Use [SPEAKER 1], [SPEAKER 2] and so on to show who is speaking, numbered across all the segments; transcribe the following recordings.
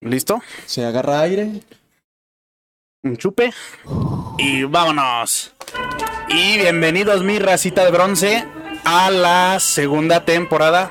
[SPEAKER 1] ¿Listo?
[SPEAKER 2] Se agarra aire.
[SPEAKER 1] Un chupe. Y vámonos. Y bienvenidos, mi racita de bronce, a la segunda temporada.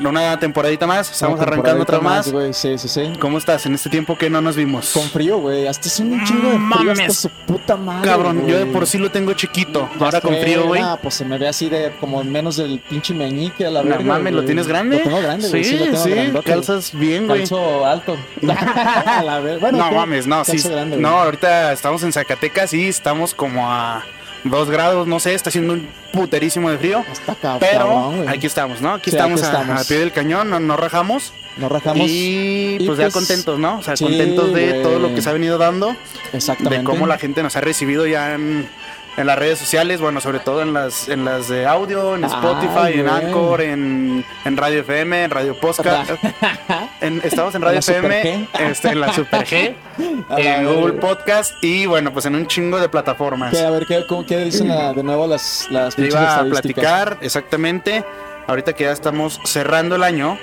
[SPEAKER 1] Una temporadita más. Estamos
[SPEAKER 2] Una
[SPEAKER 1] arrancando otra más.
[SPEAKER 2] temporadita güey, sí, sí, sí.
[SPEAKER 1] ¿Cómo estás en este tiempo que no nos vimos?
[SPEAKER 2] Con frío, güey. Hasta es un chingo de frío hasta
[SPEAKER 1] Mames.
[SPEAKER 2] su puta madre.
[SPEAKER 1] Ah, Cabrón, yo de
[SPEAKER 2] güey.
[SPEAKER 1] por sí lo tengo chiquito.
[SPEAKER 2] Ya
[SPEAKER 1] Ahora con
[SPEAKER 2] sé,
[SPEAKER 1] frío, güey.
[SPEAKER 2] nah, pues se me ve así de como menos del pinche meñique a la
[SPEAKER 1] No
[SPEAKER 2] verga,
[SPEAKER 1] mames, ¿lo
[SPEAKER 2] güey.
[SPEAKER 1] tienes grande?
[SPEAKER 2] Lo tengo grande, güey.
[SPEAKER 1] Sí,
[SPEAKER 2] lo tengo
[SPEAKER 1] sí,
[SPEAKER 2] grandote.
[SPEAKER 1] calzas bien, güey.
[SPEAKER 2] Calzo alto. a la verga. Bueno,
[SPEAKER 1] no
[SPEAKER 2] ¿qué?
[SPEAKER 1] mames, no, sí.
[SPEAKER 2] Calzo grande,
[SPEAKER 1] no,
[SPEAKER 2] güey.
[SPEAKER 1] ahorita estamos en Zacatecas y estamos como a dos grados, no sé, está haciendo un puterísimo de frío.
[SPEAKER 2] Está Ah, cabrón,
[SPEAKER 1] Pero
[SPEAKER 2] güey.
[SPEAKER 1] aquí estamos, ¿no? Aquí
[SPEAKER 2] Sí,
[SPEAKER 1] estamos,
[SPEAKER 2] aquí
[SPEAKER 1] a-
[SPEAKER 2] estamos.
[SPEAKER 1] al pie del cañón, no, no rajamos.
[SPEAKER 2] Nos rajamos.
[SPEAKER 1] y
[SPEAKER 2] y
[SPEAKER 1] pues ya
[SPEAKER 2] pues,
[SPEAKER 1] contentos, ¿no? O sea,
[SPEAKER 2] sí,
[SPEAKER 1] contentos de
[SPEAKER 2] güey.
[SPEAKER 1] todo lo que se ha venido dando,
[SPEAKER 2] Exactamente.
[SPEAKER 1] de cómo la gente nos ha recibido ya en, en las redes sociales, bueno, sobre todo en las en las de audio, en
[SPEAKER 2] Ay,
[SPEAKER 1] Spotify, en
[SPEAKER 2] güey.
[SPEAKER 1] Anchor, en, en Radio FM, en Radio Podcast. En- estamos en
[SPEAKER 2] ¿En
[SPEAKER 1] Radio
[SPEAKER 2] la Super
[SPEAKER 1] FM, este, en la Super G,
[SPEAKER 2] A la
[SPEAKER 1] en Google
[SPEAKER 2] verga.
[SPEAKER 1] Podcast y bueno, pues en un chingo de plataformas.
[SPEAKER 2] ¿Qué? a ver, ¿qué, cómo- qué dicen la- de nuevo las, las
[SPEAKER 1] Yo
[SPEAKER 2] pinches
[SPEAKER 1] iba a
[SPEAKER 2] estadísticas?
[SPEAKER 1] platicar exactamente, ahorita que ya estamos cerrando el año,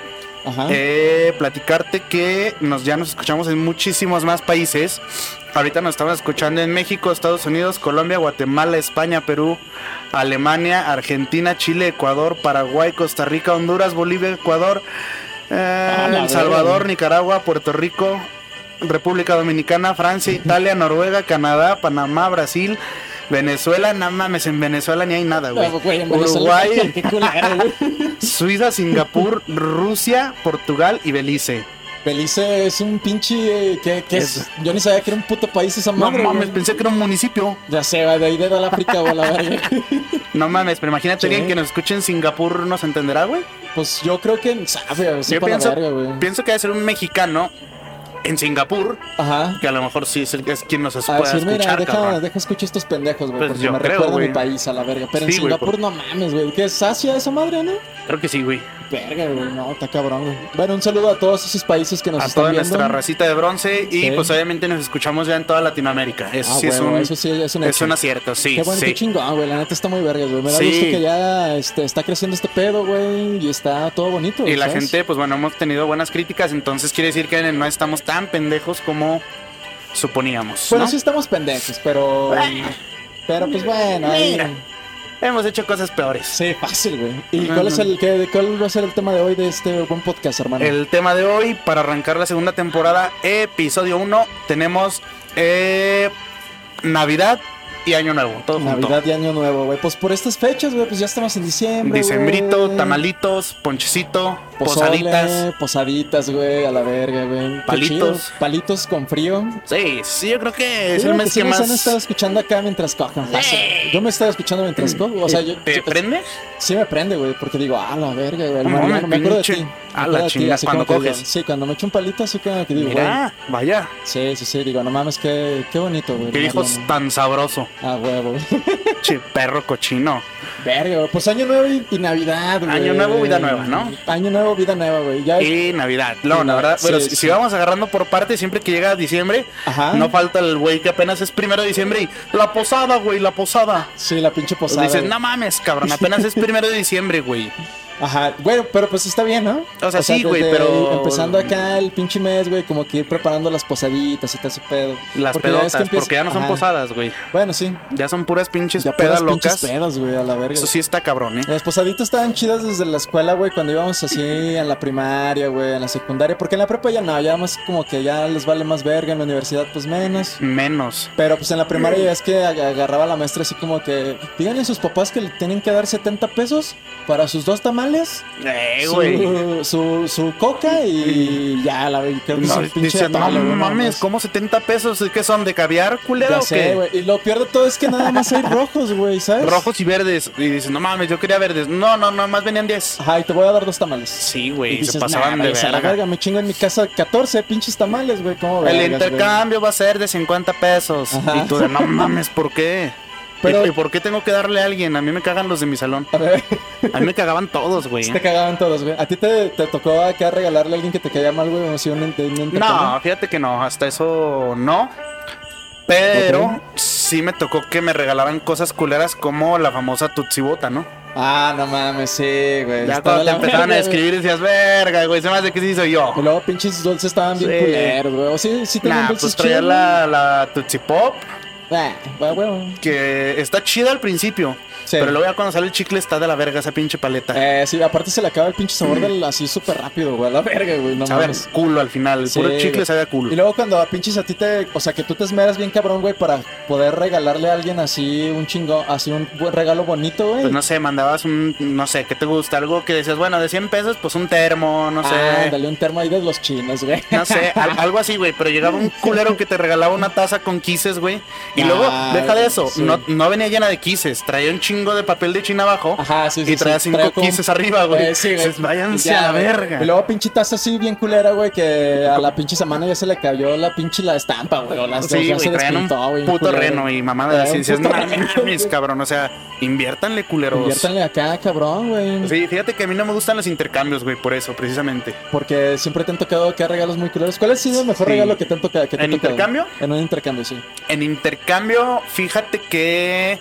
[SPEAKER 2] Ajá.
[SPEAKER 1] eh, platicarte que nos ya nos escuchamos en muchísimos más países. Ahorita nos estaban escuchando en México, Estados Unidos, Colombia, Guatemala, España, Perú, Alemania, Argentina, Chile, Ecuador, Paraguay, Costa Rica, Honduras, Bolivia, Ecuador, eh,
[SPEAKER 2] Ah, la
[SPEAKER 1] El Salvador,
[SPEAKER 2] verga.
[SPEAKER 1] Nicaragua, Puerto Rico, República Dominicana, Francia, Italia, Noruega, Canadá, Panamá, Brasil, Venezuela, no mames, en Venezuela ni hay nada, güey.
[SPEAKER 2] No, güey, en Venezuela,
[SPEAKER 1] Uruguay,
[SPEAKER 2] qué culero, güey.
[SPEAKER 1] Suiza, Singapur, Rusia, Portugal y Belice.
[SPEAKER 2] Belice es un pinche. eh, ¿Qué, qué es?
[SPEAKER 1] Es-
[SPEAKER 2] Yo ni sabía que era un puto país esa
[SPEAKER 1] No
[SPEAKER 2] madre.
[SPEAKER 1] mames,
[SPEAKER 2] güey.
[SPEAKER 1] pensé que era un municipio.
[SPEAKER 2] Ya se va de ahí de África o a la verga.
[SPEAKER 1] No mames, pero imagínate
[SPEAKER 2] Sí.
[SPEAKER 1] alguien que nos escuche en Singapur, ¿nos entenderá, güey?
[SPEAKER 2] Pues yo creo que sabe, a ver si
[SPEAKER 1] Yo
[SPEAKER 2] para la
[SPEAKER 1] pienso,
[SPEAKER 2] verga, güey.
[SPEAKER 1] pienso que debe ser un mexicano en Singapur,
[SPEAKER 2] Ajá.
[SPEAKER 1] que a lo mejor sí es, el, es quien nos
[SPEAKER 2] A
[SPEAKER 1] pueda
[SPEAKER 2] decir, mira,
[SPEAKER 1] pues, escuchar,
[SPEAKER 2] deja,
[SPEAKER 1] cabrón.
[SPEAKER 2] deja escuchar estos pendejos, güey,
[SPEAKER 1] Pues
[SPEAKER 2] porque
[SPEAKER 1] yo
[SPEAKER 2] me
[SPEAKER 1] creo,
[SPEAKER 2] recuerda a mi
[SPEAKER 1] güey.
[SPEAKER 2] país, a la verga. Pero en
[SPEAKER 1] Sí, güey,
[SPEAKER 2] Singapur, no mames, güey. ¿Qué es Asia esa madre, no?
[SPEAKER 1] Creo que sí, güey.
[SPEAKER 2] Verga, güey, no, está cabrón, güey. Bueno, un saludo a todos esos países que nos
[SPEAKER 1] A
[SPEAKER 2] están
[SPEAKER 1] toda
[SPEAKER 2] viendo.
[SPEAKER 1] nuestra racita de bronce y
[SPEAKER 2] Sí.
[SPEAKER 1] pues obviamente nos escuchamos ya en toda Latinoamérica. Eso
[SPEAKER 2] Ah,
[SPEAKER 1] sí es
[SPEAKER 2] huevo,
[SPEAKER 1] un,
[SPEAKER 2] eso sí es un
[SPEAKER 1] es
[SPEAKER 2] hecho.
[SPEAKER 1] un acierto, sí,
[SPEAKER 2] Qué bueno,
[SPEAKER 1] sí.
[SPEAKER 2] qué chingón, güey. La neta está muy vergas, güey. Me da
[SPEAKER 1] Sí.
[SPEAKER 2] gusto que ya este, está creciendo este pedo, güey. Y está todo bonito.
[SPEAKER 1] Y la
[SPEAKER 2] ¿sabes?
[SPEAKER 1] gente, pues bueno, hemos tenido buenas críticas, entonces quiere decir que no estamos tan pendejos como suponíamos.
[SPEAKER 2] Bueno,
[SPEAKER 1] ¿no?
[SPEAKER 2] sí estamos pendejos, pero. Pero pues bueno, ahí-
[SPEAKER 1] Mira. Hemos hecho cosas peores.
[SPEAKER 2] Sí, fácil, güey. ¿Y
[SPEAKER 1] Ajá.
[SPEAKER 2] cuál, es el, que, cuál va a ser el tema de hoy de este buen podcast, hermano?
[SPEAKER 1] El tema de hoy, para arrancar la segunda temporada, episodio 1, tenemos eh, Navidad y Año Nuevo. Todo junto.
[SPEAKER 2] Navidad y Año Nuevo, güey. Pues por estas fechas, güey, pues ya estamos en diciembre.
[SPEAKER 1] Dicembrito,
[SPEAKER 2] güey.
[SPEAKER 1] tamalitos, ponchecito,
[SPEAKER 2] Pozole,
[SPEAKER 1] posaditas.
[SPEAKER 2] Posaditas, güey, a la verga, güey. Qué
[SPEAKER 1] Palitos.
[SPEAKER 2] chido. Palitos con frío.
[SPEAKER 1] Sí, sí, yo creo que es
[SPEAKER 2] Yo
[SPEAKER 1] el
[SPEAKER 2] creo
[SPEAKER 1] mes
[SPEAKER 2] sí
[SPEAKER 1] que
[SPEAKER 2] nos han
[SPEAKER 1] más
[SPEAKER 2] estado escuchando acá mientras cojan. Yo me estaba escuchando mientras cojo. O sea, yo,
[SPEAKER 1] te
[SPEAKER 2] yo-
[SPEAKER 1] prende.
[SPEAKER 2] sí me prende, güey, porque digo, ah, la verga, güey.
[SPEAKER 1] No
[SPEAKER 2] hermano,
[SPEAKER 1] mames,
[SPEAKER 2] me acuerdo de
[SPEAKER 1] pinche.
[SPEAKER 2] ti.
[SPEAKER 1] A
[SPEAKER 2] me
[SPEAKER 1] la
[SPEAKER 2] acuerdo de ti,
[SPEAKER 1] chingada,
[SPEAKER 2] así
[SPEAKER 1] cuando
[SPEAKER 2] como que digo,
[SPEAKER 1] coges.
[SPEAKER 2] sí, cuando me echo un palito, así como que digo, güey.
[SPEAKER 1] Mira, vaya,
[SPEAKER 2] Sí, sí, sí, digo, no mames, qué, qué bonito, güey.
[SPEAKER 1] qué dijo
[SPEAKER 2] Mariano.
[SPEAKER 1] tan sabroso.
[SPEAKER 2] Ah, huevo.
[SPEAKER 1] Che, perro cochino.
[SPEAKER 2] Verga, güey. Pues año nuevo y, y Navidad, güey.
[SPEAKER 1] Año nuevo, vida nueva, ¿no?
[SPEAKER 2] Año nuevo, vida nueva, güey. Ya
[SPEAKER 1] Y Navidad. No, la
[SPEAKER 2] Navidad,
[SPEAKER 1] verdad,
[SPEAKER 2] sí,
[SPEAKER 1] bueno, si,
[SPEAKER 2] sí.
[SPEAKER 1] si vamos agarrando por parte, siempre que llega diciembre,
[SPEAKER 2] Ajá.
[SPEAKER 1] no falta el güey que apenas es primero de diciembre y la posada, güey, la posada.
[SPEAKER 2] Sí, la pinche
[SPEAKER 1] Pues
[SPEAKER 2] posada.
[SPEAKER 1] dices,
[SPEAKER 2] güey.
[SPEAKER 1] no mames, cabrón, apenas es primero de diciembre, güey.
[SPEAKER 2] Ajá, güey, pero pues está bien, ¿no?
[SPEAKER 1] O sea, sí, güey,
[SPEAKER 2] desde
[SPEAKER 1] pero-
[SPEAKER 2] Empezando acá el pinche mes, güey, como que ir preparando las posaditas y todo ese pedo.
[SPEAKER 1] Las
[SPEAKER 2] Porque ya
[SPEAKER 1] pedotas,
[SPEAKER 2] ves que empieza-
[SPEAKER 1] porque ya no son
[SPEAKER 2] Ajá.
[SPEAKER 1] posadas, güey.
[SPEAKER 2] Bueno, sí.
[SPEAKER 1] Ya son puras pinches
[SPEAKER 2] Ya
[SPEAKER 1] pedas
[SPEAKER 2] pedas
[SPEAKER 1] locas.
[SPEAKER 2] pinches pedas, güey, a la verga.
[SPEAKER 1] Eso sí está cabrón, ¿eh?
[SPEAKER 2] Las posaditas estaban chidas desde la escuela, güey, cuando íbamos así en la primaria, güey, en la secundaria. Porque en la prepa ya no, ya más como que ya les vale más verga, en la universidad pues menos.
[SPEAKER 1] Menos.
[SPEAKER 2] Pero pues en la primaria ya es que ag- agarraba a la maestra así como que, díganle a sus papás que le tienen que dar 70 pesos para sus dos tamales
[SPEAKER 1] Eh, güey.
[SPEAKER 2] su, su, su coca y ya, la y creo que es
[SPEAKER 1] No,
[SPEAKER 2] un pinche
[SPEAKER 1] dice, no
[SPEAKER 2] atole, güey, no
[SPEAKER 1] mames,
[SPEAKER 2] mames.
[SPEAKER 1] ¿cómo 70 pesos? ¿Qué son? ¿De caviar, culero?
[SPEAKER 2] Ya
[SPEAKER 1] o
[SPEAKER 2] sé,
[SPEAKER 1] qué?
[SPEAKER 2] güey. Y lo peor de todo es que nada más hay rojos, güey, ¿sabes?
[SPEAKER 1] Rojos y verdes. Y dices, no mames, yo quería verdes. No, no, no, más venían 10.
[SPEAKER 2] Ajá, y te voy a dar dos tamales.
[SPEAKER 1] Sí,
[SPEAKER 2] Ah, y
[SPEAKER 1] güey, se
[SPEAKER 2] dices,
[SPEAKER 1] pasaban
[SPEAKER 2] "Nah,
[SPEAKER 1] de
[SPEAKER 2] güey, a la
[SPEAKER 1] verga.
[SPEAKER 2] verga, me chingo en mi casa 14 pinches tamales, güey, ¿cómo
[SPEAKER 1] El
[SPEAKER 2] vergas, güey?
[SPEAKER 1] intercambio va a ser de 50 pesos.
[SPEAKER 2] Ajá.
[SPEAKER 1] Y tú de, no mames, ¿por qué?
[SPEAKER 2] Pero-
[SPEAKER 1] ¿Y, y por qué tengo que darle a alguien? A mí me cagan los de mi salón.
[SPEAKER 2] A ver,
[SPEAKER 1] A mí me cagaban todos, güey.
[SPEAKER 2] se te cagaban todos, güey. ¿A ti te, te tocó acá regalarle a alguien que te caía mal, güey, o si un, int- un intercambio?
[SPEAKER 1] No, fíjate que no, hasta eso no. Pero
[SPEAKER 2] Ok.
[SPEAKER 1] sí me tocó que me regalaran cosas culeras como la famosa Tutsi Bota, ¿no?
[SPEAKER 2] Ah, no mames, sí, güey.
[SPEAKER 1] Ya
[SPEAKER 2] Estaba
[SPEAKER 1] cuando te
[SPEAKER 2] la-
[SPEAKER 1] empezaron a escribir decías, verga, güey, se me hace que sí soy yo.
[SPEAKER 2] Y luego pinches dulces estaban bien
[SPEAKER 1] Sí.
[SPEAKER 2] culeros, güey. O sí, sí tenían
[SPEAKER 1] Nah, pues
[SPEAKER 2] dulces
[SPEAKER 1] traía
[SPEAKER 2] chidos.
[SPEAKER 1] la, la Tootsie Pop,
[SPEAKER 2] Ah, va, güey.
[SPEAKER 1] que está chida al principio.
[SPEAKER 2] Sí.
[SPEAKER 1] Pero luego ya cuando sale el chicle está de la verga esa pinche paleta.
[SPEAKER 2] Eh, sí, aparte se le acaba el pinche sabor del así súper rápido, güey. a La verga, güey. No
[SPEAKER 1] sabe a
[SPEAKER 2] mames.
[SPEAKER 1] culo al final, el
[SPEAKER 2] Sí,
[SPEAKER 1] puro chicle
[SPEAKER 2] güey.
[SPEAKER 1] sabe a culo.
[SPEAKER 2] Y luego cuando a pinches a ti te, o sea, que tú te esmeras bien cabrón, güey, para poder regalarle a alguien así un chingo, así un buen regalo bonito, güey.
[SPEAKER 1] Pues no sé, mandabas un, no sé, ¿qué te gusta? Algo que decías, bueno, de 100 pesos, pues un termo, no sé.
[SPEAKER 2] Ah, dale un termo ahí de los chinos, güey.
[SPEAKER 1] No sé, al- algo así, güey. Pero llegaba un culero que te regalaba una taza con quises, güey. Y luego,
[SPEAKER 2] Ah,
[SPEAKER 1] deja de eso,
[SPEAKER 2] sí.
[SPEAKER 1] no, no venía llena de quises. Traía un chingo de papel de china abajo.
[SPEAKER 2] Ajá, Ah, sí, sí.
[SPEAKER 1] y traía
[SPEAKER 2] sí,
[SPEAKER 1] cinco
[SPEAKER 2] como-
[SPEAKER 1] quises arriba, güey.
[SPEAKER 2] Eh, sí, güey.
[SPEAKER 1] Dices, váyanse
[SPEAKER 2] Ya,
[SPEAKER 1] a la
[SPEAKER 2] güey.
[SPEAKER 1] verga.
[SPEAKER 2] Y luego pinche taza así bien culera, güey, que a la pinche semana ya se le cayó la pinche la estampa, güey. O las
[SPEAKER 1] Sí, güey, traían un puto reno y mamada
[SPEAKER 2] Traía
[SPEAKER 1] así.
[SPEAKER 2] un
[SPEAKER 1] Dices, no
[SPEAKER 2] puto reno,
[SPEAKER 1] mames,
[SPEAKER 2] güey.
[SPEAKER 1] cabrón. O sea, inviértanle, culeros.
[SPEAKER 2] Inviértanle acá, cabrón, güey.
[SPEAKER 1] Sí, fíjate que a mí no me gustan los intercambios, güey, por eso, precisamente.
[SPEAKER 2] Porque siempre te han tocado que regalos muy culeros. ¿Cuál ha sido el mejor
[SPEAKER 1] Sí.
[SPEAKER 2] regalo que te han tocado? Que te
[SPEAKER 1] ¿En
[SPEAKER 2] han tocado?
[SPEAKER 1] intercambio?
[SPEAKER 2] En un intercambio, sí.
[SPEAKER 1] En intercambio, fíjate que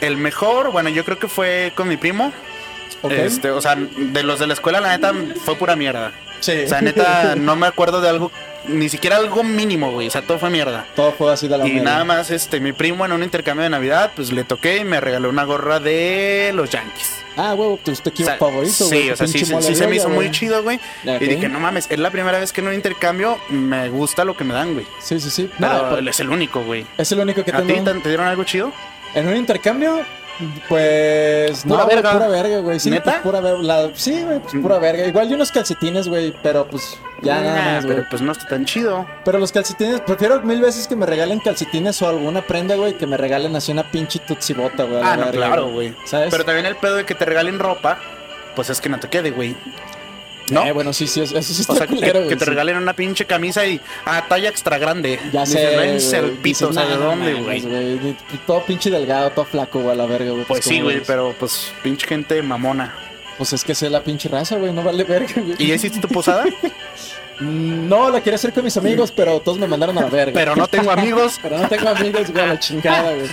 [SPEAKER 1] el mejor, bueno, yo creo que fue con mi primo.
[SPEAKER 2] Ok.
[SPEAKER 1] Este, o sea, de los de la escuela, la neta, fue pura mierda.
[SPEAKER 2] sí.
[SPEAKER 1] O sea, neta, no me acuerdo de algo, ni siquiera algo mínimo, güey. O sea, todo fue mierda.
[SPEAKER 2] Todo fue así de la
[SPEAKER 1] Y
[SPEAKER 2] mierda.
[SPEAKER 1] nada más, este, mi primo en un intercambio de Navidad, pues le toqué y me regaló una gorra de los Yankees.
[SPEAKER 2] Ah, güey, tu tu equipo
[SPEAKER 1] O sea,
[SPEAKER 2] favorito, güey.
[SPEAKER 1] sí,
[SPEAKER 2] tu
[SPEAKER 1] o sea, sí,
[SPEAKER 2] pinche
[SPEAKER 1] sí,
[SPEAKER 2] mole
[SPEAKER 1] sí se me
[SPEAKER 2] gloria,
[SPEAKER 1] hizo
[SPEAKER 2] güey.
[SPEAKER 1] muy chido, güey.
[SPEAKER 2] Ok.
[SPEAKER 1] Y dije, no mames, es la primera vez que en un intercambio me gusta lo que me dan, güey.
[SPEAKER 2] Sí, sí, sí. No,
[SPEAKER 1] Pero
[SPEAKER 2] pero
[SPEAKER 1] él es el único, güey.
[SPEAKER 2] es el único que
[SPEAKER 1] ¿A ti
[SPEAKER 2] tengo.
[SPEAKER 1] te, te dieron algo chido?
[SPEAKER 2] En un intercambio, pues.
[SPEAKER 1] Pura
[SPEAKER 2] no, güey,
[SPEAKER 1] verga.
[SPEAKER 2] Pura verga, güey. Sí,
[SPEAKER 1] ¿Neta?
[SPEAKER 2] pues, pura verga. la- Sí, güey, pues pura verga. Igual y unos calcetines, güey, pero pues ya nada
[SPEAKER 1] Nah,
[SPEAKER 2] más, güey.
[SPEAKER 1] Pero
[SPEAKER 2] Pero...
[SPEAKER 1] pues no está tan chido.
[SPEAKER 2] los calcetines, prefiero mil veces que me regalen calcetines o alguna prenda, güey, que me regalen así una pinche tutsibota, güey. a la
[SPEAKER 1] Ah, no,
[SPEAKER 2] verga,
[SPEAKER 1] claro, güey.
[SPEAKER 2] ¿Sabes?
[SPEAKER 1] Pero también el pedo de que te regalen ropa, pues es que no te quede, güey. ¿No?
[SPEAKER 2] Eh, bueno, sí, sí, eso sí está
[SPEAKER 1] o sea, que,
[SPEAKER 2] culero,
[SPEAKER 1] que
[SPEAKER 2] güey,
[SPEAKER 1] te
[SPEAKER 2] sí.
[SPEAKER 1] regalen una pinche camisa y ah, talla extra grande.
[SPEAKER 2] Ya
[SPEAKER 1] Dices,
[SPEAKER 2] sé.
[SPEAKER 1] "Váyanse al
[SPEAKER 2] güey.
[SPEAKER 1] pito",
[SPEAKER 2] Dices,
[SPEAKER 1] o sea, ¿de
[SPEAKER 2] "Nah, no
[SPEAKER 1] dónde,
[SPEAKER 2] mames,
[SPEAKER 1] güey?
[SPEAKER 2] Ni- Todo pinche delgado, todo flaco, güey, a la verga, güey.
[SPEAKER 1] Pues sí,
[SPEAKER 2] ¿cómo
[SPEAKER 1] güey,
[SPEAKER 2] ves?
[SPEAKER 1] pero pues pinche gente mamona.
[SPEAKER 2] Pues es que sea la pinche raza, güey, no vale verga, güey.
[SPEAKER 1] ¿Y ya hiciste tu posada?
[SPEAKER 2] Mm, No, la quería hacer con mis amigos, pero todos me mandaron a la verga.
[SPEAKER 1] pero no tengo amigos.
[SPEAKER 2] Pero no tengo amigos, güey, a la chingada, güey.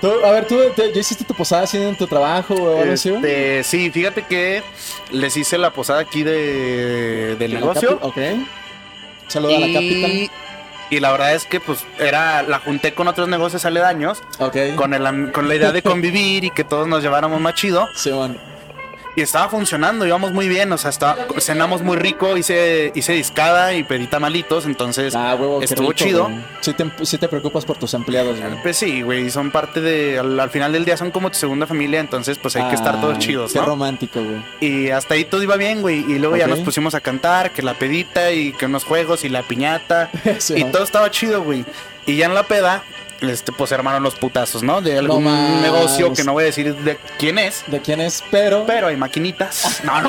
[SPEAKER 2] Tú- a ver, tú te- ya hiciste tu posada así en tu trabajo, güey, o algo así, güey?
[SPEAKER 1] Este, sí, fíjate que les hice la posada aquí de, del
[SPEAKER 2] La
[SPEAKER 1] negocio.
[SPEAKER 2] capi- Ok. Saluda a la capital.
[SPEAKER 1] Y, y la verdad es que pues era, la junté con otros negocios aledaños,
[SPEAKER 2] Ok.
[SPEAKER 1] con, el, am- con la idea de convivir y que todos nos lleváramos más chido.
[SPEAKER 2] Simón.
[SPEAKER 1] Y estaba funcionando, íbamos muy bien, o sea, estaba- cenamos muy rico, hice, hice discada y pedí tamalitos, entonces,
[SPEAKER 2] Ah, huevo, qué
[SPEAKER 1] estuvo
[SPEAKER 2] rico,
[SPEAKER 1] chido.
[SPEAKER 2] güey. Sí te, sí te preocupas por tus empleados, güey.
[SPEAKER 1] pues sí, güey, son parte de, al, al final del día son como tu segunda familia, entonces pues hay que estar todos
[SPEAKER 2] Ah,
[SPEAKER 1] chidos,
[SPEAKER 2] Qué
[SPEAKER 1] ¿no?
[SPEAKER 2] romántico, güey.
[SPEAKER 1] Y hasta ahí todo iba bien, güey, y luego ya
[SPEAKER 2] Ok.
[SPEAKER 1] nos pusimos a cantar, que la pedita y que unos juegos y la piñata, y
[SPEAKER 2] Simón.
[SPEAKER 1] todo estaba chido, güey. Y ya en la peda, este, pues se armaron los putazos, ¿no? De algún
[SPEAKER 2] mames.
[SPEAKER 1] negocio que no voy a decir de quién es,
[SPEAKER 2] ¿De quién es? Pero.
[SPEAKER 1] pero hay maquinitas. No, no,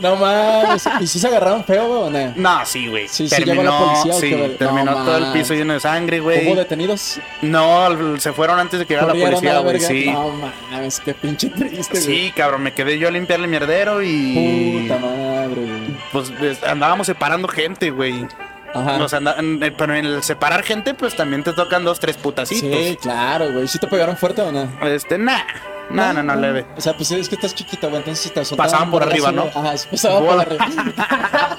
[SPEAKER 2] No mames. ¿Y si se agarraron feo, güey, o no?
[SPEAKER 1] No, sí, güey.
[SPEAKER 2] Sí, sí,
[SPEAKER 1] terminó,
[SPEAKER 2] llegó la policía, ¿o
[SPEAKER 1] sí,
[SPEAKER 2] qué, güey?
[SPEAKER 1] terminó
[SPEAKER 2] No,
[SPEAKER 1] todo el
[SPEAKER 2] man.
[SPEAKER 1] piso lleno de sangre,
[SPEAKER 2] ¿Hubo
[SPEAKER 1] güey.
[SPEAKER 2] detenidos?
[SPEAKER 1] No, al- se fueron antes de que llegara la
[SPEAKER 2] Corrieron a
[SPEAKER 1] policía, güey,
[SPEAKER 2] verga.
[SPEAKER 1] sí.
[SPEAKER 2] No mames, qué pinche triste, güey.
[SPEAKER 1] Sí, cabrón, me quedé yo a limpiarle el mierdero y
[SPEAKER 2] Puta madre, güey.
[SPEAKER 1] pues es- andábamos separando gente, güey.
[SPEAKER 2] Ajá.
[SPEAKER 1] O sea, anda- en- eh, pero en el separar gente, pues también te tocan dos, tres
[SPEAKER 2] sí,
[SPEAKER 1] putacitos.
[SPEAKER 2] claro, güey. ¿Sí te pegaron fuerte o no?
[SPEAKER 1] Este, nah, nah, no, no, leve.
[SPEAKER 2] O sea, pues es que estás chiquito, güey. Entonces si te soltaban
[SPEAKER 1] Pasaban por
[SPEAKER 2] vergas,
[SPEAKER 1] arriba, ¿no?
[SPEAKER 2] güey, Ajá, sí, pasaban por
[SPEAKER 1] Bola.
[SPEAKER 2] arriba.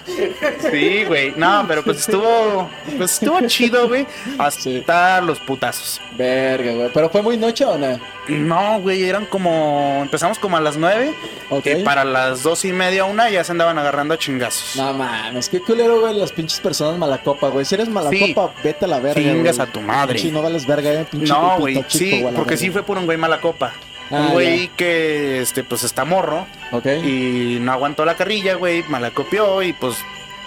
[SPEAKER 1] Sí, güey. No, pero pues estuvo, pues estuvo chido, güey. Hasta los putazos.
[SPEAKER 2] Verga, güey. ¿Pero fue muy noche o no?
[SPEAKER 1] No, güey, eran como. Empezamos como a las nueve.
[SPEAKER 2] Ok.
[SPEAKER 1] Y Eh, para las dos y media, una, ya se andaban agarrando a chingazos.
[SPEAKER 2] No mames, qué culero, güey, las pinches personas malacopa, güey. Si eres malacopa, vete a la verga, güey.
[SPEAKER 1] Chingas a tu madre.
[SPEAKER 2] Sí, no vales verga, eh, pinche
[SPEAKER 1] No,
[SPEAKER 2] pito
[SPEAKER 1] güey,
[SPEAKER 2] chico,
[SPEAKER 1] sí,
[SPEAKER 2] güey, a la
[SPEAKER 1] porque sí
[SPEAKER 2] verga.
[SPEAKER 1] fue por un güey mala copa.
[SPEAKER 2] Ah,
[SPEAKER 1] un güey que, este, pues está morro
[SPEAKER 2] Ok.
[SPEAKER 1] y no aguantó la carrilla, güey, malacopió y pues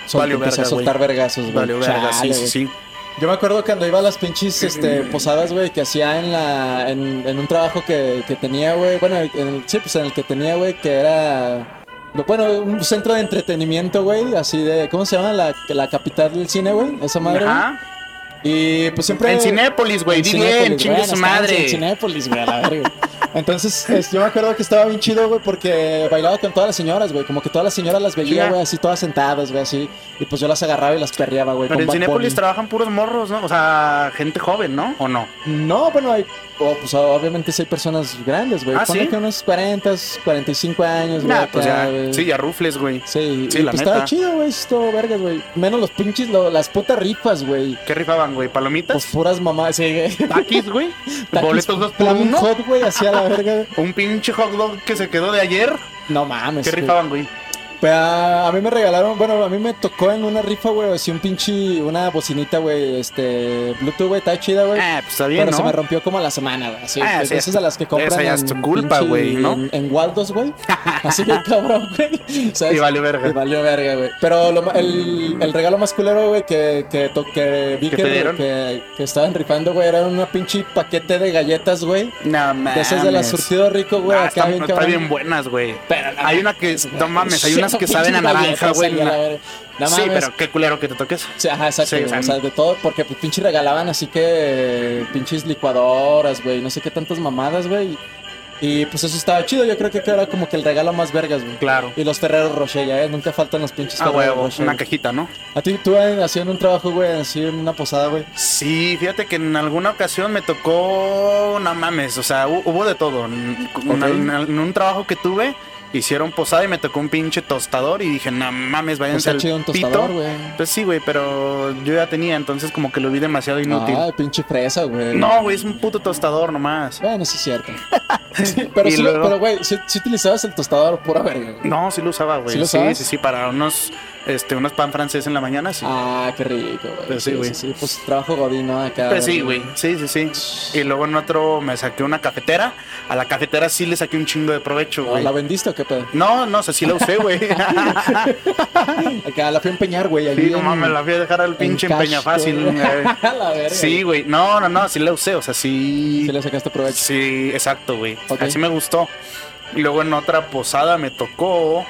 [SPEAKER 2] Sol-
[SPEAKER 1] valió
[SPEAKER 2] empezó
[SPEAKER 1] verga,
[SPEAKER 2] a soltar
[SPEAKER 1] güey.
[SPEAKER 2] vergazos, güey.
[SPEAKER 1] valió verga, sí,
[SPEAKER 2] Chale,
[SPEAKER 1] sí,
[SPEAKER 2] güey.
[SPEAKER 1] sí.
[SPEAKER 2] Yo me acuerdo cuando iba a las pinches este, posadas, güey, que hacía en la en, en un trabajo que, que tenía, güey. Bueno, en el- sí, pues en el que tenía, güey, que era. lo- Bueno, un centro de entretenimiento, güey, así de. ¿Cómo se llama? La, la capital del cine, güey. Esa madre. güey.
[SPEAKER 1] Ajá.
[SPEAKER 2] Y pues siempre.
[SPEAKER 1] En Cinépolis, güey,
[SPEAKER 2] en
[SPEAKER 1] di
[SPEAKER 2] Cinépolis,
[SPEAKER 1] bien,
[SPEAKER 2] güey,
[SPEAKER 1] chingue su
[SPEAKER 2] nos quedamos En
[SPEAKER 1] madre.
[SPEAKER 2] Cinépolis, güey, a la verga. Entonces, es- yo me acuerdo que estaba bien chido, güey, porque bailaba con todas las señoras, güey. Como que todas las señoras las veía,
[SPEAKER 1] Ya.
[SPEAKER 2] güey, así todas sentadas, güey, así. Y pues yo las agarraba y las perreaba, güey.
[SPEAKER 1] Pero
[SPEAKER 2] con
[SPEAKER 1] en
[SPEAKER 2] Bad
[SPEAKER 1] Cinépolis
[SPEAKER 2] Bunny.
[SPEAKER 1] trabajan puros morros, ¿no? O sea, gente joven, ¿no? ¿O no?
[SPEAKER 2] No, bueno, hay oh, pues obviamente sí hay personas grandes, güey.
[SPEAKER 1] Ah,
[SPEAKER 2] Ponle
[SPEAKER 1] ¿sí?
[SPEAKER 2] que unos 40, 45 años, güey.
[SPEAKER 1] Nah, pues
[SPEAKER 2] acá,
[SPEAKER 1] ya,
[SPEAKER 2] güey.
[SPEAKER 1] sí, ya rufles, güey.
[SPEAKER 2] Sí,
[SPEAKER 1] Sí,
[SPEAKER 2] y
[SPEAKER 1] la
[SPEAKER 2] pues
[SPEAKER 1] neta.
[SPEAKER 2] estaba chido, güey, esto, vergas, güey. Menos los pinches, lo- las putas rifas, güey.
[SPEAKER 1] ¿Qué rifaban, güey?
[SPEAKER 2] Pues
[SPEAKER 1] ¿Palomitas?
[SPEAKER 2] puras mamás, sí, güey.
[SPEAKER 1] ¿Taquis, güey?
[SPEAKER 2] Taquis,
[SPEAKER 1] ¿Boletos dos por
[SPEAKER 2] flaming
[SPEAKER 1] uno?
[SPEAKER 2] hot, güey, hacia la verga. güey.
[SPEAKER 1] ¿Un pinche hot dog que se quedó de ayer?
[SPEAKER 2] No mames.
[SPEAKER 1] ¿Qué
[SPEAKER 2] güey.
[SPEAKER 1] rifaban, güey?
[SPEAKER 2] Pues, a, a mí me regalaron, bueno, a mí me tocó en una rifa, güey, así un pinche, una bocinita, güey, este, Bluetooth, güey, está chida, güey.
[SPEAKER 1] Ah, pues está bien,
[SPEAKER 2] Pero se me
[SPEAKER 1] ¿no?
[SPEAKER 2] rompió como a la semana, güey. Así,
[SPEAKER 1] Ah,
[SPEAKER 2] pues,
[SPEAKER 1] sí,
[SPEAKER 2] esas de las que compran.
[SPEAKER 1] esa ya es tu culpa,
[SPEAKER 2] pinche-
[SPEAKER 1] güey, ¿no?
[SPEAKER 2] En, en Waldos, güey. Así que cabrón, güey. ¿sabes?
[SPEAKER 1] Y vale verga.
[SPEAKER 2] Y valió verga, güey. Pero lo ma- el, el regalo más culero, güey, que, que, to- que vi
[SPEAKER 1] ¿Que
[SPEAKER 2] que,
[SPEAKER 1] te dieron?
[SPEAKER 2] que- que estaban rifando, güey, era una pinche paquete de galletas, güey.
[SPEAKER 1] No mames.
[SPEAKER 2] De esas Pues, de las surtido rico, güey.
[SPEAKER 1] Ah,
[SPEAKER 2] acá
[SPEAKER 1] están,
[SPEAKER 2] bien
[SPEAKER 1] están
[SPEAKER 2] cabrón. Pues,
[SPEAKER 1] bien buenas, güey.
[SPEAKER 2] Pero no
[SPEAKER 1] Hay una que, no mames, hay unas que saben a naranja, güey.
[SPEAKER 2] Sí,
[SPEAKER 1] na-
[SPEAKER 2] No
[SPEAKER 1] Sí,
[SPEAKER 2] mames.
[SPEAKER 1] pero qué culero que te toques.
[SPEAKER 2] Sí, ajá, exacto.
[SPEAKER 1] Sí,
[SPEAKER 2] güey,
[SPEAKER 1] o sea,
[SPEAKER 2] o sea, de todo, porque pues, pinche regalaban así que pinches licuadoras, güey, no sé qué tantas mamadas, güey. Y pues eso estaba chido, yo creo que era como que el regalo más vergas, güey.
[SPEAKER 1] Claro.
[SPEAKER 2] Y los Ferreros Rocher, ya, ¿eh? nunca faltan los pinches
[SPEAKER 1] Ah,
[SPEAKER 2] Ferrero
[SPEAKER 1] huevo,
[SPEAKER 2] Rocher,
[SPEAKER 1] una
[SPEAKER 2] güey.
[SPEAKER 1] cajita, ¿no?
[SPEAKER 2] A ti, tú eh, así en un trabajo, güey, así en una posada, güey.
[SPEAKER 1] Sí, fíjate que en alguna ocasión me tocó, no mames, o sea, hu- hubo de todo. En, en-
[SPEAKER 2] Ok.
[SPEAKER 1] en- en un trabajo que tuve, hicieron posada y me tocó un pinche tostador y dije, no mames,
[SPEAKER 2] Pues
[SPEAKER 1] váyanse
[SPEAKER 2] está
[SPEAKER 1] al
[SPEAKER 2] chido un
[SPEAKER 1] pito.
[SPEAKER 2] tostador, güey.
[SPEAKER 1] Pues sí, güey, pero yo ya tenía, entonces como que lo vi demasiado inútil.
[SPEAKER 2] Ah, pinche fresa, güey.
[SPEAKER 1] no, güey, es un puto tostador nomás.
[SPEAKER 2] Bueno, sí es cierto. Sí, pero,
[SPEAKER 1] Y
[SPEAKER 2] sí, lo-
[SPEAKER 1] luego-
[SPEAKER 2] pero, güey, sí, sí utilizabas el tostador pura verga, güey.
[SPEAKER 1] No, sí lo usaba, güey.
[SPEAKER 2] ¿Sí lo
[SPEAKER 1] sí,
[SPEAKER 2] usabas?
[SPEAKER 1] sí, sí, para unos, este, unos pan francés en la mañana, sí.
[SPEAKER 2] Ah, qué rico, güey.
[SPEAKER 1] Pues sí, güey.
[SPEAKER 2] Sí, Pues trabajo godín, ¿no? Acá.
[SPEAKER 1] Pues sí, güey. Sí, sí, sí. Y luego en otro me saqué una cafetera. A la cafetera sí le saqué un chingo de provecho,
[SPEAKER 2] ¿No,
[SPEAKER 1] güey.
[SPEAKER 2] ¿La vendiste o qué pedo?
[SPEAKER 1] No, no, sé si la usé, güey.
[SPEAKER 2] Acá la fui a empeñar, güey. allí
[SPEAKER 1] sí, no
[SPEAKER 2] en-
[SPEAKER 1] mames, la voy a dejar al
[SPEAKER 2] en
[SPEAKER 1] pinche
[SPEAKER 2] cash,
[SPEAKER 1] empeña fácil.
[SPEAKER 2] güey.
[SPEAKER 1] güey.
[SPEAKER 2] A la verga.
[SPEAKER 1] Sí, güey. No, no, no, sí la usé, o sea, sí.
[SPEAKER 2] Sí le sacaste provecho.
[SPEAKER 1] Sí, exacto, güey.
[SPEAKER 2] Ok.
[SPEAKER 1] Así me gustó. Y luego en otra posada me tocó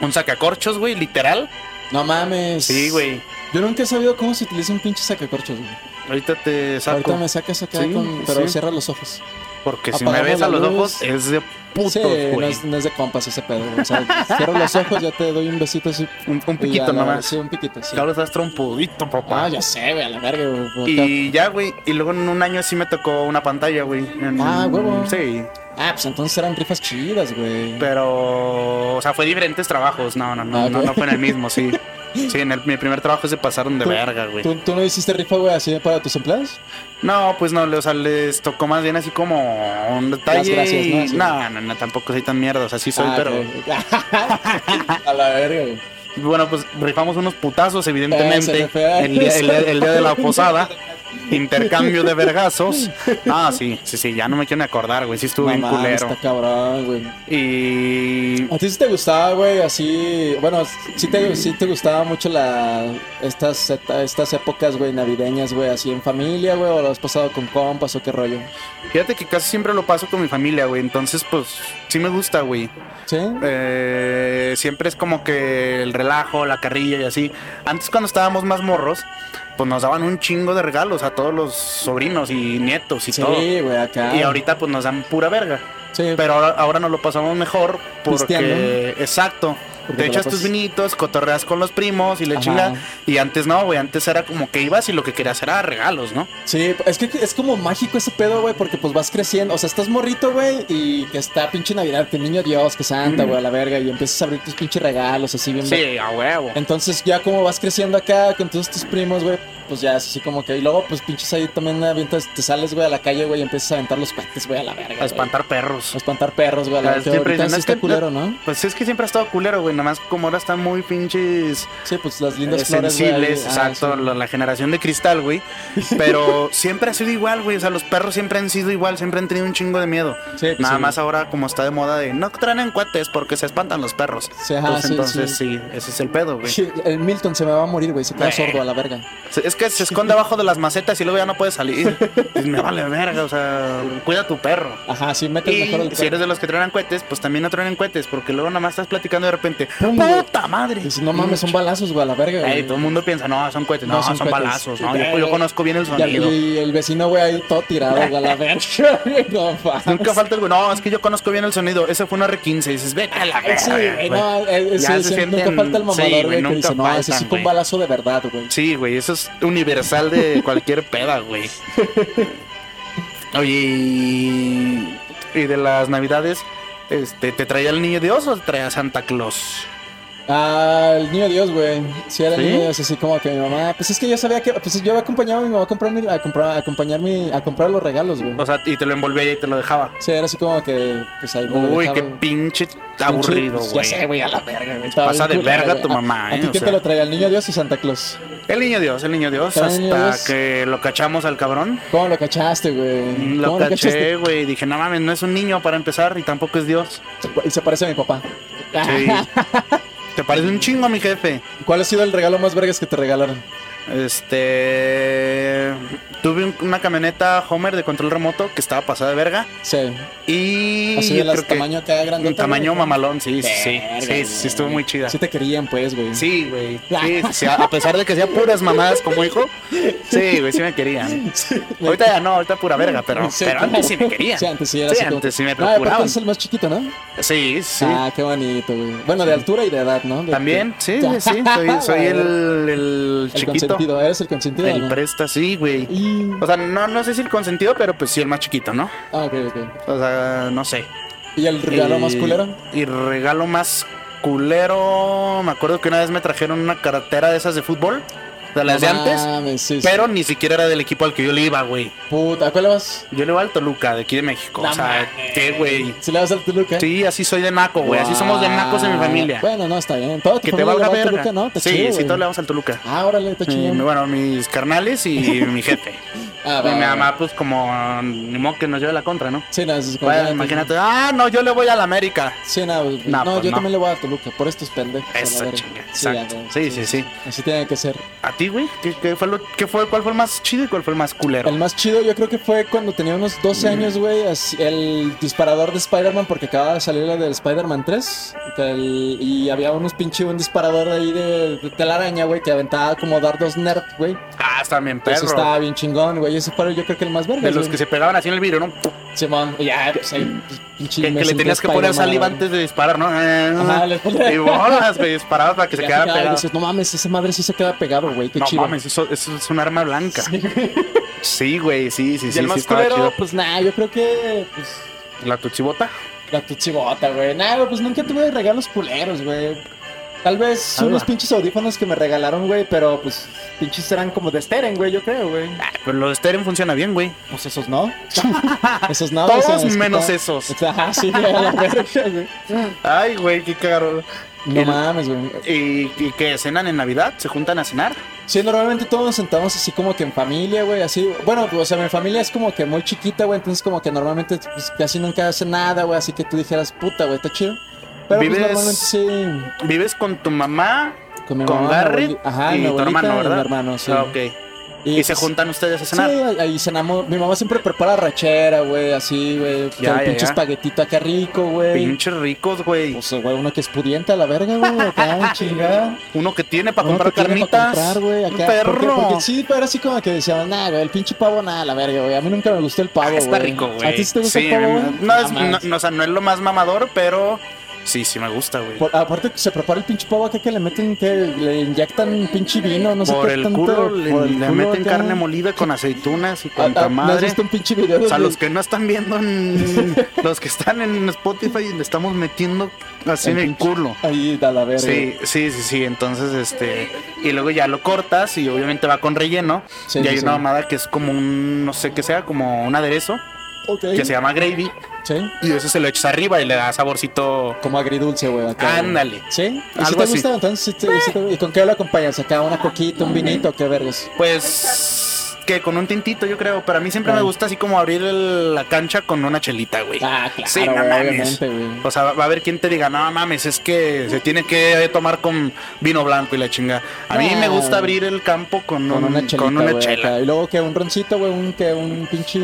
[SPEAKER 1] un sacacorchos, güey, literal.
[SPEAKER 2] No mames.
[SPEAKER 1] Sí, güey.
[SPEAKER 2] Yo nunca he sabido cómo se utiliza un pinche sacacorchos, güey.
[SPEAKER 1] Ahorita te saco.
[SPEAKER 2] Ahorita me sacas acá
[SPEAKER 1] Sí,
[SPEAKER 2] con... Pero
[SPEAKER 1] sí.
[SPEAKER 2] cierra los ojos.
[SPEAKER 1] Porque si me
[SPEAKER 2] apagamos
[SPEAKER 1] ves a
[SPEAKER 2] la
[SPEAKER 1] los
[SPEAKER 2] luz.
[SPEAKER 1] ojos, es de putos,
[SPEAKER 2] sí, no
[SPEAKER 1] güey.
[SPEAKER 2] es, no es de compas ese pedo, güey. O sea, cierro los ojos, ya te doy un besito así.
[SPEAKER 1] Un, un
[SPEAKER 2] y ya,
[SPEAKER 1] piquito
[SPEAKER 2] la-
[SPEAKER 1] nomás.
[SPEAKER 2] Sí, un piquito, sí.
[SPEAKER 1] Ahora estás trompudito, papá.
[SPEAKER 2] Ah, ya sé, güey, a la verga, güey. Por acá.
[SPEAKER 1] Y ya, güey. Y luego en un año sí me tocó una pantalla, güey. En-
[SPEAKER 2] Ah, huevo.
[SPEAKER 1] Sí.
[SPEAKER 2] Ah, pues entonces eran rifas chidas, güey.
[SPEAKER 1] Pero, o sea, fue diferentes trabajos. No, no, no,
[SPEAKER 2] Ah,
[SPEAKER 1] no,
[SPEAKER 2] ok.
[SPEAKER 1] no fue en el mismo, sí. Sí, en el, mi primer trabajo se pasaron de
[SPEAKER 2] Tú-
[SPEAKER 1] verga, güey.
[SPEAKER 2] ¿Tú, ¿Tú no hiciste rifa, güey, así para tus empleados?
[SPEAKER 1] No, pues no, o sea, les tocó más bien así como un detalle.
[SPEAKER 2] gracias, ¿no?
[SPEAKER 1] y-
[SPEAKER 2] Sí.
[SPEAKER 1] no, no, no, tampoco soy tan mierda, o sea, sí soy,
[SPEAKER 2] Ah,
[SPEAKER 1] pero.
[SPEAKER 2] ok. a la verga, güey.
[SPEAKER 1] Bueno, pues rifamos unos putazos,
[SPEAKER 2] Eso,
[SPEAKER 1] evidentemente.
[SPEAKER 2] me fue a-
[SPEAKER 1] El día, el día- el día de la posada. Intercambio de vergazos. Ah, sí, sí, sí, ya no me quiero ni acordar, güey. Sí estuvo
[SPEAKER 2] No
[SPEAKER 1] bien
[SPEAKER 2] mames,
[SPEAKER 1] culero.
[SPEAKER 2] Está cabrón, güey.
[SPEAKER 1] Y.
[SPEAKER 2] ¿A ti sí te gustaba, güey? Así, bueno, sí te, sí te gustaba mucho la, estas, eta- estas épocas, güey, navideñas, güey, así en familia, güey, o lo has pasado con compas o qué rollo.
[SPEAKER 1] Fíjate que casi siempre lo paso con mi familia, güey. Entonces, pues, sí me gusta, güey.
[SPEAKER 2] ¿Sí?
[SPEAKER 1] Eh, siempre es como que el relajo, la carrilla y así. Antes cuando estábamos más morros, pues nos daban un chingo de regalos a todos los sobrinos y nietos y
[SPEAKER 2] Sí,
[SPEAKER 1] todo.
[SPEAKER 2] güey, acá.
[SPEAKER 1] Y ahorita pues nos dan pura verga.
[SPEAKER 2] Sí,
[SPEAKER 1] Pero ahora, ahora nos lo pasamos mejor porque...
[SPEAKER 2] Pisteando.
[SPEAKER 1] Exacto.
[SPEAKER 2] Porque
[SPEAKER 1] te
[SPEAKER 2] te la
[SPEAKER 1] echas tus
[SPEAKER 2] pasas-
[SPEAKER 1] vinitos, cotorreas con los primos y le
[SPEAKER 2] Ajá.
[SPEAKER 1] chingas. Y antes no, güey. Antes era como que ibas y lo que querías era regalos, ¿no?
[SPEAKER 2] sí, es que es como mágico ese pedo, güey, porque pues vas creciendo, o sea, estás morrito, güey, y que está pinche Navidad, que niño Dios, que santa, güey, a la verga, y empiezas a abrir tus pinches regalos, así bien
[SPEAKER 1] Sí, a huevo.
[SPEAKER 2] Entonces ya como vas creciendo acá con todos tus primos, güey, pues ya es así como que... Y luego pues pinches ahí también avientas, te sales, güey, a la calle, güey, y empiezas a aventar los pates, güey, a la verga.
[SPEAKER 1] A
[SPEAKER 2] güey.
[SPEAKER 1] espantar perros.
[SPEAKER 2] A espantar perros, güey, a la
[SPEAKER 1] Ah,
[SPEAKER 2] verga.
[SPEAKER 1] siempre
[SPEAKER 2] Ahorita
[SPEAKER 1] dicen,
[SPEAKER 2] sí
[SPEAKER 1] "Es que
[SPEAKER 2] está culero, ¿no?
[SPEAKER 1] Pues es que siempre ha estado culero, güey. Nomás como ahora están muy pinches
[SPEAKER 2] Sí, pues las lindas
[SPEAKER 1] eh,
[SPEAKER 2] flores, güey,
[SPEAKER 1] sensibles,
[SPEAKER 2] ahí- ah,
[SPEAKER 1] exacto,
[SPEAKER 2] sí.
[SPEAKER 1] la, la generación de cristal, güey. Pero siempre ha sido igual, güey. O sea, los perros siempre han sido igual, siempre han tenido un chingo de miedo.
[SPEAKER 2] Sí, pues,
[SPEAKER 1] Nada
[SPEAKER 2] sí.
[SPEAKER 1] más ahora como está de moda de no traen en cuates porque se espantan los perros.
[SPEAKER 2] Sí, ajá,
[SPEAKER 1] Pues
[SPEAKER 2] sí,
[SPEAKER 1] entonces sí. ese es el pedo, güey.
[SPEAKER 2] Sí, El Milton se me va a morir, güey, se queda
[SPEAKER 1] Eh.
[SPEAKER 2] sordo a la verga.
[SPEAKER 1] Se- Es que se esconde abajo de las macetas y luego ya no puede salir. Pues Me vale verga, o sea, cuida a tu perro.
[SPEAKER 2] Ajá, sí, metes
[SPEAKER 1] Y
[SPEAKER 2] mejor el
[SPEAKER 1] si eres de los que traen cohetes, pues también no traen cohetes, porque luego nada más estás platicando de repente,
[SPEAKER 2] Pum, güey.
[SPEAKER 1] ¡puta madre!
[SPEAKER 2] Dices, no mames, son balazos, güey, a la verga,
[SPEAKER 1] Ey,
[SPEAKER 2] güey.
[SPEAKER 1] todo el mundo piensa, no, son cohetes, no,
[SPEAKER 2] No,
[SPEAKER 1] son,
[SPEAKER 2] son cohetes.
[SPEAKER 1] balazos, no, yo, yo conozco bien el
[SPEAKER 2] Y,
[SPEAKER 1] sonido.
[SPEAKER 2] y el vecino, güey, ahí todo tirado, güey, a la verga. güey, no mames.
[SPEAKER 1] Nunca falta el güey, no, es que yo conozco bien el sonido, ese fue un R15, y dices, vete a la verga,
[SPEAKER 2] Sí, güey,
[SPEAKER 1] güey".
[SPEAKER 2] no, eh, eh,
[SPEAKER 1] Ya se
[SPEAKER 2] sí, sí,
[SPEAKER 1] sienten-
[SPEAKER 2] nunca falta el
[SPEAKER 1] sí,
[SPEAKER 2] mamador,
[SPEAKER 1] güey,
[SPEAKER 2] güey, que
[SPEAKER 1] nunca
[SPEAKER 2] dice, no, ese
[SPEAKER 1] faltan,
[SPEAKER 2] sí fue
[SPEAKER 1] güey.
[SPEAKER 2] un balazo de verdad, güey.
[SPEAKER 1] Sí, güey, eso es universal de cualquier peda, güey. Oye, y, y de las navidades, este, ¿te traía el niño Dios o te traía Santa Claus?
[SPEAKER 2] Ah, el niño Dios, güey. Sí, era el
[SPEAKER 1] ¿Sí?
[SPEAKER 2] niño Dios, así como que mi mamá. Pues es que yo sabía que. Pues yo acompañaba a mi mamá a comprar, mi- a comprar, a acompañar mi- a comprar los regalos, güey.
[SPEAKER 1] O sea, y te lo envolvía y te lo dejaba.
[SPEAKER 2] Sí, era así como que. Pues ahí me lo
[SPEAKER 1] Uy,
[SPEAKER 2] dejaba,
[SPEAKER 1] qué
[SPEAKER 2] güey.
[SPEAKER 1] pinche aburrido,
[SPEAKER 2] pues,
[SPEAKER 1] güey.
[SPEAKER 2] ya sé, güey, a la verga, güey.
[SPEAKER 1] Pasa
[SPEAKER 2] Estaba bien
[SPEAKER 1] de
[SPEAKER 2] culera,
[SPEAKER 1] verga
[SPEAKER 2] güey.
[SPEAKER 1] tu
[SPEAKER 2] ¿A-
[SPEAKER 1] mamá,
[SPEAKER 2] ¿A
[SPEAKER 1] eh,
[SPEAKER 2] ti
[SPEAKER 1] o
[SPEAKER 2] quién
[SPEAKER 1] sea.
[SPEAKER 2] te lo traía? ¿El niño Dios y Santa Claus?
[SPEAKER 1] El niño Dios, el niño Dios,
[SPEAKER 2] Traía el
[SPEAKER 1] hasta
[SPEAKER 2] niño Dios.
[SPEAKER 1] que lo cachamos al cabrón.
[SPEAKER 2] ¿Cómo lo cachaste, güey?
[SPEAKER 1] Mm, Lo
[SPEAKER 2] Mm, ¿Cómo
[SPEAKER 1] caché, güey. Dije, no mames, no es un niño para empezar y tampoco es Dios.
[SPEAKER 2] Y se parece a mi papá.
[SPEAKER 1] Sí. Te parece un chingo a mi jefe.
[SPEAKER 2] ¿Cuál ha sido el regalo más vergas que te regalaron?
[SPEAKER 1] Este. Tuve un- una camioneta Homer de control remoto que estaba pasada de verga.
[SPEAKER 2] Sí.
[SPEAKER 1] Y.
[SPEAKER 2] Así
[SPEAKER 1] yo
[SPEAKER 2] de las
[SPEAKER 1] creo que-
[SPEAKER 2] tamaño acá grande.
[SPEAKER 1] Un tamaño mamalón, sí, sí, sí.
[SPEAKER 2] Verga,
[SPEAKER 1] Sí, sí,
[SPEAKER 2] güey.
[SPEAKER 1] estuvo muy chida.
[SPEAKER 2] Sí te querían, pues, güey.
[SPEAKER 1] Sí, güey. Sí, sí, a pesar de que sea puras mamadas como hijo. Sí, güey, sí me querían.
[SPEAKER 2] Sí.
[SPEAKER 1] Ahorita ya no, ahorita pura verga, pero,
[SPEAKER 2] Sí,
[SPEAKER 1] pero
[SPEAKER 2] claro.
[SPEAKER 1] antes sí me querían.
[SPEAKER 2] Sí, antes sí era así como-
[SPEAKER 1] antes sí me
[SPEAKER 2] No, aparte
[SPEAKER 1] procuraban.
[SPEAKER 2] es el más chiquito, ¿no?
[SPEAKER 1] Sí, sí.
[SPEAKER 2] Ah, qué bonito, güey. Bueno, de altura y de edad, ¿no? De-
[SPEAKER 1] También,
[SPEAKER 2] de-
[SPEAKER 1] sí, sí, sí. Soy, soy el, el
[SPEAKER 2] El
[SPEAKER 1] chiquito.
[SPEAKER 2] consentido, eres el consentido.
[SPEAKER 1] El
[SPEAKER 2] ¿no?
[SPEAKER 1] presta, sí, güey.
[SPEAKER 2] Y...
[SPEAKER 1] O sea, no, no sé si el consentido, pero pues sí el más chiquito, ¿no?
[SPEAKER 2] Ah, ok, ok.
[SPEAKER 1] O sea, no sé.
[SPEAKER 2] ¿Y el regalo
[SPEAKER 1] Y-
[SPEAKER 2] más culero?
[SPEAKER 1] Y regalo más culero. Me acuerdo que una vez me trajeron una cartera de esas de fútbol, de las de
[SPEAKER 2] No
[SPEAKER 1] antes,
[SPEAKER 2] mames, sí, sí.
[SPEAKER 1] pero ni siquiera era del equipo al que yo le iba, güey.
[SPEAKER 2] Puta, ¿a cuál le vas?
[SPEAKER 1] Yo le iba al Toluca, de aquí de México. o
[SPEAKER 2] No
[SPEAKER 1] sea,
[SPEAKER 2] mames.
[SPEAKER 1] ¿qué, güey?
[SPEAKER 2] Si le vas al Toluca.
[SPEAKER 1] Sí, así soy de naco, güey. Así somos de nacos en mi
[SPEAKER 2] Guau.
[SPEAKER 1] familia.
[SPEAKER 2] Bueno, no, está bien. Todo tu
[SPEAKER 1] que te
[SPEAKER 2] familia
[SPEAKER 1] valga
[SPEAKER 2] le va al
[SPEAKER 1] verga.
[SPEAKER 2] Toluca, ¿no? Está
[SPEAKER 1] sí,
[SPEAKER 2] chido,
[SPEAKER 1] sí,
[SPEAKER 2] güey.
[SPEAKER 1] todos le vamos al Toluca.
[SPEAKER 2] Ah, órale, está
[SPEAKER 1] Y,
[SPEAKER 2] chingón.
[SPEAKER 1] bueno, mis carnales y mi jefe.
[SPEAKER 2] Ah,
[SPEAKER 1] Y
[SPEAKER 2] va,
[SPEAKER 1] mi
[SPEAKER 2] va, va.
[SPEAKER 1] mamá, pues como ni modo que nos lleve la contra, ¿no?
[SPEAKER 2] Sí, no, es-
[SPEAKER 1] Bueno, imagínate, ah, no, yo le voy a la América.
[SPEAKER 2] Sí, no, pues,
[SPEAKER 1] No,
[SPEAKER 2] no,
[SPEAKER 1] pues,
[SPEAKER 2] yo
[SPEAKER 1] no.
[SPEAKER 2] también le voy a Toluca, por estos pendejos. a la
[SPEAKER 1] Eso,
[SPEAKER 2] verga.
[SPEAKER 1] chinga,
[SPEAKER 2] Sí, ya,
[SPEAKER 1] exacto.
[SPEAKER 2] güey,
[SPEAKER 1] Sí, sí, sí.
[SPEAKER 2] Así tiene que ser.
[SPEAKER 1] ¿A ti, güey? ¿Qué, qué fue lo, qué fue, ¿Cuál fue el más chido y cuál fue el más culero?
[SPEAKER 2] El más chido yo creo que fue cuando tenía unos 12 años, güey, así- el disparador de Spider-Man, porque acababa de salir la del Spider-Man 3, que el- y había unos pinche, un disparador ahí de, de telaraña, güey, que aventaba como dardos nerd, güey.
[SPEAKER 1] Ah, está bien, perro.
[SPEAKER 2] Eso estaba bien chingón, güey, ese fue yo creo que el más Pues verga.
[SPEAKER 1] De los que se pegaban así en el vidrio, ¿no?
[SPEAKER 2] Simón, ya, pues ahí, pues, pinche...
[SPEAKER 1] Que,
[SPEAKER 2] me
[SPEAKER 1] que le
[SPEAKER 2] sentí
[SPEAKER 1] tenías que poner
[SPEAKER 2] Spider-Man,
[SPEAKER 1] saliva
[SPEAKER 2] güey.
[SPEAKER 1] antes de disparar, ¿no?
[SPEAKER 2] Ajá, le ponía-
[SPEAKER 1] Y bolas, güey, disparabas para que se
[SPEAKER 2] Ya
[SPEAKER 1] quedara
[SPEAKER 2] quedaba,
[SPEAKER 1] pegado.
[SPEAKER 2] dices, no mames, esa madre sí se queda pegado, güey, qué
[SPEAKER 1] No
[SPEAKER 2] chido.
[SPEAKER 1] mames, eso, eso es un arma blanca. Sí, güey, sí, sí,
[SPEAKER 2] Y
[SPEAKER 1] sí.
[SPEAKER 2] el
[SPEAKER 1] sí,
[SPEAKER 2] más
[SPEAKER 1] estaba
[SPEAKER 2] culero,
[SPEAKER 1] chido.
[SPEAKER 2] pues nada, yo creo que pues,
[SPEAKER 1] ¿La tuchibota?
[SPEAKER 2] la tuchibota, güey. Nada, pues nunca tuve regalos culeros, güey. Tal vez
[SPEAKER 1] Ah,
[SPEAKER 2] unos
[SPEAKER 1] va.
[SPEAKER 2] pinches audífonos que me regalaron, güey, pero pues pinches eran como de Steren, güey, yo creo, güey.
[SPEAKER 1] Ah, Pero lo de Steren funciona bien, güey.
[SPEAKER 2] Pues esos no. esos no.
[SPEAKER 1] Todos
[SPEAKER 2] güey, se me
[SPEAKER 1] menos
[SPEAKER 2] escuchaba.
[SPEAKER 1] esos.
[SPEAKER 2] Ajá, sí, güey, a la verga, güey.
[SPEAKER 1] Ay, güey, qué caro.
[SPEAKER 2] No
[SPEAKER 1] El-
[SPEAKER 2] mames, güey.
[SPEAKER 1] ¿Y, y que cenan en Navidad? ¿Se juntan a cenar?
[SPEAKER 2] Sí, normalmente todos nos sentamos así como que en familia, güey, así. Bueno, o sea, mi familia es como que muy chiquita, güey, entonces como que normalmente pues, casi nunca hace nada, güey, así que tú dijeras, puta, güey, está chido. Pero
[SPEAKER 1] ¿Vives-
[SPEAKER 2] pues normalmente sí,
[SPEAKER 1] ¿Vives con tu mamá,
[SPEAKER 2] con mi
[SPEAKER 1] con
[SPEAKER 2] mamá, mi
[SPEAKER 1] Garrett
[SPEAKER 2] abueli- Ajá, mi
[SPEAKER 1] y tu
[SPEAKER 2] abuelita
[SPEAKER 1] hermano,
[SPEAKER 2] y
[SPEAKER 1] verdad?
[SPEAKER 2] mi hermano, sí.
[SPEAKER 1] Ah, ok. ¿Y, se
[SPEAKER 2] pues,
[SPEAKER 1] juntan ustedes a
[SPEAKER 2] Sí,
[SPEAKER 1] cenar?
[SPEAKER 2] ahí cenamos. Mi mamá siempre prepara rachera, güey, así, güey, que
[SPEAKER 1] Ya,
[SPEAKER 2] el
[SPEAKER 1] ya,
[SPEAKER 2] pinche
[SPEAKER 1] ya.
[SPEAKER 2] espaguetito acá rico, güey. Pues,
[SPEAKER 1] Pinches ricos, güey.
[SPEAKER 2] O sea, güey, uno que es pudiente a la verga, güey, acá, chingada.
[SPEAKER 1] Uno que tiene para
[SPEAKER 2] Uno
[SPEAKER 1] comprar
[SPEAKER 2] que tiene
[SPEAKER 1] carnitas.
[SPEAKER 2] pa' comprar, güey,
[SPEAKER 1] un
[SPEAKER 2] acá.
[SPEAKER 1] perro.
[SPEAKER 2] Porque, porque sí, pero era así como que decían, nah, güey, el pinche pavo, nada, la verga, güey. A mí nunca me gustó el pavo,
[SPEAKER 1] Ah,
[SPEAKER 2] güey.
[SPEAKER 1] está rico, güey.
[SPEAKER 2] ¿A ti sí te gusta
[SPEAKER 1] Sí,
[SPEAKER 2] el pavo, güey? Ah,
[SPEAKER 1] no, es,
[SPEAKER 2] mames.
[SPEAKER 1] no, no, o sea, no es lo más mamador, pero sí, sí me gusta, güey. Por,
[SPEAKER 2] Por- aparte que se prepara el pinche pavo acá que le meten, que le inyectan pinche vino, no sé qué
[SPEAKER 1] el
[SPEAKER 2] tanto,
[SPEAKER 1] culo le,
[SPEAKER 2] por el
[SPEAKER 1] le
[SPEAKER 2] culo
[SPEAKER 1] meten
[SPEAKER 2] acá.
[SPEAKER 1] carne molida con aceitunas y
[SPEAKER 2] Ah,
[SPEAKER 1] cuanta
[SPEAKER 2] ah, ¿no has
[SPEAKER 1] madre.
[SPEAKER 2] visto un pinche video
[SPEAKER 1] O sea,
[SPEAKER 2] donde-
[SPEAKER 1] los que no están viendo, en- los que están en Spotify, le estamos metiendo así en
[SPEAKER 2] El
[SPEAKER 1] el
[SPEAKER 2] pinche-
[SPEAKER 1] culo.
[SPEAKER 2] Ahí, da la verga.
[SPEAKER 1] Sí, sí, sí, sí. Entonces, este. Y luego ya lo cortas y obviamente va con relleno.
[SPEAKER 2] Sí,
[SPEAKER 1] y
[SPEAKER 2] sí,
[SPEAKER 1] hay
[SPEAKER 2] sí.
[SPEAKER 1] una mamada que es como un, no sé qué sea, como un aderezo
[SPEAKER 2] Ok.
[SPEAKER 1] que se llama gravy.
[SPEAKER 2] Sí.
[SPEAKER 1] Y eso se lo echas arriba y le da saborcito.
[SPEAKER 2] Como agridulce, güey. acá, güey.
[SPEAKER 1] Ándale.
[SPEAKER 2] ¿Sí? ¿Y si
[SPEAKER 1] Algo
[SPEAKER 2] te
[SPEAKER 1] así.
[SPEAKER 2] gusta? Entonces, sí te- sí te- ¿y con qué lo acompañas? ¿Acá una coquita, un vinito? ¿Qué vergas?
[SPEAKER 1] Pues que con un tintito, yo creo. Pero a mí siempre
[SPEAKER 2] Ah.
[SPEAKER 1] me gusta así como abrir el- la cancha con una chelita, güey.
[SPEAKER 2] Ah, claro,
[SPEAKER 1] Sí, no
[SPEAKER 2] güey,
[SPEAKER 1] mames.
[SPEAKER 2] obviamente, güey.
[SPEAKER 1] O sea, va- va a haber quien te diga, no mames, es que se tiene que tomar con vino blanco y la chinga. A mí
[SPEAKER 2] Ah.
[SPEAKER 1] me gusta abrir el campo con,
[SPEAKER 2] Con
[SPEAKER 1] un-
[SPEAKER 2] una chelita,
[SPEAKER 1] con una
[SPEAKER 2] güey,
[SPEAKER 1] chela.
[SPEAKER 2] acá. Y luego que un roncito, güey, un que un pinche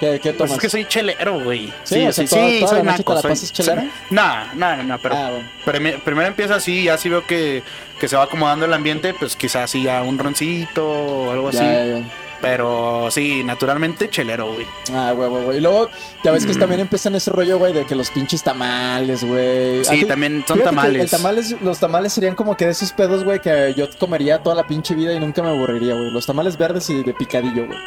[SPEAKER 2] ¿Qué, qué
[SPEAKER 1] Pues
[SPEAKER 2] tomas?
[SPEAKER 1] es que soy chelero, güey.
[SPEAKER 2] Sí, o sea, toda- toda la noche te la pasas chelero.
[SPEAKER 1] No, no, no, pero
[SPEAKER 2] Ah, bueno.
[SPEAKER 1] Prime- primero empieza así, ya si veo que, que se va acomodando el ambiente, pues quizás sí ya un roncito o algo
[SPEAKER 2] Ya,
[SPEAKER 1] así.
[SPEAKER 2] ya, ya.
[SPEAKER 1] Pero sí, naturalmente chelero, güey.
[SPEAKER 2] Ah, huevo, güey. Y luego, ya ves que también empiezan ese rollo, güey, de que los pinches tamales, güey.
[SPEAKER 1] Sí,
[SPEAKER 2] Ah, tú-
[SPEAKER 1] también son
[SPEAKER 2] fíjate que
[SPEAKER 1] tamales.
[SPEAKER 2] el tamales. Los tamales serían como que de esos pedos, güey, que yo comería toda la pinche vida y nunca me aburriría, güey. Los tamales verdes y de picadillo, güey.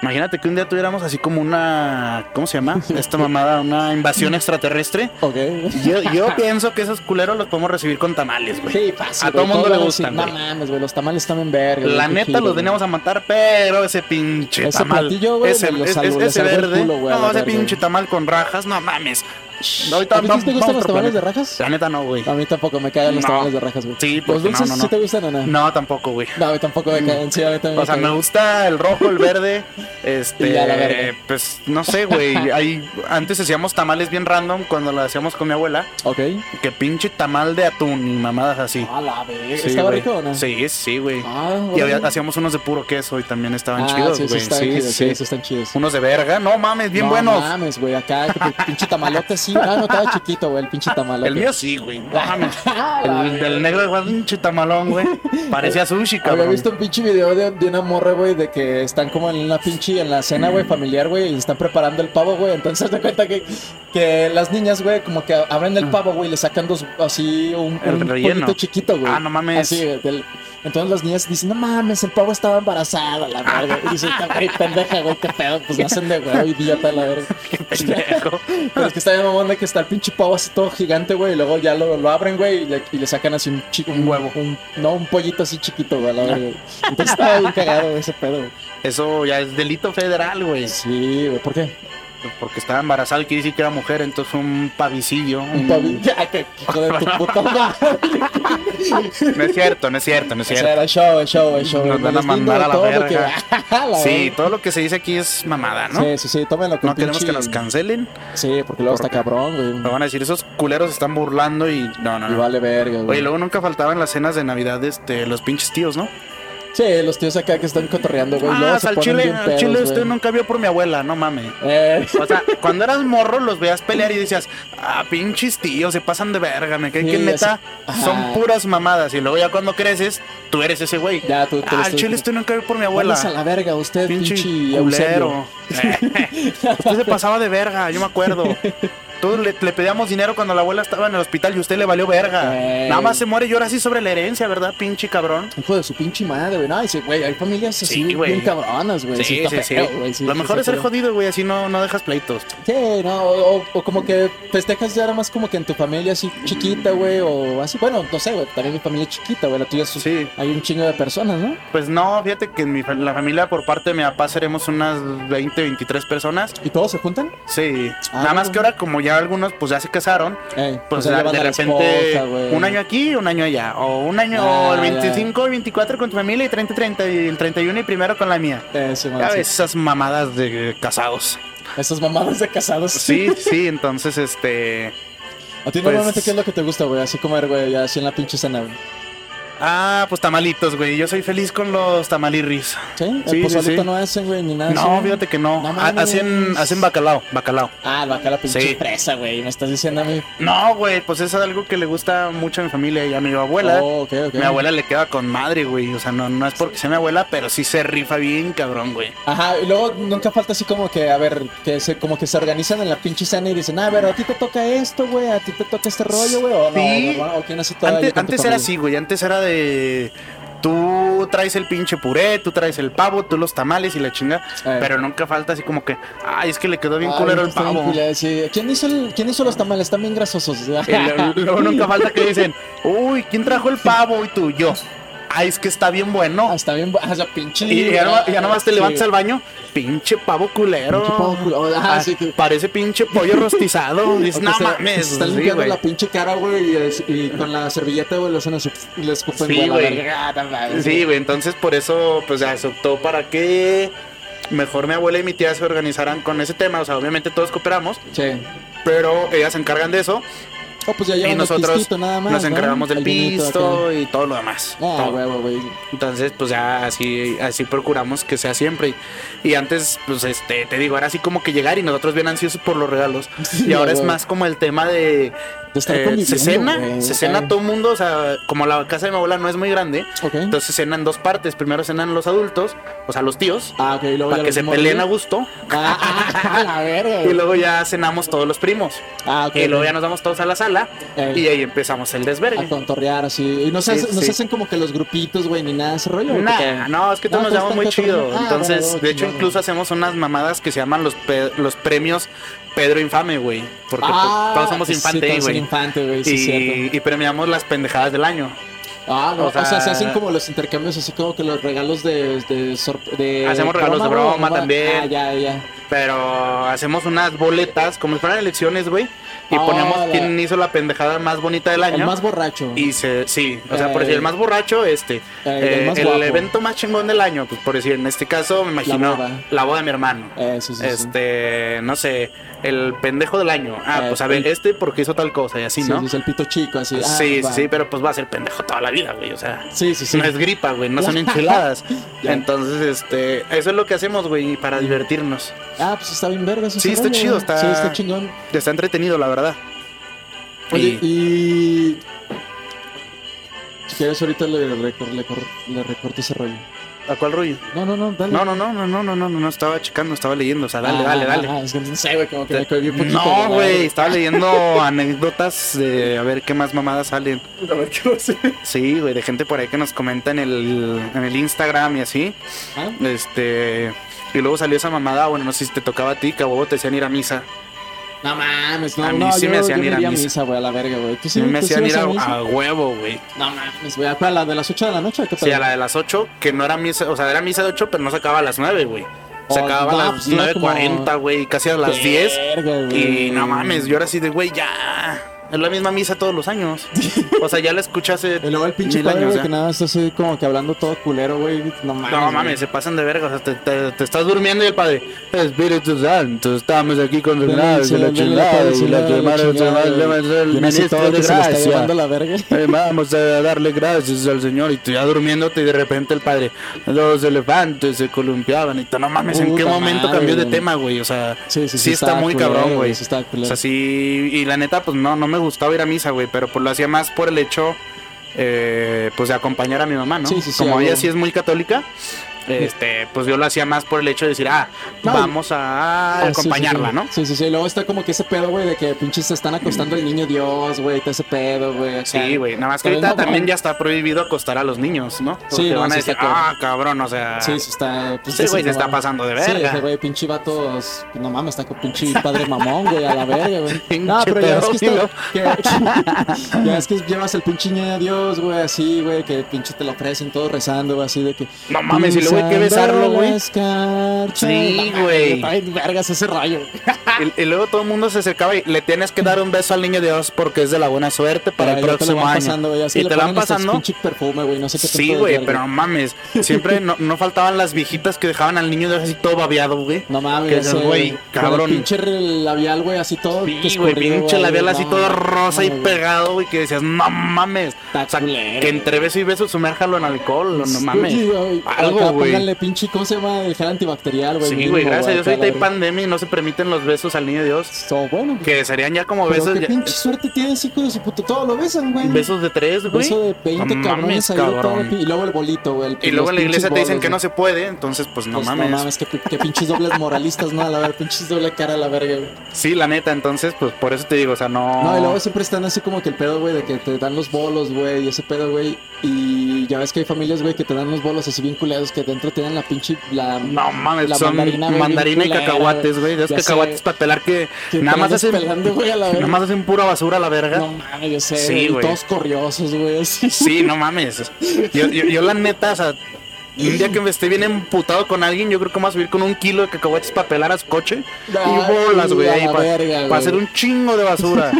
[SPEAKER 1] Imagínate que un día tuviéramos así como una. ¿Cómo se llama? Esta mamada, una invasión extraterrestre.
[SPEAKER 2] Ok, güey.
[SPEAKER 1] Yo, yo pienso que esos culeros los podemos recibir con tamales, güey.
[SPEAKER 2] Sí, fácil.
[SPEAKER 1] A todo
[SPEAKER 2] güey.
[SPEAKER 1] mundo le
[SPEAKER 2] Todos van a decir,
[SPEAKER 1] gustan,
[SPEAKER 2] No
[SPEAKER 1] güey.
[SPEAKER 2] mames, güey, los tamales están en verga.
[SPEAKER 1] La
[SPEAKER 2] güey,
[SPEAKER 1] neta
[SPEAKER 2] chido,
[SPEAKER 1] los veníamos a matar, pero ese pinche
[SPEAKER 2] Ese
[SPEAKER 1] tamal.
[SPEAKER 2] platillo, güey,
[SPEAKER 1] ese
[SPEAKER 2] me lo
[SPEAKER 1] es-
[SPEAKER 2] salvo,
[SPEAKER 1] es-
[SPEAKER 2] le
[SPEAKER 1] ese
[SPEAKER 2] salvo el
[SPEAKER 1] verde.
[SPEAKER 2] culo, güey, a
[SPEAKER 1] no,
[SPEAKER 2] la
[SPEAKER 1] ese
[SPEAKER 2] verga,
[SPEAKER 1] pinche
[SPEAKER 2] güey.
[SPEAKER 1] tamal con rajas, no mames.
[SPEAKER 2] ¿A ti sí te gustan los tamales de rajas?
[SPEAKER 1] La neta no, güey.
[SPEAKER 2] A mí tampoco me cagan los
[SPEAKER 1] No.
[SPEAKER 2] tamales de rajas, güey.
[SPEAKER 1] Sí, porque
[SPEAKER 2] Ah, ¿Los dulces
[SPEAKER 1] no, no,
[SPEAKER 2] sí
[SPEAKER 1] no.
[SPEAKER 2] te gustan o no?
[SPEAKER 1] No, tampoco, güey.
[SPEAKER 2] No, a mí tampoco me cagan. Sí, a mí también
[SPEAKER 1] O sea,
[SPEAKER 2] me
[SPEAKER 1] me
[SPEAKER 2] cagan.
[SPEAKER 1] gusta el rojo, el verde. Este,
[SPEAKER 2] Y ya, la verga.
[SPEAKER 1] pues no sé, güey. Ahí- Antes hacíamos tamales bien random cuando lo hacíamos con mi abuela.
[SPEAKER 2] Ok.
[SPEAKER 1] Que pinche tamal de atún y mamadas así.
[SPEAKER 2] A la verga.
[SPEAKER 1] Sí,
[SPEAKER 2] ¿Estaba
[SPEAKER 1] güey.
[SPEAKER 2] rico o no?
[SPEAKER 1] Sí, sí, güey.
[SPEAKER 2] Ah,
[SPEAKER 1] y había-
[SPEAKER 2] órale.
[SPEAKER 1] hacíamos unos de puro queso y también estaban
[SPEAKER 2] Ah,
[SPEAKER 1] chidos,
[SPEAKER 2] sí,
[SPEAKER 1] güey.
[SPEAKER 2] esos están
[SPEAKER 1] Sí,
[SPEAKER 2] chidos, sí,
[SPEAKER 1] sí.
[SPEAKER 2] esos están chidos.
[SPEAKER 1] Unos de verga, no mames, bien
[SPEAKER 2] no
[SPEAKER 1] buenos.
[SPEAKER 2] mames, güey, acá, que tu pinche tamalote así. Ah, no, estaba chiquito, güey, el pinche tamalote.
[SPEAKER 1] El mío sí, güey. No mames.
[SPEAKER 2] Ah, la
[SPEAKER 1] El del negro de guadinche tamalón, güey. Parecía sushi,
[SPEAKER 2] Había
[SPEAKER 1] cabrón.
[SPEAKER 2] visto un pinche video de, de una morra, güey, de que están como en una pinche, en la cena,
[SPEAKER 1] Mm.
[SPEAKER 2] güey, familiar, güey, y están preparando el pavo, güey. Entonces te cuenta que, que las niñas, güey, como que abren el pavo, güey, y le sacan dos, así, un,
[SPEAKER 1] Mm. El
[SPEAKER 2] un
[SPEAKER 1] relleno.
[SPEAKER 2] poquito chiquito, güey.
[SPEAKER 1] Ah, no mames.
[SPEAKER 2] Así, güey, del- entonces las niñas dicen, no mames, el pavo estaba embarazada, la verga. Y dicen, güey, pendeja, güey, qué pedo. Pues la hacen de güey, idiota, la verga.
[SPEAKER 1] Qué pendejo.
[SPEAKER 2] Pero es que está bien mamón de que está el pinche pavo así todo gigante, güey. Y luego ya lo, lo abren, güey, y le, y le sacan así un chico, un huevo. Un, no, un pollito así chiquito, güey. a la verga. Entonces estaba bien cagado güey, ese pedo, güey.
[SPEAKER 1] Eso ya es delito federal, güey.
[SPEAKER 2] Sí, güey, ¿por qué?
[SPEAKER 1] Porque estaba embarazada y quiere decir que era mujer, entonces fue un pavicillo.
[SPEAKER 2] Un
[SPEAKER 1] un-
[SPEAKER 2] pavo. Ya, que que hijo de tu puta madre.
[SPEAKER 1] No es cierto, no es cierto, no es
[SPEAKER 2] O sea,
[SPEAKER 1] cierto.
[SPEAKER 2] era show, el show, el show.
[SPEAKER 1] Nos
[SPEAKER 2] Me
[SPEAKER 1] van a
[SPEAKER 2] deslindo
[SPEAKER 1] mandar
[SPEAKER 2] de
[SPEAKER 1] a la
[SPEAKER 2] todo lo
[SPEAKER 1] verga.
[SPEAKER 2] que- a la
[SPEAKER 1] Sí,
[SPEAKER 2] verga.
[SPEAKER 1] todo lo que se dice aquí es mamada, ¿no?
[SPEAKER 2] Sí, sí, sí, tómenlo con
[SPEAKER 1] No queremos
[SPEAKER 2] pinche-
[SPEAKER 1] que nos cancelen.
[SPEAKER 2] Sí, porque luego está
[SPEAKER 1] Porque-
[SPEAKER 2] cabrón,
[SPEAKER 1] Nos
[SPEAKER 2] güey.
[SPEAKER 1] van a decir, esos culeros están burlando y no, no,
[SPEAKER 2] Y
[SPEAKER 1] no.
[SPEAKER 2] vale verga, güey.
[SPEAKER 1] Oye, luego nunca faltaban las cenas de Navidad este, los pinches tíos, ¿no?
[SPEAKER 2] Sí, los tíos acá que están cotorreando, güey.
[SPEAKER 1] ah,
[SPEAKER 2] luego
[SPEAKER 1] o
[SPEAKER 2] se
[SPEAKER 1] sea, al
[SPEAKER 2] ponen
[SPEAKER 1] chile,
[SPEAKER 2] bien
[SPEAKER 1] al
[SPEAKER 2] pedos,
[SPEAKER 1] chile
[SPEAKER 2] güey.
[SPEAKER 1] usted nunca vio por mi abuela, no mames.
[SPEAKER 2] Eh.
[SPEAKER 1] O sea, cuando eras morro los veías pelear y decías, ah, pinches tíos, se pasan de verga, me cae
[SPEAKER 2] Sí,
[SPEAKER 1] que neta
[SPEAKER 2] así-
[SPEAKER 1] son
[SPEAKER 2] ajá.
[SPEAKER 1] puras mamadas. Y luego ya cuando creces, tú eres ese güey.
[SPEAKER 2] Ya, tú- tú
[SPEAKER 1] Ah,
[SPEAKER 2] eres
[SPEAKER 1] al
[SPEAKER 2] tú.
[SPEAKER 1] chile estoy nunca vi por mi abuela.
[SPEAKER 2] Vámonos a la verga usted,
[SPEAKER 1] Pinche
[SPEAKER 2] pinche, Eusebio.
[SPEAKER 1] culero. usted se pasaba de verga, yo me acuerdo. Tú le, le pedíamos dinero cuando la abuela estaba en el hospital y usted le valió verga.
[SPEAKER 2] Ey.
[SPEAKER 1] Nada más se muere y llora así sobre la herencia, ¿verdad, pinche cabrón?
[SPEAKER 2] Hijo de su pinche madre, güey. No, dice, güey, hay familias así
[SPEAKER 1] Sí, güey.
[SPEAKER 2] bien cabronas, güey.
[SPEAKER 1] Sí, sí,
[SPEAKER 2] está
[SPEAKER 1] sí.
[SPEAKER 2] feo, güey, sí,
[SPEAKER 1] Lo
[SPEAKER 2] sí,
[SPEAKER 1] mejor
[SPEAKER 2] está
[SPEAKER 1] es ser
[SPEAKER 2] feo.
[SPEAKER 1] jodido, güey, así no, no dejas pleitos.
[SPEAKER 2] Sí, no, o, o- o como que festejas ya nada más como que en tu familia así chiquita, güey, o así. Bueno, no sé, güey, también mi familia es chiquita, güey, la tuya es...
[SPEAKER 1] Sí.
[SPEAKER 2] Hay un chingo de personas, ¿no?
[SPEAKER 1] Pues no, fíjate que en mi fa- la familia por parte de mi papá seremos unas 20, 23 personas.
[SPEAKER 2] ¿Y todos se juntan?
[SPEAKER 1] Sí.
[SPEAKER 2] Ah,
[SPEAKER 1] Nada más
[SPEAKER 2] bueno.
[SPEAKER 1] que ahora como ya algunos pues ya se casaron,
[SPEAKER 2] Eh,
[SPEAKER 1] pues
[SPEAKER 2] o sea,
[SPEAKER 1] la-
[SPEAKER 2] llevan
[SPEAKER 1] de
[SPEAKER 2] a la
[SPEAKER 1] repente
[SPEAKER 2] esposa, güey.
[SPEAKER 1] un año aquí, un año allá, o un año o el
[SPEAKER 2] Ah, ya.
[SPEAKER 1] 25, el 24 con tu familia y 30, 30 y el 31 y primero con la mía.
[SPEAKER 2] Eh, sí,
[SPEAKER 1] Ya
[SPEAKER 2] man, sí.
[SPEAKER 1] ves esas mamadas de casados.
[SPEAKER 2] Esas mamadas de casados.
[SPEAKER 1] Sí, sí, entonces este
[SPEAKER 2] ¿A ti
[SPEAKER 1] Pues-
[SPEAKER 2] normalmente qué es lo que te gusta, güey? Así comer, güey, ya así en la pinche cena, güey.
[SPEAKER 1] ah, pues tamalitos, güey. Yo soy feliz con los tamalirris.
[SPEAKER 2] ¿Sí? El
[SPEAKER 1] Sí, sí,
[SPEAKER 2] pozolito
[SPEAKER 1] sí.
[SPEAKER 2] no hacen, güey, ni nada.
[SPEAKER 1] No,
[SPEAKER 2] así.
[SPEAKER 1] fíjate que no.
[SPEAKER 2] No
[SPEAKER 1] Ha-
[SPEAKER 2] mames.
[SPEAKER 1] hacen hacen bacalao, bacalao.
[SPEAKER 2] Ah, el bacalao pinche
[SPEAKER 1] Sí.
[SPEAKER 2] fresa, güey. Me estás diciendo a mí.
[SPEAKER 1] No, güey, pues es algo que le gusta mucho a mi familia y a mi abuela.
[SPEAKER 2] Oh, ok, ok.
[SPEAKER 1] Mi abuela le queda con madre, güey. O sea, no, no es porque sea mi abuela, pero sí se rifa bien, cabrón, güey.
[SPEAKER 2] Ajá, y luego nunca falta así como que, a ver, que se, como que se organizan en la pinche cena y dicen, ah, a ver, a ti te toca esto, güey, a ti te toca este rollo, güey, o no,
[SPEAKER 1] Sí.
[SPEAKER 2] ¿verdad? o quién hace todo ahí
[SPEAKER 1] Antes,
[SPEAKER 2] con tu
[SPEAKER 1] antes era
[SPEAKER 2] familia?
[SPEAKER 1] así, güey. Antes era de. Tú traes el pinche puré, tú traes el pavo, tú los tamales y la chinga.
[SPEAKER 2] Eh.
[SPEAKER 1] Pero nunca falta así como que. Ay, es que le quedó bien
[SPEAKER 2] Ay,
[SPEAKER 1] culero el
[SPEAKER 2] está bien
[SPEAKER 1] pavo.
[SPEAKER 2] culero, sí. ¿Quién, hizo el- ¿Quién hizo los tamales? Están bien grasosos.
[SPEAKER 1] Y luego- luego nunca falta que dicen, uy, ¿quién trajo el pavo? Y tú, yo. Ay, es que está bien bueno.
[SPEAKER 2] Ah, está bien, bu- ah, la pinche.
[SPEAKER 1] Y ya nomás, ya nomás te
[SPEAKER 2] Sí.
[SPEAKER 1] levantas al baño, pinche pavo culero.
[SPEAKER 2] Pinche pavo culero, ah,
[SPEAKER 1] Ah,
[SPEAKER 2] sí que-
[SPEAKER 1] Parece pinche pollo rostizado.
[SPEAKER 2] O
[SPEAKER 1] Dices,
[SPEAKER 2] que
[SPEAKER 1] no
[SPEAKER 2] se-
[SPEAKER 1] mames.
[SPEAKER 2] Se están
[SPEAKER 1] pues, sí,
[SPEAKER 2] limpiando
[SPEAKER 1] güey.
[SPEAKER 2] la pinche cara, güey, y, es- y con la servilleta, güey, lo hacen así y le escupen,
[SPEAKER 1] Sí,
[SPEAKER 2] güey. a la
[SPEAKER 1] Pues, güey.
[SPEAKER 2] verga, no mames.
[SPEAKER 1] Sí, güey, entonces por eso, pues ya se optó para que mejor mi abuela y mi tía se organizaran con ese tema. O sea, obviamente todos cooperamos,
[SPEAKER 2] Sí.
[SPEAKER 1] pero ellas se encargan de eso.
[SPEAKER 2] Oh, pues ya llevan
[SPEAKER 1] y
[SPEAKER 2] el
[SPEAKER 1] nosotros
[SPEAKER 2] pistito nada más,
[SPEAKER 1] nos
[SPEAKER 2] ¿no?
[SPEAKER 1] encargamos del
[SPEAKER 2] El vinito
[SPEAKER 1] pisto
[SPEAKER 2] acá.
[SPEAKER 1] y todo lo demás.
[SPEAKER 2] Ah,
[SPEAKER 1] todo.
[SPEAKER 2] huevo, güey.
[SPEAKER 1] Entonces, pues ya así, así procuramos que sea siempre. Y antes, pues este, te digo, era así como que llegar y nosotros bien ansiosos por los regalos.
[SPEAKER 2] Sí,
[SPEAKER 1] y ahora
[SPEAKER 2] güey.
[SPEAKER 1] es más como el tema de.
[SPEAKER 2] De estar
[SPEAKER 1] eh, se
[SPEAKER 2] conviviendo,
[SPEAKER 1] cena,
[SPEAKER 2] güey,
[SPEAKER 1] se
[SPEAKER 2] o
[SPEAKER 1] cena
[SPEAKER 2] sea.
[SPEAKER 1] todo el mundo, o sea, como la casa de mi abuela no es muy grande,
[SPEAKER 2] Ok.
[SPEAKER 1] entonces cenan dos partes. Primero cenan los adultos, o sea, los tíos,
[SPEAKER 2] Ah, ok, y luego
[SPEAKER 1] para
[SPEAKER 2] ya
[SPEAKER 1] que
[SPEAKER 2] los
[SPEAKER 1] se
[SPEAKER 2] morí.
[SPEAKER 1] peleen a gusto.
[SPEAKER 2] Ah, ah, ah, la verga.
[SPEAKER 1] Y
[SPEAKER 2] güey.
[SPEAKER 1] luego ya cenamos todos los primos.
[SPEAKER 2] Ah, ok.
[SPEAKER 1] Y luego ya nos vamos todos a la sala
[SPEAKER 2] Ey.
[SPEAKER 1] y ahí empezamos el
[SPEAKER 2] A
[SPEAKER 1] desvergue.
[SPEAKER 2] contorrear así. Y no se,
[SPEAKER 1] Sí,
[SPEAKER 2] hace- no
[SPEAKER 1] sí.
[SPEAKER 2] se hacen como que los grupitos, güey, ni nada de ese rollo. güey,
[SPEAKER 1] Nah,
[SPEAKER 2] porque-
[SPEAKER 1] no, es que todos
[SPEAKER 2] No,
[SPEAKER 1] nos
[SPEAKER 2] todos
[SPEAKER 1] llaman
[SPEAKER 2] están
[SPEAKER 1] muy
[SPEAKER 2] cotorreando.
[SPEAKER 1] chido.
[SPEAKER 2] Ah,
[SPEAKER 1] Entonces,
[SPEAKER 2] bueno,
[SPEAKER 1] de hecho,
[SPEAKER 2] chingón,
[SPEAKER 1] incluso
[SPEAKER 2] güey.
[SPEAKER 1] hacemos unas mamadas que se llaman los, pe- los premios Pedro Infame, güey. Porque
[SPEAKER 2] Ah,
[SPEAKER 1] pues, todos somos
[SPEAKER 2] sí,
[SPEAKER 1] infante,
[SPEAKER 2] todos son
[SPEAKER 1] güey.
[SPEAKER 2] infante, güey, sí, es cierto.
[SPEAKER 1] y, y premiamos las pendejadas del año.
[SPEAKER 2] Ah, güey,
[SPEAKER 1] o
[SPEAKER 2] o, sea,
[SPEAKER 1] sea,
[SPEAKER 2] se hacen como los intercambios, así como que los regalos de. de, sor- de
[SPEAKER 1] Hacemos regalos de
[SPEAKER 2] güey,
[SPEAKER 1] broma
[SPEAKER 2] ¿no?
[SPEAKER 1] también.
[SPEAKER 2] Ah, ya, ya.
[SPEAKER 1] Pero hacemos unas boletas, como si fueran elecciones, güey. Y
[SPEAKER 2] Ah,
[SPEAKER 1] poníamos
[SPEAKER 2] la-
[SPEAKER 1] quién hizo la pendejada más bonita del año.
[SPEAKER 2] El más borracho.
[SPEAKER 1] Y se, sí, o sea, por
[SPEAKER 2] Ey.
[SPEAKER 1] decir, el más borracho, este.
[SPEAKER 2] Ey, el
[SPEAKER 1] eh,
[SPEAKER 2] más
[SPEAKER 1] el
[SPEAKER 2] guapo.
[SPEAKER 1] evento más chingón del año, pues por decir, en este caso, me imagino, la boda,
[SPEAKER 2] boda.
[SPEAKER 1] de mi hermano.
[SPEAKER 2] Eh, sí, sí, sí.
[SPEAKER 1] este, no sé, el pendejo del año. Ah,
[SPEAKER 2] Eh,
[SPEAKER 1] pues a ver,
[SPEAKER 2] el-
[SPEAKER 1] este porque hizo tal cosa y así,
[SPEAKER 2] Sí,
[SPEAKER 1] ¿no?
[SPEAKER 2] sí, es el pito chico, así.
[SPEAKER 1] Sí,
[SPEAKER 2] ah,
[SPEAKER 1] sí,
[SPEAKER 2] va.
[SPEAKER 1] sí, pero pues va a ser pendejo toda la vida, güey. O sea,
[SPEAKER 2] Sí, sí, sí.
[SPEAKER 1] no es gripa, güey, no son enchiladas.
[SPEAKER 2] Ya.
[SPEAKER 1] Entonces, este, eso es lo que hacemos, güey, para divertirnos.
[SPEAKER 2] Ah, pues está bien vergas. ese
[SPEAKER 1] Sí, está
[SPEAKER 2] rollo,
[SPEAKER 1] chido,
[SPEAKER 2] güey.
[SPEAKER 1] está-
[SPEAKER 2] Sí, está chingón.
[SPEAKER 1] Está entretenido, la verdad.
[SPEAKER 2] Oye,
[SPEAKER 1] Y-
[SPEAKER 2] y... Si quieres ahorita le, recor- le, cor- le recorto ese rollo.
[SPEAKER 1] ¿A cuál rollo?
[SPEAKER 2] No, no, no, dale.
[SPEAKER 1] No, no, no, no, no, no, no, no, no, estaba checando, estaba leyendo, o sea, dale,
[SPEAKER 2] Ah,
[SPEAKER 1] dale, dale.
[SPEAKER 2] ah, es que no sé, güey, como que me cohibí un poquito.
[SPEAKER 1] No,
[SPEAKER 2] ¿verdad?
[SPEAKER 1] güey, estaba leyendo anécdotas de a ver qué más mamadas salen.
[SPEAKER 3] A ver qué va a ser.
[SPEAKER 1] Sí, güey, de gente por ahí que nos comenta en el, en el Instagram y así.
[SPEAKER 2] Ah,
[SPEAKER 1] Este. Y luego salió esa mamada, bueno, no sé si te tocaba a ti, que a huevo te hacían ir a misa.
[SPEAKER 2] No mames, no,
[SPEAKER 1] A mí
[SPEAKER 2] no,
[SPEAKER 1] sí
[SPEAKER 2] yo-
[SPEAKER 1] me hacían
[SPEAKER 2] yo
[SPEAKER 1] ir a
[SPEAKER 2] iría
[SPEAKER 1] misa.
[SPEAKER 2] güey, a la verga, güey. ¿Tú
[SPEAKER 1] Sí,
[SPEAKER 2] sí,
[SPEAKER 1] me
[SPEAKER 2] tú sí
[SPEAKER 1] hacían
[SPEAKER 2] ibas
[SPEAKER 1] ir a,
[SPEAKER 2] misa?
[SPEAKER 1] a huevo, güey.
[SPEAKER 2] No mames, güey, ¿a cuál? ¿La de las 8 de la noche? ¿Qué
[SPEAKER 1] Sí, a la de las 8, que no era misa, o sea, era misa de 8, pero no se acababa a las 9, güey. Se
[SPEAKER 2] Oh,
[SPEAKER 1] acababa
[SPEAKER 2] no,
[SPEAKER 1] a las
[SPEAKER 2] pues, no,
[SPEAKER 1] 9.40,
[SPEAKER 2] como-
[SPEAKER 1] güey, casi a las 10. Y no mames, yo ahora sí de, güey, ya. Es la misma misa todos los años. O sea, ya la escuchas hace
[SPEAKER 2] Y luego el pinche
[SPEAKER 1] mil
[SPEAKER 2] padre,
[SPEAKER 1] años,
[SPEAKER 2] güey,
[SPEAKER 1] ya.
[SPEAKER 2] que nada, está así como que hablando todo culero, güey. No mames.
[SPEAKER 1] No
[SPEAKER 2] güey.
[SPEAKER 1] mames, se pasan de verga. O sea, te, te- te estás durmiendo y el padre, Espíritu Santo, estamos aquí condenados de la chingada y la semana semana el ministro de gracia.
[SPEAKER 2] la verga.
[SPEAKER 1] Eh, Vamos a darle gracias al Señor. Y tú ya durmiéndote, y de repente el padre, los elefantes se columpiaban. Y tú, no mames, ¿en qué
[SPEAKER 2] Puta
[SPEAKER 1] momento
[SPEAKER 2] madre,
[SPEAKER 1] cambió de
[SPEAKER 2] güey.
[SPEAKER 1] tema, güey? O sea,
[SPEAKER 2] Sí, sí, sí,
[SPEAKER 1] está,
[SPEAKER 2] está
[SPEAKER 1] muy
[SPEAKER 2] culero,
[SPEAKER 1] cabrón, güey.
[SPEAKER 2] güey, sí está
[SPEAKER 1] o
[SPEAKER 2] culero.
[SPEAKER 1] sea, sí, y la neta, pues no, no me gustaba ir a misa, güey, pero pues lo hacía más por el hecho, eh, pues de acompañar a mi mamá, ¿no?
[SPEAKER 2] Sí, sí, sí,
[SPEAKER 1] Como
[SPEAKER 2] a
[SPEAKER 1] ella
[SPEAKER 2] huevo.
[SPEAKER 1] sí es muy católica, este, pues yo lo hacía más por el hecho de decir, ah,
[SPEAKER 2] No,
[SPEAKER 1] vamos a
[SPEAKER 2] Ah, sí,
[SPEAKER 1] acompañarla,
[SPEAKER 2] sí, sí.
[SPEAKER 1] ¿no?
[SPEAKER 2] Sí, sí, sí. Luego está como que ese pedo, güey, de que pinches se están acostando el niño Dios, güey, todo ese pedo, güey. o sea.
[SPEAKER 1] Sí, güey, nada más que
[SPEAKER 2] Pero
[SPEAKER 1] ahorita
[SPEAKER 2] no,
[SPEAKER 1] también
[SPEAKER 2] no.
[SPEAKER 1] ya está prohibido acostar a los niños, ¿no? Porque
[SPEAKER 2] Sí, no,
[SPEAKER 1] van a
[SPEAKER 2] sí
[SPEAKER 1] decir,
[SPEAKER 2] está cabrón.
[SPEAKER 1] ah, cabrón, o sea,
[SPEAKER 2] Sí, sí está. pues,
[SPEAKER 1] Sí,
[SPEAKER 2] es
[SPEAKER 1] güey, se
[SPEAKER 2] como-
[SPEAKER 1] está pasando de
[SPEAKER 2] Sí,
[SPEAKER 1] verga.
[SPEAKER 2] ese güey, pinche vatos. No mames, está con pinche padre mamón, güey, a la verga, güey. No,
[SPEAKER 1] Pinche
[SPEAKER 2] pero ya es que
[SPEAKER 1] pedófilo.
[SPEAKER 2] está. que- ya es que llevas el pinche niño a Dios, güey, así, güey, que pinche te lo ofrecen todos rezando, güey, así de que.
[SPEAKER 1] No mames, y luego hay que besarlo, güey.
[SPEAKER 2] Pisando las
[SPEAKER 1] Sí,
[SPEAKER 2] carchas.
[SPEAKER 1] güey.
[SPEAKER 2] Ay, vergas ese rayo.
[SPEAKER 1] y, y luego todo el mundo se acercaba y le tienes que dar un beso al niño Dios porque es de la buena suerte para el próximo año. y te la van pasando.
[SPEAKER 2] Pinche perfume, güey, no sé qué
[SPEAKER 1] Sí,
[SPEAKER 2] tanto
[SPEAKER 1] güey,
[SPEAKER 2] verga.
[SPEAKER 1] pero no mames. Siempre no, no faltaban las viejitas que dejaban al niño Dios así todo babeado, güey.
[SPEAKER 2] No mames,
[SPEAKER 1] Que
[SPEAKER 2] ya sé,
[SPEAKER 1] dices, güey,
[SPEAKER 2] con el
[SPEAKER 1] cabrón.
[SPEAKER 2] Pinche re- labial, güey, así todo.
[SPEAKER 1] Sí, güey,
[SPEAKER 2] escurrido,
[SPEAKER 1] pinche
[SPEAKER 2] güey,
[SPEAKER 1] labial
[SPEAKER 2] no,
[SPEAKER 1] así todo rosa y
[SPEAKER 2] no, güey.
[SPEAKER 1] pegado, güey, que decías, no mames.
[SPEAKER 2] Está
[SPEAKER 1] O sea,
[SPEAKER 2] culero,
[SPEAKER 1] que entre beso y beso sumérjalo en alcohol, no
[SPEAKER 2] Sí,
[SPEAKER 1] mames.
[SPEAKER 2] güey,
[SPEAKER 1] Algo,
[SPEAKER 2] acá
[SPEAKER 1] güey.
[SPEAKER 2] Pónganle pinche, ¿cómo se llama? El gel antibacterial, güey.
[SPEAKER 1] Sí,
[SPEAKER 2] mínimo,
[SPEAKER 1] güey, gracias. Yo soy
[SPEAKER 2] acá, la
[SPEAKER 1] ahorita hay
[SPEAKER 2] verga.
[SPEAKER 1] pandemia y no se permiten los besos al niño Dios.
[SPEAKER 2] So, bueno, pues,
[SPEAKER 1] Que serían ya como
[SPEAKER 2] pero
[SPEAKER 1] besos
[SPEAKER 2] qué
[SPEAKER 1] ya-
[SPEAKER 2] pinche suerte tienes, hijo de su puto. Todo lo besan, güey.
[SPEAKER 1] besos de tres, güey.
[SPEAKER 2] Beso de 20
[SPEAKER 1] No mames,
[SPEAKER 2] cabrones ahí de todo,
[SPEAKER 1] cabrón.
[SPEAKER 2] Y luego el bolito, güey. el-
[SPEAKER 1] Y luego
[SPEAKER 2] los
[SPEAKER 1] en la
[SPEAKER 2] pinches
[SPEAKER 1] iglesia te dicen
[SPEAKER 2] bolos,
[SPEAKER 1] que no
[SPEAKER 2] güey.
[SPEAKER 1] se puede, entonces pues no
[SPEAKER 2] Pues,
[SPEAKER 1] mames.
[SPEAKER 2] No mames, qué, pi- qué pinches dobles moralistas, ¿no? A la verga, pinches doble cara a la verga, güey.
[SPEAKER 1] Sí, la neta, entonces pues por eso te digo, o sea, no.
[SPEAKER 2] No, y luego siempre están así como que el pedo, güey, de que te dan los bolos, güey, y ese pedo, güey. Y ya ves que hay familias, güey, que te dan los bolos así bien culeados, que dentro tienen la pinche. La,
[SPEAKER 1] No mames,
[SPEAKER 2] la
[SPEAKER 1] son mandarina,
[SPEAKER 2] güey,
[SPEAKER 1] y
[SPEAKER 2] bien culera,
[SPEAKER 1] cacahuates, güey. De esos
[SPEAKER 2] Ya sé,
[SPEAKER 1] cacahuates para pelar que,
[SPEAKER 2] que
[SPEAKER 1] nada
[SPEAKER 2] te
[SPEAKER 1] más
[SPEAKER 2] andas
[SPEAKER 1] hacen.
[SPEAKER 2] pelando, güey, a la verga.
[SPEAKER 1] Nada más hacen pura basura a la verga.
[SPEAKER 2] No mames, yo sé.
[SPEAKER 1] Sí,
[SPEAKER 2] güey, y
[SPEAKER 1] güey.
[SPEAKER 2] Todos corriosos, güey. así.
[SPEAKER 1] Sí, no mames. Yo, yo, yo la neta, o sea, un día que me esté bien emputado con alguien, yo creo que vamos a subir con un kilo de cacahuates para pelar a su coche.
[SPEAKER 2] Ay,
[SPEAKER 1] y bolas, güey,
[SPEAKER 2] a
[SPEAKER 1] ahí
[SPEAKER 2] la
[SPEAKER 1] para
[SPEAKER 2] verga, güey.
[SPEAKER 1] hacer un chingo de basura.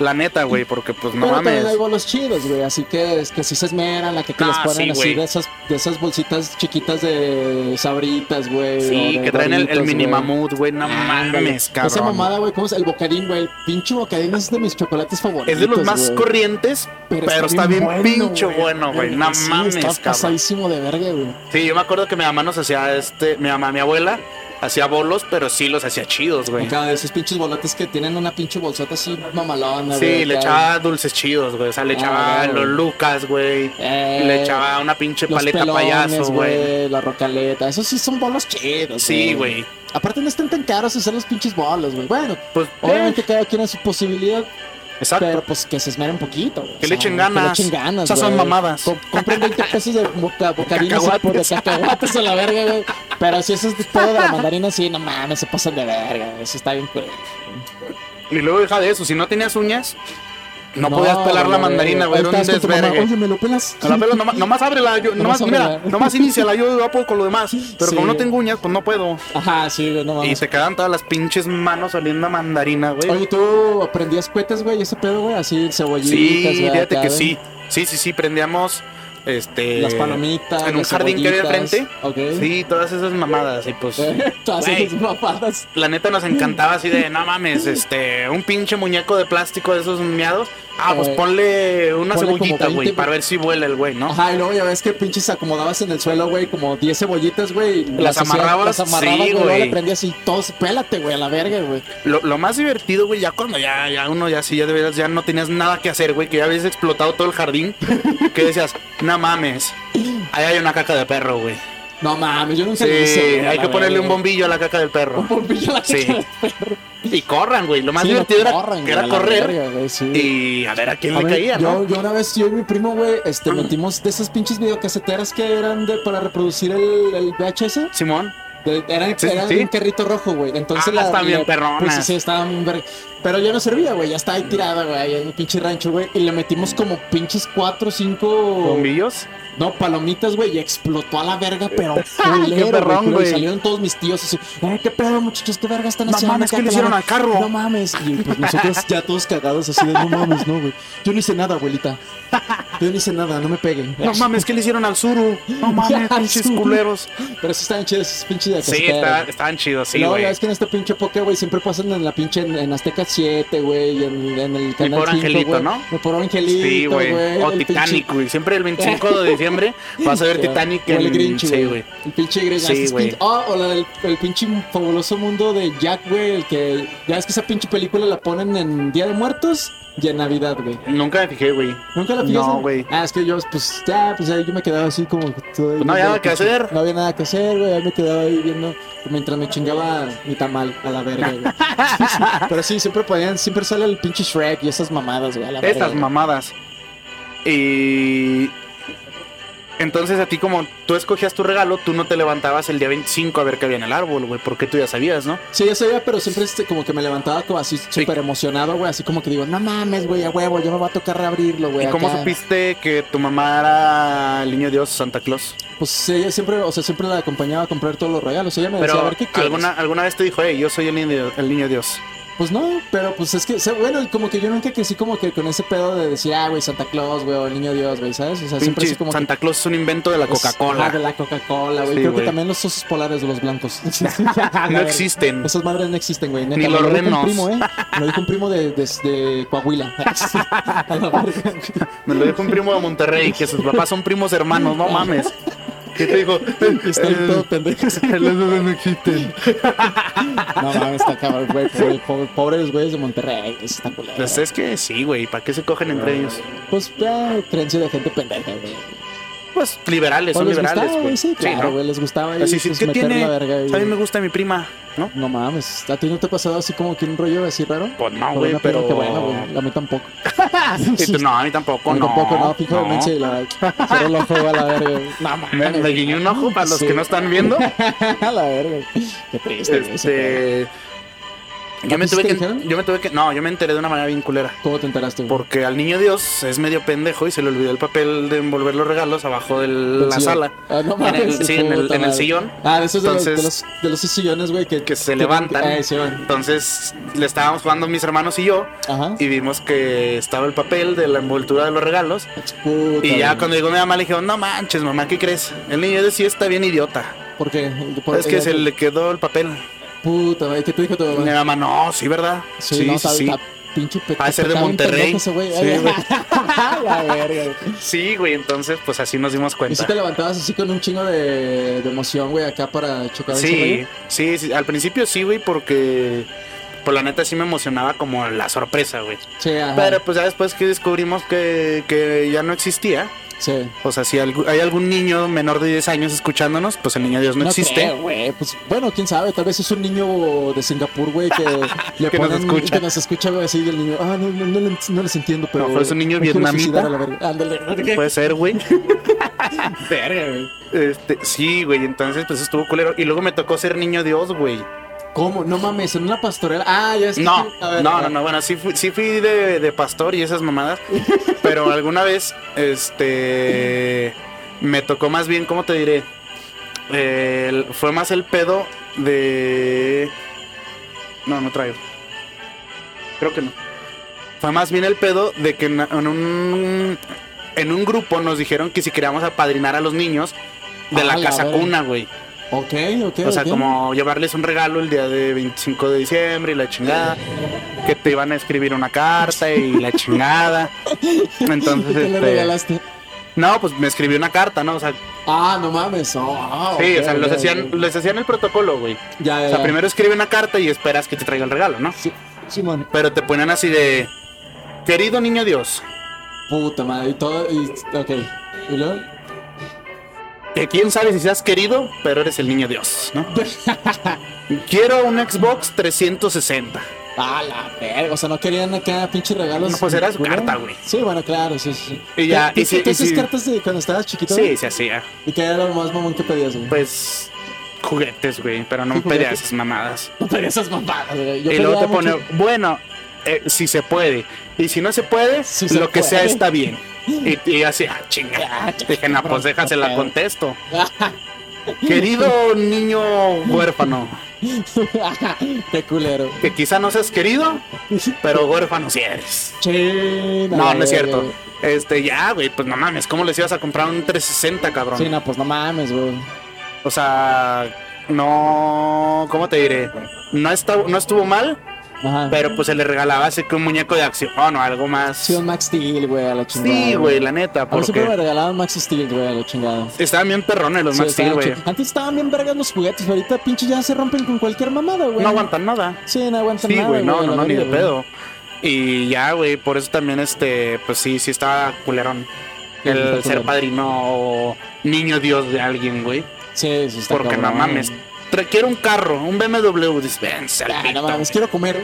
[SPEAKER 1] La neta, güey, porque pues no
[SPEAKER 2] Pero también hay
[SPEAKER 1] mames.
[SPEAKER 2] bolos chidos, güey. Así que, es que sí se esmeran, la que, que
[SPEAKER 1] Ah,
[SPEAKER 2] les ponen
[SPEAKER 1] sí,
[SPEAKER 2] así
[SPEAKER 1] güey.
[SPEAKER 2] de esas, de esas bolsitas chiquitas de sabritas, güey.
[SPEAKER 1] Sí,
[SPEAKER 2] o de
[SPEAKER 1] que traen el, el
[SPEAKER 2] Doritos,
[SPEAKER 1] mini
[SPEAKER 2] güey.
[SPEAKER 1] mamut, güey. No mames, cabrón.
[SPEAKER 2] Esa mamada, güey, ¿cómo es? El bocadín, güey. El pinche bocadín es de mis chocolates favoritos.
[SPEAKER 1] Es de los más
[SPEAKER 2] güey.
[SPEAKER 1] corrientes, pero, está bien, pincho bueno, güey. No
[SPEAKER 2] Sí,
[SPEAKER 1] mames,
[SPEAKER 2] Está
[SPEAKER 1] cabrón.
[SPEAKER 2] pasadísimo de verga, güey.
[SPEAKER 1] Sí, yo me acuerdo que mi mamá nos hacía este, mi mamá, mi abuela, hacía bolos, pero sí los hacía chidos, güey.
[SPEAKER 2] Acá de esos pinches bolotes que tienen una pinche bolsota así mamalona, güey.
[SPEAKER 1] Sí, le
[SPEAKER 2] acá.
[SPEAKER 1] echaba dulces chidos, güey. O sea, le
[SPEAKER 2] Ah,
[SPEAKER 1] echaba
[SPEAKER 2] güey.
[SPEAKER 1] los lucas, güey.
[SPEAKER 2] Eh,
[SPEAKER 1] le echaba una pinche
[SPEAKER 2] Los
[SPEAKER 1] paleta
[SPEAKER 2] pelones,
[SPEAKER 1] payaso, güey.
[SPEAKER 2] La rocaleta. Esos sí son bolos chidos,
[SPEAKER 1] Sí, güey.
[SPEAKER 2] Aparte no están tan caros hacer los pinches bolos, güey. Bueno,
[SPEAKER 1] Pues,
[SPEAKER 2] obviamente
[SPEAKER 1] eh,
[SPEAKER 2] cada quien a su posibilidad,
[SPEAKER 1] exacto.
[SPEAKER 2] pero pues que se esmeren un poquito. güey.
[SPEAKER 1] Que le echen
[SPEAKER 2] Que le
[SPEAKER 1] ganas.
[SPEAKER 2] echen ganas,
[SPEAKER 1] Esas son
[SPEAKER 2] güey.
[SPEAKER 1] mamadas.
[SPEAKER 2] Com- compren 20 pesos de boca, bocadines y por de
[SPEAKER 1] Cacahuates.
[SPEAKER 2] cacahuates a la verga, güey. Pero si eso es todo de la mandarina, sí, no mames, se pasan de verga. güey. Eso está bien culero.
[SPEAKER 1] Y luego deja de eso, si no tenías uñas, no, podías pelar la
[SPEAKER 2] güey.
[SPEAKER 1] mandarina, güey.
[SPEAKER 2] Ahí
[SPEAKER 1] Era un
[SPEAKER 2] estás con tu mamá,
[SPEAKER 1] desvergue.
[SPEAKER 2] Oye, me lo pelas.
[SPEAKER 1] A la pelo, nomás, nomás ábrela, yo,
[SPEAKER 2] Nomás
[SPEAKER 1] nomás,
[SPEAKER 2] ábrela.
[SPEAKER 1] mira, nomás iníciala, yo apoyo con lo demás. Pero
[SPEAKER 2] Sí.
[SPEAKER 1] como no tengo uñas, pues no puedo.
[SPEAKER 2] Ajá, sí, güey, no
[SPEAKER 1] Y
[SPEAKER 2] mames.
[SPEAKER 1] se quedan todas las pinches manos saliendo a mandarina, güey.
[SPEAKER 2] Oye, ¿tú aprendías cuetas, güey? Ese pedo, güey, así, cebollitas,
[SPEAKER 1] Sí,
[SPEAKER 2] güey,
[SPEAKER 1] fíjate
[SPEAKER 2] acá,
[SPEAKER 1] que
[SPEAKER 2] güey.
[SPEAKER 1] sí. Sí, sí, sí, prendíamos este
[SPEAKER 2] Las palomitas. ¿eh?
[SPEAKER 1] en un
[SPEAKER 2] las
[SPEAKER 1] jardín que había de
[SPEAKER 2] cebollitas.
[SPEAKER 1] frente.
[SPEAKER 2] Ok.
[SPEAKER 1] Sí, todas esas mamadas y pues
[SPEAKER 2] ¿Eh? Todas
[SPEAKER 1] güey.
[SPEAKER 2] esas papadas.
[SPEAKER 1] la neta nos encantaba así de, no mames, este, un pinche muñeco de plástico de esos miados. Ah, pues
[SPEAKER 2] Eh,
[SPEAKER 1] ponle una
[SPEAKER 2] ponle como
[SPEAKER 1] cebollita,
[SPEAKER 2] 20,
[SPEAKER 1] güey, para ver si vuela el güey, ¿no?
[SPEAKER 2] Ajá, y luego ya ves que pinches acomodabas en el suelo, güey, como 10 cebollitas, güey. y
[SPEAKER 1] Las
[SPEAKER 2] hacías-
[SPEAKER 1] amarrabas,
[SPEAKER 2] Las
[SPEAKER 1] sí,
[SPEAKER 2] amarrabas, güey. luego
[SPEAKER 1] güey.
[SPEAKER 2] le prendías y todos, pélate, güey, a la verga, güey.
[SPEAKER 1] Lo, lo más divertido, güey, ya cuando ya, ya uno ya sí, ya de veras, ya no tenías nada que hacer, güey, que ya habías explotado todo el jardín, que decías, no mames, ahí hay una caca de perro, güey.
[SPEAKER 2] No mames, yo nunca
[SPEAKER 1] Sí,
[SPEAKER 2] lo hice, güey, a
[SPEAKER 1] hay
[SPEAKER 2] la
[SPEAKER 1] que ponerle
[SPEAKER 2] verga.
[SPEAKER 1] un bombillo a la caca del
[SPEAKER 2] Un
[SPEAKER 1] perro.
[SPEAKER 2] bombillo a la
[SPEAKER 1] Sí.
[SPEAKER 2] caca.
[SPEAKER 1] Y corran, güey, lo más
[SPEAKER 2] Sí,
[SPEAKER 1] divertido
[SPEAKER 2] lo
[SPEAKER 1] era,
[SPEAKER 2] corran,
[SPEAKER 1] que
[SPEAKER 2] güey, a
[SPEAKER 1] era
[SPEAKER 2] la
[SPEAKER 1] correr
[SPEAKER 2] verga, güey, sí.
[SPEAKER 1] y a ver a quién
[SPEAKER 2] A
[SPEAKER 1] le
[SPEAKER 2] ver,
[SPEAKER 1] caía,
[SPEAKER 2] yo,
[SPEAKER 1] ¿no?
[SPEAKER 2] yo una vez, yo y mi primo, güey, este, metimos de esas pinches videocaseteras que eran de, para reproducir el, el VHS.
[SPEAKER 1] Simón,
[SPEAKER 2] De- Era,
[SPEAKER 1] Sí, sí,
[SPEAKER 2] era
[SPEAKER 1] sí.
[SPEAKER 2] un carrito rojo, güey. Entonces
[SPEAKER 1] Ah, estaban bien perronas.
[SPEAKER 2] Pues sí, sí, estaban bien verga. Pero ya no servía, güey. Ya estaba ahí tirada, güey, ahí en el pinche rancho, güey. Y le metimos como pinches cuatro, cinco.
[SPEAKER 1] bombillos.
[SPEAKER 2] No, palomitas, güey. Y explotó a la verga, pero culero,
[SPEAKER 1] perrón,
[SPEAKER 2] güey. pero- Y
[SPEAKER 1] güey.
[SPEAKER 2] salieron todos mis tíos así. Eh, qué pedo, muchachos, qué verga están
[SPEAKER 1] No
[SPEAKER 2] haciendo.
[SPEAKER 1] mames,
[SPEAKER 2] acá,
[SPEAKER 1] ¿qué le
[SPEAKER 2] que la
[SPEAKER 1] hicieron
[SPEAKER 2] verga?"
[SPEAKER 1] al carro?
[SPEAKER 2] No mames. Y pues nosotros ya todos cagados así de no mames, no, güey. Yo no hice nada, abuelita. Yo no hice nada, no me peguen.
[SPEAKER 1] No mames, ¿qué le hicieron al Zuru? No mames,
[SPEAKER 2] Al
[SPEAKER 1] pinches
[SPEAKER 2] Zuru.
[SPEAKER 1] culeros.
[SPEAKER 2] Pero sí estaban chidos esos pinches de
[SPEAKER 1] Sí,
[SPEAKER 2] casetera,
[SPEAKER 1] está-
[SPEAKER 2] güey.
[SPEAKER 1] estaban chidos, sí,
[SPEAKER 2] no,
[SPEAKER 1] güey.
[SPEAKER 2] es que en este pinche poke, güey, siempre pasan en la pinche en, en Azteca 7, güey, y en, en el canal
[SPEAKER 1] pobre
[SPEAKER 2] 5,
[SPEAKER 1] angelito,
[SPEAKER 2] güey.
[SPEAKER 1] ¿no?
[SPEAKER 2] Mi pobre angelito,
[SPEAKER 1] Sí, güey. O
[SPEAKER 2] el pinche-
[SPEAKER 1] Titanic, güey. Siempre el 25 de diciembre vas a ver
[SPEAKER 2] Sí,
[SPEAKER 1] Titanic
[SPEAKER 2] o el
[SPEAKER 1] en-
[SPEAKER 2] Grinch,
[SPEAKER 1] Sí, güey.
[SPEAKER 2] El pinche Grinch.
[SPEAKER 1] Sí,
[SPEAKER 2] haces
[SPEAKER 1] güey.
[SPEAKER 2] pinche- Ah, o la del el pinche fabuloso mundo de Jack, güey, el que ya es que esa pinche película la ponen en Día de Muertos y en Navidad, güey.
[SPEAKER 1] Nunca me fijé, güey.
[SPEAKER 2] ¿Nunca la fijas?
[SPEAKER 1] No,
[SPEAKER 2] en-
[SPEAKER 1] güey.
[SPEAKER 2] Ah, es que yo, pues, ya, pues ahí yo me quedaba así como... que todo-
[SPEAKER 1] Pues no había nada que hacer.
[SPEAKER 2] No había nada que hacer, güey. Ahí me quedaba ahí viendo mientras me chingaba mi tamal a la verga, güey. Pero sí, siempre ponían, siempre sale el pinche Shrek y esas mamadas, güey, a la verga.
[SPEAKER 1] Estas
[SPEAKER 2] güey.
[SPEAKER 1] mamadas. Y. Entonces a ti, como tú escogías tu regalo, tú no te levantabas el día 25 a ver qué había en el árbol, güey. Porque tú ya sabías, ¿no?
[SPEAKER 2] Sí, eso ya, pero siempre este, como que me levantaba como así súper emocionado, güey. Así como que digo, no mames, güey, a huevo, ya me va a tocar reabrirlo, güey.
[SPEAKER 1] ¿Y cómo
[SPEAKER 2] acá".
[SPEAKER 1] supiste que tu mamá era el niño Dios Santa Claus?
[SPEAKER 2] Pues ella siempre, o sea, siempre la acompañaba a comprar todos los regalos. Ella me decía, Pues, a
[SPEAKER 1] Pero
[SPEAKER 2] ver qué quieres?".
[SPEAKER 1] alguna, alguna vez te dijo, hey, yo soy el niño, el niño Dios.
[SPEAKER 2] Pues no, pero pues es que, o sea, bueno, como que yo nunca crecí como que con ese pedo de decir, ah, güey, Santa Claus, güey, o el niño Dios, güey, ¿sabes? O sea, siempre
[SPEAKER 1] Pinche
[SPEAKER 2] así como. que-
[SPEAKER 1] Santa Claus es un invento de la
[SPEAKER 2] pues, ah, de
[SPEAKER 1] Coca-Cola.
[SPEAKER 2] la Coca-Cola, güey.
[SPEAKER 1] Sí,
[SPEAKER 2] Creo
[SPEAKER 1] güey.
[SPEAKER 2] que también los osos polares de los blancos.
[SPEAKER 1] No existen.
[SPEAKER 2] Esas madres no existen, güey. neta,
[SPEAKER 1] Ni
[SPEAKER 2] me
[SPEAKER 1] los
[SPEAKER 2] lo dijo
[SPEAKER 1] renos.
[SPEAKER 2] Un primo, ¿eh? Me Lo dijo un primo de, de, de Coahuila. A la verga.
[SPEAKER 1] Me lo dijo un primo de Monterrey, que sus papás son primos hermanos, no mames. ¿Qué te dijo?
[SPEAKER 2] Y Está ahí todo pendejo. No mames, está cabrón, güey. pobre- pobre- Pobres güeyes de Monterrey. güey, Está culero.
[SPEAKER 1] Pues es que sí, güey, ¿para qué se cogen entre ellos?
[SPEAKER 2] Pues ya, creencia de gente pendeja, güey.
[SPEAKER 1] Pues liberales,
[SPEAKER 2] O
[SPEAKER 1] son
[SPEAKER 2] les
[SPEAKER 1] liberales,
[SPEAKER 2] gustaba,
[SPEAKER 1] güey.
[SPEAKER 2] güey, sí, claro,
[SPEAKER 1] ¿no?
[SPEAKER 2] güey, les gustaba ahí,
[SPEAKER 1] Así, sí,
[SPEAKER 2] pues,
[SPEAKER 1] ¿qué
[SPEAKER 2] meter
[SPEAKER 1] tiene?
[SPEAKER 2] la verga ahí.
[SPEAKER 1] A mí me gusta mi prima, ¿no?
[SPEAKER 2] No mames, ¿a ti no te ha pasado así como que un rollo así raro?
[SPEAKER 1] Pues no,
[SPEAKER 2] Por
[SPEAKER 1] güey,
[SPEAKER 2] una prima
[SPEAKER 1] pero-
[SPEAKER 2] que bueno, güey, a mí tampoco.
[SPEAKER 1] Y tú, no, a mí tampoco, no.
[SPEAKER 2] Tampoco, no, pues, fijo de Menche y la cerró el ojo a la verga. güey. No mames.
[SPEAKER 1] Me, me guiñó un ojo para los
[SPEAKER 2] Sí.
[SPEAKER 1] que no están viendo.
[SPEAKER 2] a la verga. Qué triste, güey, ese
[SPEAKER 1] Este. Yo me,
[SPEAKER 2] ti sí
[SPEAKER 1] tuve
[SPEAKER 2] te
[SPEAKER 1] que,
[SPEAKER 2] dijeron?
[SPEAKER 1] yo me tuve que. No, yo me enteré de una manera bien culera.
[SPEAKER 2] ¿Cómo te enteraste, güey?
[SPEAKER 1] Porque al niño Dios es medio pendejo y se le olvidó el papel de envolver los regalos abajo de la
[SPEAKER 2] sillón.
[SPEAKER 1] sala.
[SPEAKER 2] Ah, no mames,
[SPEAKER 1] en el, sí, en el,
[SPEAKER 2] puta
[SPEAKER 1] en el
[SPEAKER 2] madre.
[SPEAKER 1] sillón.
[SPEAKER 2] Ah, de esos de los- de,
[SPEAKER 1] Entonces-
[SPEAKER 2] los, de los sillones, güey, que,
[SPEAKER 1] Que se
[SPEAKER 2] que-
[SPEAKER 1] levantan.
[SPEAKER 2] Ah, sí, güey.
[SPEAKER 1] Entonces le estábamos jugando mis hermanos y yo.
[SPEAKER 2] Ajá.
[SPEAKER 1] Y vimos que estaba el papel de la envoltura de los regalos.
[SPEAKER 2] Puta,
[SPEAKER 1] Y ya
[SPEAKER 2] güey.
[SPEAKER 1] cuando llegó mi mamá le dijeron, no manches, mamá, ¿qué crees? El niño Dios sí está bien idiota.
[SPEAKER 2] ¿Por qué? Por-
[SPEAKER 1] Es que
[SPEAKER 2] eh,
[SPEAKER 1] se le quedó el papel.
[SPEAKER 2] Puta, güey, ¿qué te dijo tu
[SPEAKER 1] Mi
[SPEAKER 2] mamá?
[SPEAKER 1] mamá, no, sí, ¿verdad? Sí, sí,
[SPEAKER 2] no,
[SPEAKER 1] sí.
[SPEAKER 2] sabe,
[SPEAKER 1] Sí,
[SPEAKER 2] está pinche pe-
[SPEAKER 1] Ha de ser de
[SPEAKER 2] está bien
[SPEAKER 1] Monterrey.
[SPEAKER 2] pendejo ese güey. ¿eh?
[SPEAKER 1] Sí, güey.
[SPEAKER 2] La verga, güey.
[SPEAKER 1] güey, entonces pues así nos dimos
[SPEAKER 2] Y
[SPEAKER 1] cuenta.
[SPEAKER 2] si te levantabas así con un chingo de, de emoción, güey, acá para chocar ese
[SPEAKER 1] Sí,
[SPEAKER 2] rollo?
[SPEAKER 1] sí, sí, al principio sí, güey, porque por la neta sí me emocionaba como la sorpresa, güey.
[SPEAKER 2] Sí, ajá.
[SPEAKER 1] Pero pues ya después que descubrimos que, que ya no existía,
[SPEAKER 2] sí.
[SPEAKER 1] o sea, si algu- hay algún niño menor de 10 años escuchándonos, pues el niño Dios no, existe.
[SPEAKER 2] creo, güey. Pues, bueno, quién sabe, tal vez es un niño de Singapur, güey, que le
[SPEAKER 1] Que nos
[SPEAKER 2] ponen,
[SPEAKER 1] escucha.
[SPEAKER 2] que nos escucha güey, así y el niño, ah, no, no, no, le- no les entiendo, pero
[SPEAKER 1] A lo mejor es un niño
[SPEAKER 2] me quiero
[SPEAKER 1] vietnamita.
[SPEAKER 2] suicidar a la verga. Ándale.
[SPEAKER 1] Puede ser, güey.
[SPEAKER 2] Verga, güey.
[SPEAKER 1] Este, sí, güey, entonces pues estuvo culero. Y luego me tocó ser niño Dios, güey.
[SPEAKER 2] ¿Cómo? No mames, en una pastorela. Ah, ya es que-
[SPEAKER 1] No,
[SPEAKER 2] a ver,
[SPEAKER 1] no, no, no, bueno, sí fui, sí fui de, de pastor y esas mamadas, pero alguna vez, este, me tocó más bien, ¿cómo te diré? El- fue más el pedo de... No, no traigo. Creo que no. Fue más bien el pedo de que en, en un, en un grupo nos dijeron que si queríamos apadrinar a los niños de
[SPEAKER 2] Ah,
[SPEAKER 1] la
[SPEAKER 2] la
[SPEAKER 1] casa
[SPEAKER 2] verga.
[SPEAKER 1] cuna, güey.
[SPEAKER 2] Ok, ok.
[SPEAKER 1] O sea,
[SPEAKER 2] ok.
[SPEAKER 1] como llevarles un regalo el día de 25 de diciembre y la chingada. Que te iban a escribir una carta y la chingada.
[SPEAKER 2] ¿Y
[SPEAKER 1] Entonces,
[SPEAKER 2] ¿Qué le
[SPEAKER 1] este,
[SPEAKER 2] regalaste?
[SPEAKER 1] no, pues me escribió una carta, ¿no? O sea,
[SPEAKER 2] Ah, no mames. Oh, ah,
[SPEAKER 1] sí,
[SPEAKER 2] ok,
[SPEAKER 1] o sea,
[SPEAKER 2] ok,
[SPEAKER 1] les
[SPEAKER 2] ok.
[SPEAKER 1] hacían, les hacían el protocolo, güey.
[SPEAKER 2] Ya, ya.
[SPEAKER 1] O sea,
[SPEAKER 2] ya.
[SPEAKER 1] primero escribe una carta y esperas que te traiga el regalo, ¿no?
[SPEAKER 2] Sí, Simón.
[SPEAKER 1] Pero te ponen así de. Querido niño Dios,
[SPEAKER 2] Puta madre. Y todo. Y, ok. ¿Y luego?
[SPEAKER 1] que quién sabe si seas querido, pero eres el niño Dios, ¿no? Quiero un Xbox 360.
[SPEAKER 2] Ah, la verga. O sea, no querían acá pinches regalos.
[SPEAKER 1] No, pues era su
[SPEAKER 2] ¿Culo?
[SPEAKER 1] carta, güey.
[SPEAKER 2] Sí, bueno, claro, sí, sí.
[SPEAKER 1] Y ya,
[SPEAKER 2] ¿Te-
[SPEAKER 1] y
[SPEAKER 2] te-
[SPEAKER 1] sí,
[SPEAKER 2] ¿Te
[SPEAKER 1] y
[SPEAKER 2] haces
[SPEAKER 1] sí.
[SPEAKER 2] cartas de cuando estabas chiquito?
[SPEAKER 1] Sí,
[SPEAKER 2] güey?
[SPEAKER 1] se hacía.
[SPEAKER 2] ¿Y qué era lo más mamón que pedías, güey?
[SPEAKER 1] Pues juguetes, güey, pero no
[SPEAKER 2] Sí, juguetes.
[SPEAKER 1] pedías esas mamadas.
[SPEAKER 2] No pedías esas mamadas, güey. Yo
[SPEAKER 1] y luego te
[SPEAKER 2] pedía
[SPEAKER 1] pone,
[SPEAKER 2] mucho-
[SPEAKER 1] bueno, eh, si se puede. Y si no se puede,
[SPEAKER 2] Si
[SPEAKER 1] lo
[SPEAKER 2] se
[SPEAKER 1] que sea
[SPEAKER 2] puede.
[SPEAKER 1] está bien. Y, y así, ah, chinga.
[SPEAKER 2] Ah,
[SPEAKER 1] Dije, no, pues
[SPEAKER 2] cabrón,
[SPEAKER 1] déjasela
[SPEAKER 2] cabrón".
[SPEAKER 1] contesto. Querido niño huérfano,
[SPEAKER 2] qué culero.
[SPEAKER 1] que quizá no seas querido, pero huérfano sí eres.
[SPEAKER 2] Che,
[SPEAKER 1] No,
[SPEAKER 2] la
[SPEAKER 1] no es
[SPEAKER 2] verga,
[SPEAKER 1] cierto.
[SPEAKER 2] güey.
[SPEAKER 1] Este, ya, güey, pues no mames, ¿cómo les ibas a comprar un 360, cabrón?
[SPEAKER 2] Sí, no, pues no mames, güey.
[SPEAKER 1] O sea, no, ¿cómo te diré? No, está, no estuvo mal,
[SPEAKER 2] Ajá.
[SPEAKER 1] Pero pues se le regalaba así que un muñeco de acción o algo más.
[SPEAKER 2] Sí, un Max Steel, güey, a la chingada.
[SPEAKER 1] Sí, güey, la neta,
[SPEAKER 2] A mí siempre me
[SPEAKER 1] porque
[SPEAKER 2] regalaban Max Steel, güey, a la chingada.
[SPEAKER 1] estaban bien perrones los
[SPEAKER 2] Sí,
[SPEAKER 1] Max Steel,
[SPEAKER 2] estaban
[SPEAKER 1] güey.
[SPEAKER 2] chi- Antes estaban bien vergas los juguetes, pero ahorita pinche ya se rompen con cualquier mamada, güey.
[SPEAKER 1] No aguantan nada.
[SPEAKER 2] Sí, no aguantan
[SPEAKER 1] Sí,
[SPEAKER 2] nada.
[SPEAKER 1] güey, no,
[SPEAKER 2] la
[SPEAKER 1] no, no, ni de
[SPEAKER 2] verga, güey.
[SPEAKER 1] pedo. Y ya, güey, por eso también este, pues sí, sí estaba culerón.
[SPEAKER 2] Sí, está
[SPEAKER 1] El ser
[SPEAKER 2] culero.
[SPEAKER 1] padrino o niño dios de alguien, güey.
[SPEAKER 2] Sí, sí, está
[SPEAKER 1] Porque no
[SPEAKER 2] cabrón.
[SPEAKER 1] mames. tra- Quiero un carro, un BMW, dispense. al
[SPEAKER 2] Ah,
[SPEAKER 1] pito.
[SPEAKER 2] no mames, quiero comer.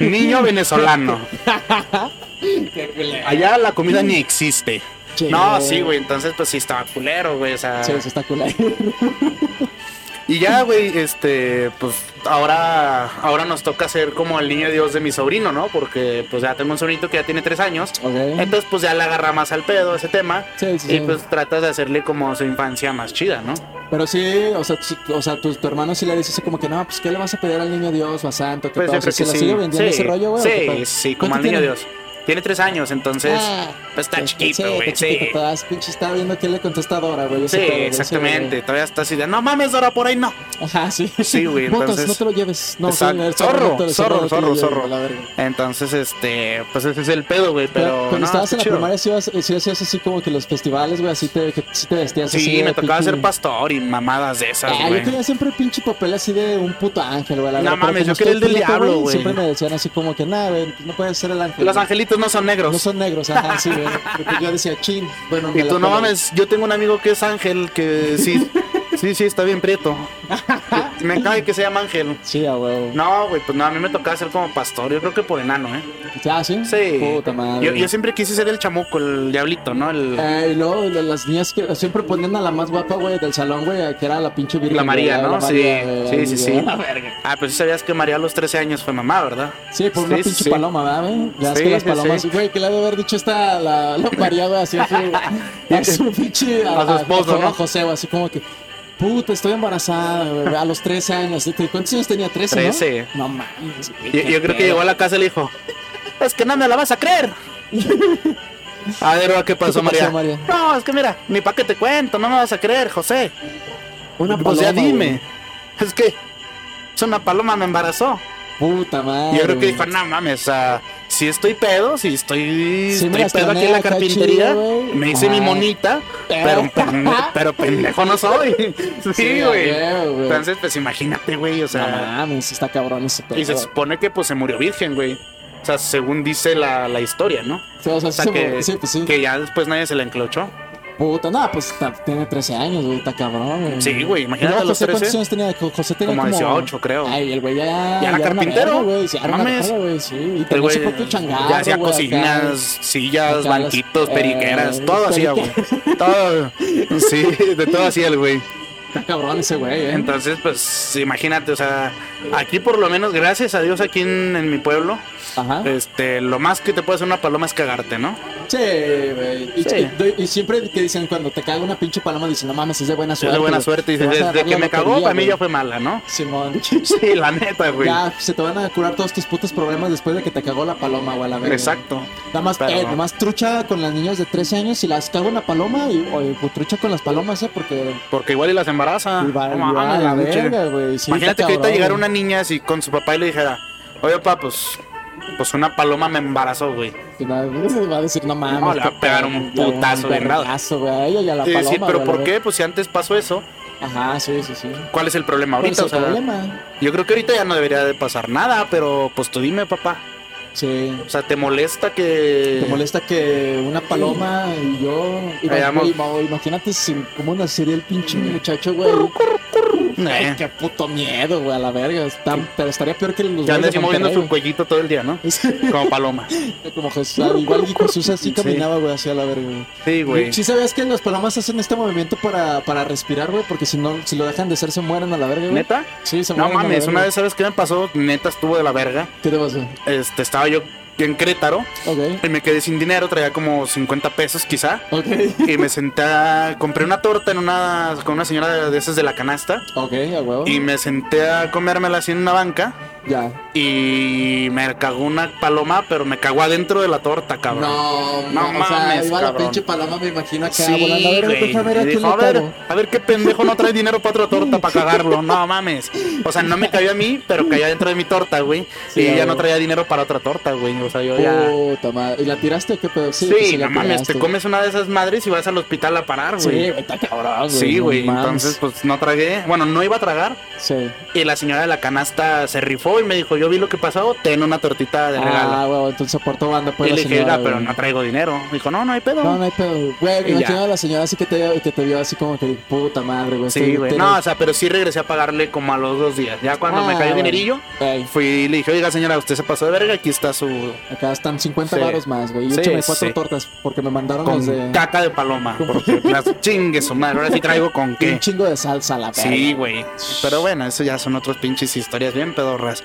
[SPEAKER 1] Niño venezolano.
[SPEAKER 2] Qué culero.
[SPEAKER 1] Allá la comida ni existe.
[SPEAKER 2] Sí.
[SPEAKER 1] No, sí, güey, entonces pues sí estaba culero, güey. O sea,
[SPEAKER 2] Sí, sí, está culero.
[SPEAKER 1] Y ya, güey, este, pues ahora, ahora nos toca ser como el niño Dios de mi sobrino, ¿no? Porque pues ya tengo un sobrinito que ya tiene tres años.
[SPEAKER 2] Ok.
[SPEAKER 1] Entonces, pues ya le agarra más al pedo ese tema.
[SPEAKER 2] Sí, sí,
[SPEAKER 1] Y
[SPEAKER 2] sí.
[SPEAKER 1] pues tratas de hacerle como su infancia más chida, ¿no?
[SPEAKER 2] Pero sí, o sea, sí, o sea tu, tu hermano sí le dice así como que no, pues ¿qué le vas a pedir al niño Dios o a Santo? ¿Qué
[SPEAKER 1] Pues
[SPEAKER 2] pedo?
[SPEAKER 1] yo creo que
[SPEAKER 2] O sea, ¿se la
[SPEAKER 1] sí.
[SPEAKER 2] sigue vendiendo
[SPEAKER 1] sí,
[SPEAKER 2] ese rollo, güey? o qué
[SPEAKER 1] sí,
[SPEAKER 2] pedo?
[SPEAKER 1] sí, como al
[SPEAKER 2] ¿Cuánto
[SPEAKER 1] niño
[SPEAKER 2] tiene?
[SPEAKER 1] Dios. Tiene tres años, entonces
[SPEAKER 2] Ah,
[SPEAKER 1] pues está
[SPEAKER 2] pues,
[SPEAKER 1] chiquito,
[SPEAKER 2] sí,
[SPEAKER 1] güey.
[SPEAKER 2] está chiquito,
[SPEAKER 1] Sí,
[SPEAKER 2] todas pinche estaba viendo quién le contesta a Dora, güey. ese
[SPEAKER 1] sí,
[SPEAKER 2] pedo, güey, ese
[SPEAKER 1] exactamente. Todavía está así de, no mames, ahora por ahí no.
[SPEAKER 2] pedo. Ajá, sí.
[SPEAKER 1] Sí, güey,
[SPEAKER 2] Botas,
[SPEAKER 1] entonces-
[SPEAKER 2] no te lo lleves. No, sí,
[SPEAKER 1] Exacto.
[SPEAKER 2] el
[SPEAKER 1] Zorro,
[SPEAKER 2] no te lo-
[SPEAKER 1] zorro,
[SPEAKER 2] no te lo
[SPEAKER 1] zorro,
[SPEAKER 2] lleves,
[SPEAKER 1] zorro.
[SPEAKER 2] a la verga.
[SPEAKER 1] Entonces, este, pues ese es el pedo, güey.
[SPEAKER 2] Pero,
[SPEAKER 1] Pero
[SPEAKER 2] cuando
[SPEAKER 1] no,
[SPEAKER 2] estabas
[SPEAKER 1] está
[SPEAKER 2] en la
[SPEAKER 1] chido.
[SPEAKER 2] primaria, sí, ibas- sí hacías así como que los festivales, güey, así te, que, sí te vestías pues, así.
[SPEAKER 1] Sí,
[SPEAKER 2] de
[SPEAKER 1] me tocaba
[SPEAKER 2] pinche-
[SPEAKER 1] ser pastor y mamadas de esas,
[SPEAKER 2] Ah, yo
[SPEAKER 1] güey.
[SPEAKER 2] tenía siempre el pinche papel así de un puto ángel, güey. la
[SPEAKER 1] No
[SPEAKER 2] verdad, pero
[SPEAKER 1] mames,
[SPEAKER 2] como
[SPEAKER 1] yo quería el
[SPEAKER 2] estoy
[SPEAKER 1] del
[SPEAKER 2] prieto,
[SPEAKER 1] diablo, güey.
[SPEAKER 2] Siempre me decían así como que, nada, güey, no puedes ser el ángel.
[SPEAKER 1] Los
[SPEAKER 2] güey.
[SPEAKER 1] angelitos no son negros.
[SPEAKER 2] No son negros, ajá, sí, güey. Porque yo decía, chin, bueno, me
[SPEAKER 1] y
[SPEAKER 2] la
[SPEAKER 1] tú no
[SPEAKER 2] pela".
[SPEAKER 1] mames, yo tengo un amigo que es ángel, que sí, sí, sí, está bien prieto. me cae que se llama Ángel.
[SPEAKER 2] Sí, a huevo.
[SPEAKER 1] No, güey, pues no, a mí me tocaba ser como pastor. Yo creo que por enano, ¿eh?
[SPEAKER 2] Ah, sí.
[SPEAKER 1] Sí.
[SPEAKER 2] Puta madre.
[SPEAKER 1] Yo, yo siempre quise ser el chamuco, el diablito, ¿no? El,
[SPEAKER 2] Eh, y luego la- las niñas que siempre ponían a la más guapa, güey, del salón, güey, que era la pinche virgen.
[SPEAKER 1] la María,
[SPEAKER 2] güey,
[SPEAKER 1] ¿no?
[SPEAKER 2] la María, eh, güey,
[SPEAKER 1] sí,
[SPEAKER 2] ay,
[SPEAKER 1] sí, sí, sí.
[SPEAKER 2] güey.
[SPEAKER 1] Ah, pero sí sabías que María a los 13 años fue mamá, ¿verdad?
[SPEAKER 2] Sí, por una
[SPEAKER 1] Sí, sí,
[SPEAKER 2] pinche
[SPEAKER 1] sí.
[SPEAKER 2] paloma, ¿verdad, güey? Ya es
[SPEAKER 1] Sí,
[SPEAKER 2] que las
[SPEAKER 1] sí,
[SPEAKER 2] palomas,
[SPEAKER 1] sí.
[SPEAKER 2] güey, que le ha de haber dicho esta, la, la María, güey, así a su, a su pinche.
[SPEAKER 1] A su esposo,
[SPEAKER 2] a
[SPEAKER 1] ¿no?
[SPEAKER 2] José, güey, así como que. Puta, estoy embarazada, güey, a los 13 años. ¿Y tú ¿Cuántos años tenía? 13, ¿no?
[SPEAKER 1] 13.
[SPEAKER 2] No mames, güey,
[SPEAKER 1] Yo,
[SPEAKER 2] qué
[SPEAKER 1] yo creo que
[SPEAKER 2] pedo.
[SPEAKER 1] llegó a la casa y le dijo: Es que no me la vas a creer. A ver, ¿qué pasó,
[SPEAKER 2] ¿Qué pasó,
[SPEAKER 1] María?
[SPEAKER 2] María?
[SPEAKER 1] No, es que mira, ni pa' que te cuento, no me vas a creer, José.
[SPEAKER 2] Una
[SPEAKER 1] o sea,
[SPEAKER 2] paloma,
[SPEAKER 1] pues, dime. Es que es una paloma, me embarazó.
[SPEAKER 2] güey. Puta madre.
[SPEAKER 1] yo creo que dijo,
[SPEAKER 2] güey.
[SPEAKER 1] no mames, o sea, si estoy pedo, si estoy,
[SPEAKER 2] Sí
[SPEAKER 1] estoy
[SPEAKER 2] me las
[SPEAKER 1] pedo aquí en
[SPEAKER 2] troneo,
[SPEAKER 1] la
[SPEAKER 2] está
[SPEAKER 1] carpintería,
[SPEAKER 2] chido, güey.
[SPEAKER 1] me hice mi
[SPEAKER 2] Ajá.
[SPEAKER 1] monita, pero,
[SPEAKER 2] Pero-
[SPEAKER 1] pende- pero pendejo no soy.
[SPEAKER 2] Sí,
[SPEAKER 1] Sí, güey.
[SPEAKER 2] a huevo, güey.
[SPEAKER 1] Entonces, pues imagínate, güey, o
[SPEAKER 2] No
[SPEAKER 1] sea,
[SPEAKER 2] mames, está cabrón ese pedo.
[SPEAKER 1] y se supone que pues se murió virgen, güey. O sea, según dice la, la historia, ¿no?
[SPEAKER 2] Sí, o sea,
[SPEAKER 1] O sea,
[SPEAKER 2] sí,
[SPEAKER 1] que,
[SPEAKER 2] sí, pues sí.
[SPEAKER 1] que ya después nadie se la enclochó.
[SPEAKER 2] Puta, no, pues está- tiene 13 años, güey, está cabrón, güey.
[SPEAKER 1] Sí, güey, imagínate
[SPEAKER 2] ¿Y luego
[SPEAKER 1] a los
[SPEAKER 2] José ¿Cuántos
[SPEAKER 1] 13?
[SPEAKER 2] años tenía? Jo- José tenía
[SPEAKER 1] Como
[SPEAKER 2] como...
[SPEAKER 1] 18 creo.
[SPEAKER 2] Ay, el güey ya... Ya
[SPEAKER 1] era carpintero.
[SPEAKER 2] verga, güey, sí, era una
[SPEAKER 1] Mames.
[SPEAKER 2] verga, güey, sí. Y tenía su propio changarro,
[SPEAKER 1] ya hacía
[SPEAKER 2] güey, acá.
[SPEAKER 1] cocinas, sillas,
[SPEAKER 2] Acá
[SPEAKER 1] banquitos,
[SPEAKER 2] las-
[SPEAKER 1] periqueras,
[SPEAKER 2] eh,
[SPEAKER 1] todo hacía, güey.
[SPEAKER 2] periqueras.
[SPEAKER 1] Todo. Sí, de todo hacía el güey.
[SPEAKER 2] Está cabrón ese güey, eh.
[SPEAKER 1] Entonces, pues imagínate, o sea, aquí por lo menos, gracias a Dios, aquí en, en mi pueblo,
[SPEAKER 2] Ajá.
[SPEAKER 1] este, lo más que te puede hacer una paloma es cagarte, ¿no?
[SPEAKER 2] Sí, güey. Y,
[SPEAKER 1] Sí.
[SPEAKER 2] y- y siempre que dicen, cuando te caga una pinche paloma, dicen, no mames, es de buena
[SPEAKER 1] Es
[SPEAKER 2] suerte.
[SPEAKER 1] de buena
[SPEAKER 2] güey.
[SPEAKER 1] suerte. Y
[SPEAKER 2] Te
[SPEAKER 1] dices,
[SPEAKER 2] vas a
[SPEAKER 1] desde
[SPEAKER 2] ganar
[SPEAKER 1] que
[SPEAKER 2] la
[SPEAKER 1] me cagó,
[SPEAKER 2] lotería,
[SPEAKER 1] para mí
[SPEAKER 2] güey.
[SPEAKER 1] ya fue mala, ¿no?
[SPEAKER 2] Simón.
[SPEAKER 1] Sí, la neta, güey.
[SPEAKER 2] Ya se te van a curar todos tus putos problemas después de que te cagó la paloma, güey, a la verga.
[SPEAKER 1] Exacto.
[SPEAKER 2] Nada más,
[SPEAKER 1] Pero
[SPEAKER 2] eh,
[SPEAKER 1] no.
[SPEAKER 2] nada más trucha con las niñas de 13 años si las cago en la paloma y, o, o trucha con las palomas, ¿eh? Porque
[SPEAKER 1] Porque igual y las embaraza.
[SPEAKER 2] y va-
[SPEAKER 1] No
[SPEAKER 2] y va
[SPEAKER 1] mames,
[SPEAKER 2] Ah, a la
[SPEAKER 1] pinche.
[SPEAKER 2] verga, güey. Sí,
[SPEAKER 1] Imagínate
[SPEAKER 2] está
[SPEAKER 1] que ahorita
[SPEAKER 2] cabrón,
[SPEAKER 1] llegara
[SPEAKER 2] güey.
[SPEAKER 1] una niña así con su papá y le dijera, oye papá, pues, pues una paloma me embarazó, güey.
[SPEAKER 2] Que nada- Va a decir, no mames.
[SPEAKER 1] No, le va a
[SPEAKER 2] qué
[SPEAKER 1] pegar
[SPEAKER 2] cabrón,
[SPEAKER 1] un putazo
[SPEAKER 2] un
[SPEAKER 1] bien raro.
[SPEAKER 2] vergazo, güey. a ella y a la
[SPEAKER 1] Y
[SPEAKER 2] paloma,
[SPEAKER 1] decir, pero
[SPEAKER 2] güey, a
[SPEAKER 1] ¿por
[SPEAKER 2] la
[SPEAKER 1] qué? Pues si antes pasó eso,
[SPEAKER 2] verga". Ajá, sí, sí, sí.
[SPEAKER 1] ¿cuál es el problema
[SPEAKER 2] ¿Cuál es
[SPEAKER 1] ahorita?
[SPEAKER 2] el
[SPEAKER 1] O sea,
[SPEAKER 2] problema?
[SPEAKER 1] yo creo que ahorita ya no debería de pasar nada, pero pues tú dime, papá.
[SPEAKER 2] Sí.
[SPEAKER 1] O sea, ¿te molesta que...
[SPEAKER 2] ¿Te molesta que una paloma y yo... y
[SPEAKER 1] Ahí vamos. Mm.
[SPEAKER 2] güey, mo- imagínate si, cómo nacería el pinche muchacho, güey. Ay,
[SPEAKER 1] Eh,
[SPEAKER 2] qué puto miedo, güey, a la verga. Está- pero estaría peor que los
[SPEAKER 1] que ande
[SPEAKER 2] güeyes
[SPEAKER 1] así
[SPEAKER 2] de
[SPEAKER 1] moviendo
[SPEAKER 2] Monterrey,
[SPEAKER 1] su cuellito todo el día, ¿no?
[SPEAKER 2] güey.
[SPEAKER 1] Como paloma.
[SPEAKER 2] Como Jesús, al igual que Jesús así
[SPEAKER 1] Sí.
[SPEAKER 2] caminaba, güey, hacia la verga. güey.
[SPEAKER 1] Sí, güey.
[SPEAKER 2] Sí sabías que los palomas hacen este movimiento para, para respirar, güey, porque si no, si lo dejan de hacer se mueren a la verga, güey.
[SPEAKER 1] ¿Neta?
[SPEAKER 2] Sí, se
[SPEAKER 1] No
[SPEAKER 2] mueren. a la
[SPEAKER 1] mames,
[SPEAKER 2] verga.
[SPEAKER 1] una vez, ¿sabes qué me pasó? Neta estuvo de la verga.
[SPEAKER 2] ¿Qué te pasó?
[SPEAKER 1] Este, estaba yo en Crétaro
[SPEAKER 2] Ok,
[SPEAKER 1] y me quedé sin dinero, traía como 50 pesos quizá.
[SPEAKER 2] ok,
[SPEAKER 1] Y me senté, a- compré una torta en una, con una señora de esas de la canasta.
[SPEAKER 2] ok, a huevo.
[SPEAKER 1] Y me senté a comérmela así en una banca.
[SPEAKER 2] Ya.
[SPEAKER 1] Y me cagó una paloma, pero me cagó adentro de la torta, cabrón.
[SPEAKER 2] No,
[SPEAKER 1] No
[SPEAKER 2] ma- o sea,
[SPEAKER 1] mames,
[SPEAKER 2] iba la
[SPEAKER 1] cabrón.
[SPEAKER 2] pinche paloma, me imagino acá
[SPEAKER 1] Sí,
[SPEAKER 2] volando. A ver,
[SPEAKER 1] güey.
[SPEAKER 2] déjame ver a
[SPEAKER 1] Y
[SPEAKER 2] quién
[SPEAKER 1] dijo,
[SPEAKER 2] le
[SPEAKER 1] a ver,
[SPEAKER 2] cago".
[SPEAKER 1] a ver qué pendejo no trae dinero para otra torta para cagarlo. No mames. O sea, no me cayó a mí, pero cayó adentro de mi torta, güey.
[SPEAKER 2] Sí,
[SPEAKER 1] y ella
[SPEAKER 2] güey.
[SPEAKER 1] no traía dinero para otra torta, güey. O sea, yo ya.
[SPEAKER 2] Puta madre. ¿Y la tiraste o qué pedo?
[SPEAKER 1] Sí,
[SPEAKER 2] pues la
[SPEAKER 1] no mames, te
[SPEAKER 2] tiraste.
[SPEAKER 1] comes una de esas madres y vas al hospital a parar,
[SPEAKER 2] Sí,
[SPEAKER 1] güey.
[SPEAKER 2] güey, está cabrón, güey.
[SPEAKER 1] Sí,
[SPEAKER 2] no
[SPEAKER 1] güey.
[SPEAKER 2] mames.
[SPEAKER 1] Entonces, pues no tragué. Bueno, no iba a tragar.
[SPEAKER 2] Sí.
[SPEAKER 1] Y la señora de la canasta se rifó y me dijo, yo vi lo que pasó, ten una tortita de regalo.
[SPEAKER 2] Ah, huevo, entonces aportó banda, pues.
[SPEAKER 1] y
[SPEAKER 2] la
[SPEAKER 1] le dije,
[SPEAKER 2] señora,
[SPEAKER 1] "Oiga, pero
[SPEAKER 2] güey.
[SPEAKER 1] no traigo dinero. Dijo, no, no hay pedo.
[SPEAKER 2] No, no hay pedo. Güey, me
[SPEAKER 1] Y ya.
[SPEAKER 2] imagino a la señora así que te, que te vio así como que puta madre, güey.
[SPEAKER 1] sí,
[SPEAKER 2] estoy-
[SPEAKER 1] güey.
[SPEAKER 2] te-
[SPEAKER 1] No, o sea, pero sí regresé a pagarle como a los dos días. Ya cuando me
[SPEAKER 2] Ah,
[SPEAKER 1] cayó el
[SPEAKER 2] bueno.
[SPEAKER 1] dinerillo,
[SPEAKER 2] Ey,
[SPEAKER 1] fui y le dije, oiga señora, usted se pasó de verga, aquí está su...
[SPEAKER 2] acá están 50
[SPEAKER 1] Sí.
[SPEAKER 2] varos más, güey. Y
[SPEAKER 1] Sí,
[SPEAKER 2] échame cuatro
[SPEAKER 1] sí.
[SPEAKER 2] tortas porque me mandaron
[SPEAKER 1] Con
[SPEAKER 2] los de.
[SPEAKER 1] caca de paloma, porque las chingue su madre, ahora sí traigo con
[SPEAKER 2] y
[SPEAKER 1] qué.
[SPEAKER 2] Un chingo de salsa, la verga.
[SPEAKER 1] Sí, güey. Pero bueno, eso ya son otros pinches historias bien pedorras.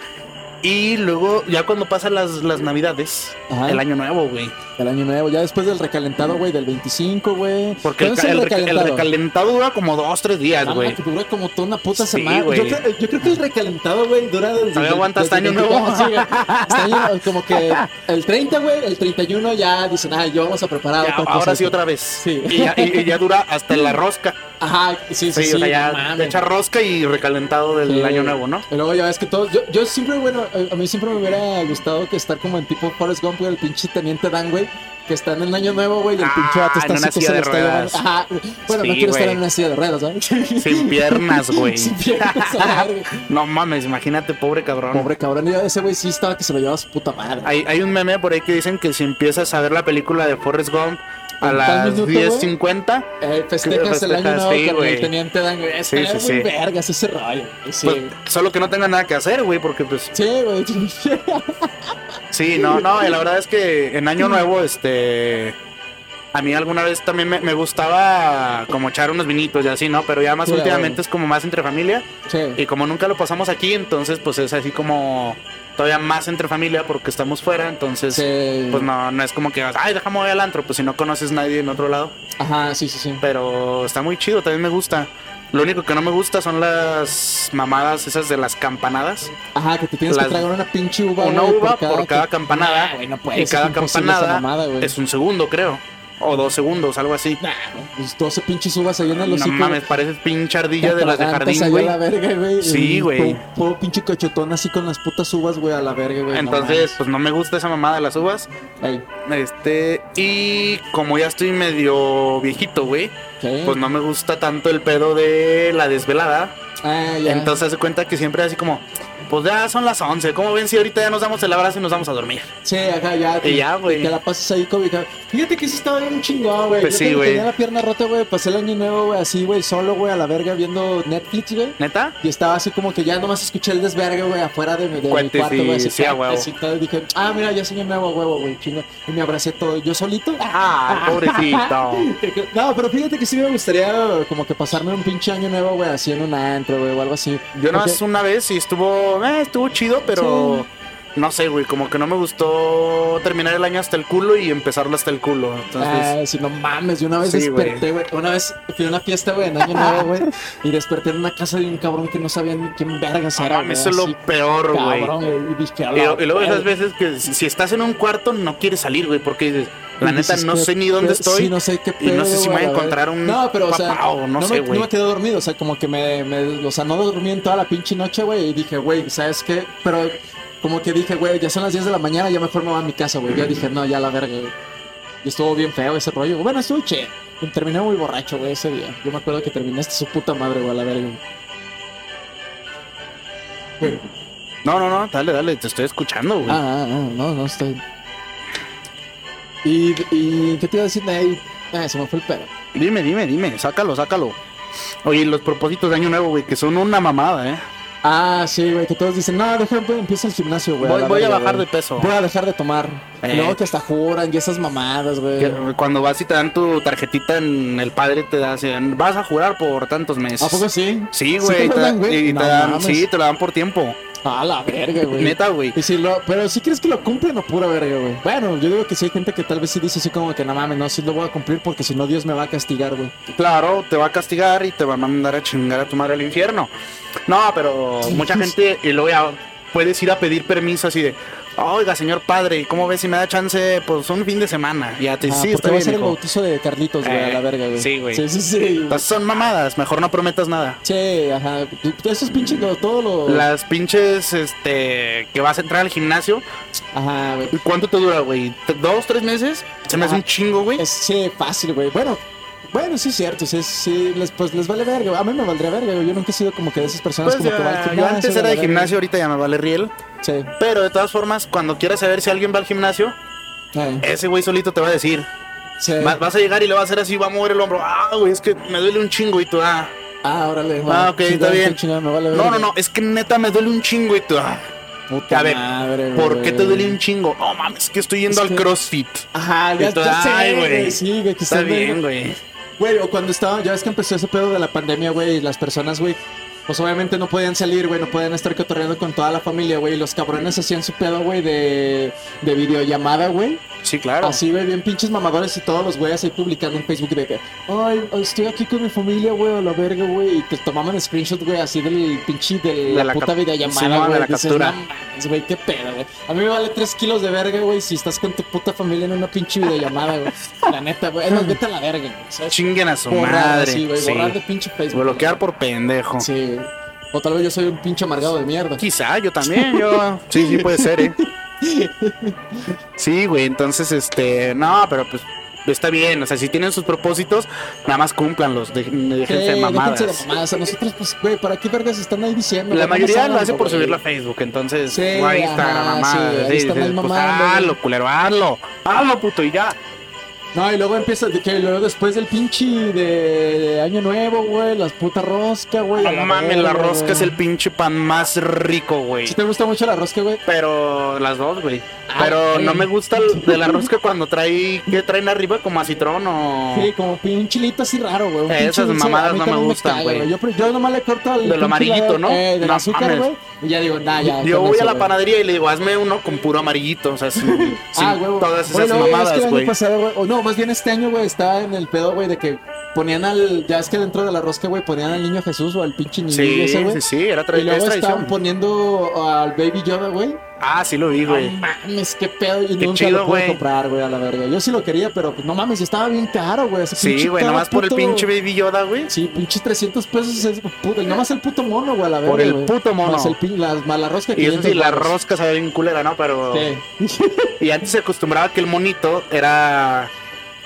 [SPEAKER 1] Y luego, ya cuando pasan las, las navidades,
[SPEAKER 2] Ajá.
[SPEAKER 1] el año nuevo, güey.
[SPEAKER 2] El año nuevo, ya después del recalentado, güey, del 25, güey.
[SPEAKER 1] Porque el,
[SPEAKER 2] ¿Cuándo es
[SPEAKER 1] ca- el reca- el recalentado? dura como dos, tres días,
[SPEAKER 2] Ah,
[SPEAKER 1] güey.
[SPEAKER 2] que dura como toda una puta
[SPEAKER 1] Sí,
[SPEAKER 2] semana.
[SPEAKER 1] güey.
[SPEAKER 2] Yo, creo- yo creo que el recalentado, güey, dura desde.
[SPEAKER 1] Todavía aguanta hasta
[SPEAKER 2] desde
[SPEAKER 1] año
[SPEAKER 2] que-
[SPEAKER 1] nuevo.
[SPEAKER 2] Sí, güey. Hasta año- como que el 30, güey, el 31 ya dicen, ah, yo vamos a preparar
[SPEAKER 1] Ya,
[SPEAKER 2] otra cosa.
[SPEAKER 1] ahora sí
[SPEAKER 2] güey.
[SPEAKER 1] otra vez.
[SPEAKER 2] Sí.
[SPEAKER 1] Y, ya, y- y ya dura hasta la rosca.
[SPEAKER 2] Ajá, sí, sí,
[SPEAKER 1] Sí,
[SPEAKER 2] sí.
[SPEAKER 1] o sea, ya
[SPEAKER 2] no mames.
[SPEAKER 1] te echa rosca y recalentado del
[SPEAKER 2] Sí.
[SPEAKER 1] año nuevo, ¿no?
[SPEAKER 2] Y luego ya ves que todos. Yo, yo siempre, bueno, a- a mí siempre me hubiera gustado que estar como en tipo Forrest Gump, güey, el pinche teniente Dan, güey. Que está en el año nuevo, güey, y el
[SPEAKER 1] Ah,
[SPEAKER 2] pinche vato
[SPEAKER 1] en
[SPEAKER 2] está
[SPEAKER 1] una
[SPEAKER 2] así que
[SPEAKER 1] silla
[SPEAKER 2] se
[SPEAKER 1] de
[SPEAKER 2] lo está llevando.
[SPEAKER 1] ruedas.
[SPEAKER 2] Ajá. Bueno, no
[SPEAKER 1] Sí,
[SPEAKER 2] quiero estar
[SPEAKER 1] güey.
[SPEAKER 2] en una silla de ruedas, ¿verdad?
[SPEAKER 1] Sin piernas, güey.
[SPEAKER 2] Sin piernas, a la verga.
[SPEAKER 1] No mames, imagínate, pobre cabrón.
[SPEAKER 2] Pobre cabrón, yo- ese güey sí estaba que se lo llevaba a su puta madre.
[SPEAKER 1] Hay, hay un meme por ahí que dicen que si empiezas a ver la película de Forrest Gump a
[SPEAKER 2] ¿Tal
[SPEAKER 1] las
[SPEAKER 2] minuto, güey?
[SPEAKER 1] 10.50.
[SPEAKER 2] Eh, festejas el
[SPEAKER 1] Festejas,
[SPEAKER 2] año nuevo
[SPEAKER 1] sí,
[SPEAKER 2] con
[SPEAKER 1] güey.
[SPEAKER 2] el teniente Dan, güey.
[SPEAKER 1] Sí,
[SPEAKER 2] Está
[SPEAKER 1] sí,
[SPEAKER 2] muy
[SPEAKER 1] sí.
[SPEAKER 2] vergas ese rollo. güey. Sí,
[SPEAKER 1] Pues, solo que no tenga nada que hacer, güey, porque pues
[SPEAKER 2] sí, güey.
[SPEAKER 1] Sí, no, no, y la verdad es que en Año Nuevo, este. A mí alguna vez también me, me gustaba como echar unos vinitos y así, ¿no? Pero ya más
[SPEAKER 2] Sí,
[SPEAKER 1] últimamente
[SPEAKER 2] bueno.
[SPEAKER 1] es como más entre familia.
[SPEAKER 2] sí.
[SPEAKER 1] Y como nunca lo pasamos aquí, entonces pues es así como todavía más entre familia porque estamos fuera. Entonces,
[SPEAKER 2] Sí.
[SPEAKER 1] pues no, no es como que vas, ay, déjame ir al antro, pues si no conoces nadie en otro lado.
[SPEAKER 2] Ajá, sí, sí, sí.
[SPEAKER 1] Pero está muy chido, también me gusta. Lo único que no me gusta son las mamadas esas de las campanadas.
[SPEAKER 2] Ajá, que te tienes
[SPEAKER 1] Las-
[SPEAKER 2] que tragar una pinche uva,
[SPEAKER 1] una
[SPEAKER 2] güey,
[SPEAKER 1] uva por cada,
[SPEAKER 2] que-
[SPEAKER 1] campanada.
[SPEAKER 2] Ah, güey, no puede
[SPEAKER 1] y
[SPEAKER 2] ser,
[SPEAKER 1] cada
[SPEAKER 2] es imposible esa
[SPEAKER 1] campanada
[SPEAKER 2] mamada, güey.
[SPEAKER 1] es un segundo, creo. O dos segundos, algo así.
[SPEAKER 2] Nah, güey, pues 12 pinches uvas ahí en el
[SPEAKER 1] No
[SPEAKER 2] hocico.
[SPEAKER 1] mames, pareces pinche ardilla de las de
[SPEAKER 2] atragantas
[SPEAKER 1] jardín,
[SPEAKER 2] ahí
[SPEAKER 1] güey.
[SPEAKER 2] a la verga, güey.
[SPEAKER 1] Sí,
[SPEAKER 2] Y
[SPEAKER 1] güey.
[SPEAKER 2] todo- Todo pinche cachetón así con las putas uvas, güey, a la verga, güey. no
[SPEAKER 1] Entonces, pues no me gusta esa mamada de las uvas.
[SPEAKER 2] mames. Ey,
[SPEAKER 1] Este, y como ya estoy medio viejito, güey,
[SPEAKER 2] ¿qué?
[SPEAKER 1] pues no me gusta tanto el pedo de la desvelada.
[SPEAKER 2] Ah, ya.
[SPEAKER 1] Entonces, se cuenta que siempre así como, pues ya son las 11. ¿Cómo ven si ahorita ya nos damos el abrazo y nos vamos a dormir?
[SPEAKER 2] Sí, ajá, ya.
[SPEAKER 1] Y ya, güey.
[SPEAKER 2] Te la pasas ahí cobijado. Fíjate que sí estaba bien chingón, güey.
[SPEAKER 1] Pues
[SPEAKER 2] Yo
[SPEAKER 1] sí,
[SPEAKER 2] cuando
[SPEAKER 1] güey.
[SPEAKER 2] Tenía la pierna rota, güey. Pasé el año nuevo, güey, así, güey, solo, güey, a la verga viendo Netflix, güey.
[SPEAKER 1] ¿Neta?
[SPEAKER 2] Y estaba así como que ya nomás escuché el desvergue, güey, afuera de mi, de mi
[SPEAKER 1] Cuentes
[SPEAKER 2] cuarto,
[SPEAKER 1] y-
[SPEAKER 2] güey. Así,
[SPEAKER 1] sí, a huevo.
[SPEAKER 2] así, todo, y dije, ah, mira, ya soy un nuevo huevo, güey, chingo. Y me abracé todo, yo solito.
[SPEAKER 1] Ah, pobrecito.
[SPEAKER 2] No, pero fíjate que sí me gustaría como que pasarme un pinche año nuevo, güey, así en un antro, güey, o algo así.
[SPEAKER 1] Yo nomás
[SPEAKER 2] Porque-
[SPEAKER 1] una vez y estuvo, eh, estuvo chido, pero no sé, güey, como que no me gustó terminar el año hasta el culo y empezarlo hasta el culo. Entonces,
[SPEAKER 2] Ah, sí, no mames, yo una vez
[SPEAKER 1] Sí, güey.
[SPEAKER 2] desperté, güey. Una vez fui a una fiesta, güey, en Año Nuevo, güey. Y desperté en una casa de un cabrón que no sabía ni quién vergas
[SPEAKER 1] no
[SPEAKER 2] era,
[SPEAKER 1] mames, eso
[SPEAKER 2] güey,
[SPEAKER 1] es lo
[SPEAKER 2] así,
[SPEAKER 1] peor, güey.
[SPEAKER 2] cabrón, güey. Y dije, a
[SPEAKER 1] Y,
[SPEAKER 2] la
[SPEAKER 1] lo- y luego esas
[SPEAKER 2] verga.
[SPEAKER 1] veces que si, si estás en un cuarto no quieres salir, güey, porque dices, la
[SPEAKER 2] Y
[SPEAKER 1] neta
[SPEAKER 2] Pues dices,
[SPEAKER 1] no
[SPEAKER 2] ¿qué
[SPEAKER 1] sé ni dónde
[SPEAKER 2] pe-
[SPEAKER 1] estoy.
[SPEAKER 2] sí, no sé qué
[SPEAKER 1] y no sé
[SPEAKER 2] pedo,
[SPEAKER 1] si
[SPEAKER 2] güey,
[SPEAKER 1] me voy a
[SPEAKER 2] la
[SPEAKER 1] encontrar
[SPEAKER 2] verga.
[SPEAKER 1] un
[SPEAKER 2] no, pero, o sea,
[SPEAKER 1] papá o no
[SPEAKER 2] me-
[SPEAKER 1] sé, güey.
[SPEAKER 2] No me quedé dormido, o sea, como que me, me- O sea, no dormí en toda la pinche noche, güey. Y dije, güey, ¿sabes qué? Pero como que dije, güey, ya son las 10 de la mañana, ya mejor me voy a mi casa, güey. Ya dije, no, ya la verga, güey. Y estuvo bien feo ese rollo. Bueno, estuvo che. Terminé muy borracho, güey, ese día. Yo me acuerdo que terminé hasta su puta madre, güey, a la verga.
[SPEAKER 1] No, no, no, dale, dale, te estoy escuchando, güey.
[SPEAKER 2] Ah, ah, ah, no, no estoy. Y, y ¿qué te iba a decir? Ney? Ah, se me fue el pedo.
[SPEAKER 1] Dime, dime, dime, sácalo, sácalo. Oye, los propósitos de año nuevo, güey, que son una mamada, ¿eh?
[SPEAKER 2] Ah, sí, güey, que todos dicen, no, deja, güey, empieza el gimnasio, güey.
[SPEAKER 1] Voy-
[SPEAKER 2] la
[SPEAKER 1] voy a
[SPEAKER 2] verga,
[SPEAKER 1] bajar
[SPEAKER 2] güey.
[SPEAKER 1] de peso.
[SPEAKER 2] Voy a dejar de tomar.
[SPEAKER 1] Eh.
[SPEAKER 2] Y Luego que hasta juran y esas mamadas, güey.
[SPEAKER 1] Que Cuando vas y te dan tu tarjetita en el padre, te das, vas a jurar por tantos meses.
[SPEAKER 2] ¿A poco sí?
[SPEAKER 1] Sí,
[SPEAKER 2] te
[SPEAKER 1] güey.
[SPEAKER 2] lo
[SPEAKER 1] te-
[SPEAKER 2] dan, güey?
[SPEAKER 1] y te
[SPEAKER 2] No
[SPEAKER 1] dan,
[SPEAKER 2] mames.
[SPEAKER 1] sí, te la dan por tiempo.
[SPEAKER 2] A la verga, güey.
[SPEAKER 1] Neta, Ah, güey.
[SPEAKER 2] Y si lo, pero si crees que lo cumplen o pura verga, güey. Bueno, yo digo que sí hay gente que tal vez sí dice así como que no mames, no, sí lo voy a cumplir porque si no Dios me va a castigar, güey.
[SPEAKER 1] Claro, te va a castigar y te va a mandar a chingar a tu madre al infierno. No, pero mucha gente, y luego ya puedes ir a pedir permiso así de, oiga, señor padre, ¿cómo ves si me da chance? Pues un fin de semana. Ya te
[SPEAKER 2] Ah,
[SPEAKER 1] sí,
[SPEAKER 2] porque
[SPEAKER 1] está
[SPEAKER 2] va a
[SPEAKER 1] bien,
[SPEAKER 2] ser el
[SPEAKER 1] hijo.
[SPEAKER 2] bautizo de Carlitos, güey, a
[SPEAKER 1] Eh,
[SPEAKER 2] la verga, güey.
[SPEAKER 1] sí, güey.
[SPEAKER 2] Sí, sí, sí.
[SPEAKER 1] Entonces, Son mamadas, mejor no prometas nada.
[SPEAKER 2] Sí, ajá. Esos pinches, lo- todo lo.
[SPEAKER 1] Las pinches, este, que vas a entrar al gimnasio,
[SPEAKER 2] Ajá, güey.
[SPEAKER 1] ¿Y ¿Cuánto te dura, güey? ¿Te- ¿Dos, tres meses? Se me hace
[SPEAKER 2] Ah.
[SPEAKER 1] un chingo, güey.
[SPEAKER 2] Es sí, fácil, güey. Bueno, bueno, sí es cierto. Sí, sí, les, pues les vale verga. güey. A mí me valdría verga, güey. Yo nunca he sido como que de esas personas
[SPEAKER 1] Pues
[SPEAKER 2] como que va al
[SPEAKER 1] ya, yo
[SPEAKER 2] gimnasio,
[SPEAKER 1] antes
[SPEAKER 2] la
[SPEAKER 1] era de
[SPEAKER 2] verga.
[SPEAKER 1] gimnasio, ahorita ya me vale riel.
[SPEAKER 2] Sí.
[SPEAKER 1] Pero de todas formas, cuando quieras saber si alguien va al gimnasio,
[SPEAKER 2] ay,
[SPEAKER 1] ese güey solito te va a decir.
[SPEAKER 2] sí.
[SPEAKER 1] Va- vas a llegar y le vas a hacer así, va a mover el hombro. Ah, güey, es que me duele un chingo y tú, ah.
[SPEAKER 2] Ah, órale.
[SPEAKER 1] Ah,
[SPEAKER 2] bueno,
[SPEAKER 1] ok, está
[SPEAKER 2] chingón,
[SPEAKER 1] bien.
[SPEAKER 2] chingón, me vale
[SPEAKER 1] No,
[SPEAKER 2] verga.
[SPEAKER 1] no, no, es que neta me duele un chingo y tú, ah.
[SPEAKER 2] Puta
[SPEAKER 1] A ver,
[SPEAKER 2] madre,
[SPEAKER 1] ¿Por
[SPEAKER 2] güey.
[SPEAKER 1] qué te duele un chingo? No mames, es que estoy yendo
[SPEAKER 2] Es
[SPEAKER 1] al
[SPEAKER 2] que-
[SPEAKER 1] crossfit.
[SPEAKER 2] Ajá,
[SPEAKER 1] Y
[SPEAKER 2] ya,
[SPEAKER 1] tú,
[SPEAKER 2] ya sé,
[SPEAKER 1] ay, güey.
[SPEAKER 2] Sí, güey, que
[SPEAKER 1] Está
[SPEAKER 2] están de-
[SPEAKER 1] bien, güey.
[SPEAKER 2] Güey, o cuando estaba, ya ves que empezó ese pedo de la pandemia, güey, y las personas, güey, pues obviamente no podían salir, güey, no podían estar cotorreando con toda la familia, güey, y los cabrones hacían su pedo, güey, de, de videollamada, güey.
[SPEAKER 1] Sí, claro.
[SPEAKER 2] Así, güey, bien pinches mamadores y todos los güeyes ahí publicando en Facebook de que, ay, estoy aquí con mi familia, güey, a la verga, güey, y te tomaban screenshot, güey, así del pinche, de la,
[SPEAKER 1] De la
[SPEAKER 2] puta
[SPEAKER 1] cap- sí,
[SPEAKER 2] videollamada,
[SPEAKER 1] no, de
[SPEAKER 2] güey.
[SPEAKER 1] la
[SPEAKER 2] Dices,
[SPEAKER 1] captura.
[SPEAKER 2] "No mames, güey, qué pedo, güey. A mí me vale tres kilos de verga, güey, si estás con tu puta familia en una pinche videollamada, güey. La neta, güey, es más, vete a la verga, güey, ¿sabes?
[SPEAKER 1] Chinguen a su
[SPEAKER 2] Borrar,
[SPEAKER 1] madre.
[SPEAKER 2] sí, güey,
[SPEAKER 1] sí.
[SPEAKER 2] borrar de pinche Facebook.
[SPEAKER 1] Bloquear por pendejo.
[SPEAKER 2] Sí. O tal vez yo soy un pinche amargado de mierda.
[SPEAKER 1] Quizá, yo también, yo. Sí, sí puede ser, eh. Sí, güey, entonces, este, no, pero pues está bien, o sea, si tienen sus propósitos, nada más cúmplanlos, de- déjense de
[SPEAKER 2] Sí,
[SPEAKER 1] mamadas.
[SPEAKER 2] déjense de mamadas. A nosotros, pues, güey, ¿para qué vergas están ahí diciendo?
[SPEAKER 1] La
[SPEAKER 2] Vamos
[SPEAKER 1] mayoría lo
[SPEAKER 2] hablando,
[SPEAKER 1] hace por
[SPEAKER 2] güey.
[SPEAKER 1] subirlo a Facebook, entonces,
[SPEAKER 2] Sí,
[SPEAKER 1] o a Instagram,
[SPEAKER 2] ajá,
[SPEAKER 1] mamada.
[SPEAKER 2] sí, ahí
[SPEAKER 1] Sí,
[SPEAKER 2] están
[SPEAKER 1] dices,
[SPEAKER 2] ahí
[SPEAKER 1] pues,
[SPEAKER 2] mamando, güey.
[SPEAKER 1] hazlo, culero, hazlo, hazlo, puto, y ya.
[SPEAKER 2] No, y luego empieza, de que luego después del pinche de, de Año Nuevo, güey, las putas rosca, güey.
[SPEAKER 1] No mames, la
[SPEAKER 2] verga,
[SPEAKER 1] rosca
[SPEAKER 2] güey.
[SPEAKER 1] es el pinche pan más rico, güey.
[SPEAKER 2] ¿Sí te gusta mucho la rosca, güey?
[SPEAKER 1] Pero las dos, güey.
[SPEAKER 2] Ah,
[SPEAKER 1] Pero
[SPEAKER 2] güey.
[SPEAKER 1] no me gusta el de la rosca cuando trae. ¿Qué traen arriba? Como acitrón o.
[SPEAKER 2] Sí, como pi- un chilito así raro, güey. un
[SPEAKER 1] Eh,
[SPEAKER 2] pinche
[SPEAKER 1] esas
[SPEAKER 2] dulce,
[SPEAKER 1] mamadas
[SPEAKER 2] a mí
[SPEAKER 1] no me
[SPEAKER 2] también
[SPEAKER 1] gustan,
[SPEAKER 2] caga,
[SPEAKER 1] güey.
[SPEAKER 2] Yo, pre- yo nomás le corto el
[SPEAKER 1] De lo
[SPEAKER 2] pinche
[SPEAKER 1] amarillito,
[SPEAKER 2] lado,
[SPEAKER 1] ¿no?
[SPEAKER 2] Eh, del
[SPEAKER 1] No
[SPEAKER 2] azúcar,
[SPEAKER 1] mames.
[SPEAKER 2] güey. Y ya digo, nah, ya.
[SPEAKER 1] Yo
[SPEAKER 2] con
[SPEAKER 1] voy
[SPEAKER 2] eso,
[SPEAKER 1] a la
[SPEAKER 2] güey.
[SPEAKER 1] panadería y le digo, hazme uno con puro amarillito. O sea, sin,
[SPEAKER 2] Ah,
[SPEAKER 1] sin
[SPEAKER 2] güey, güey.
[SPEAKER 1] todas esas
[SPEAKER 2] Bueno, güey, es que
[SPEAKER 1] mamadas,
[SPEAKER 2] el
[SPEAKER 1] güey.
[SPEAKER 2] año pasado, güey, o no, más bien este año, güey, estaba en el pedo, güey, de que ponían al. Ya es que dentro de la rosca, güey, ponían al niño Jesús o al pinche niño
[SPEAKER 1] Sí,
[SPEAKER 2] ese,
[SPEAKER 1] sí,
[SPEAKER 2] güey.
[SPEAKER 1] sí, era tra
[SPEAKER 2] Y luego
[SPEAKER 1] es
[SPEAKER 2] estaban
[SPEAKER 1] tradición.
[SPEAKER 2] poniendo al Baby Yoda, güey.
[SPEAKER 1] Ah, sí lo vi,
[SPEAKER 2] No
[SPEAKER 1] güey.
[SPEAKER 2] mames, qué pedo. Y
[SPEAKER 1] Qué
[SPEAKER 2] nunca
[SPEAKER 1] chido,
[SPEAKER 2] lo pude
[SPEAKER 1] güey.
[SPEAKER 2] comprar, güey, a la verga. Yo sí lo quería, pero pues, no mames, estaba bien caro, güey. ese
[SPEAKER 1] Sí,
[SPEAKER 2] pinche
[SPEAKER 1] güey,
[SPEAKER 2] cada
[SPEAKER 1] nomás por el
[SPEAKER 2] puto-
[SPEAKER 1] pinche Baby Yoda, güey.
[SPEAKER 2] Sí, pinches 300 pesos es puto, nomás el puto mono, güey, a la verga.
[SPEAKER 1] Por el
[SPEAKER 2] güey.
[SPEAKER 1] puto mono.
[SPEAKER 2] Más el pin, la, más la rosca
[SPEAKER 1] Y eso
[SPEAKER 2] 500
[SPEAKER 1] sí, la
[SPEAKER 2] varos.
[SPEAKER 1] rosca sabe bien culera, ¿no? Pero.
[SPEAKER 2] Sí.
[SPEAKER 1] Y antes se acostumbraba que el monito era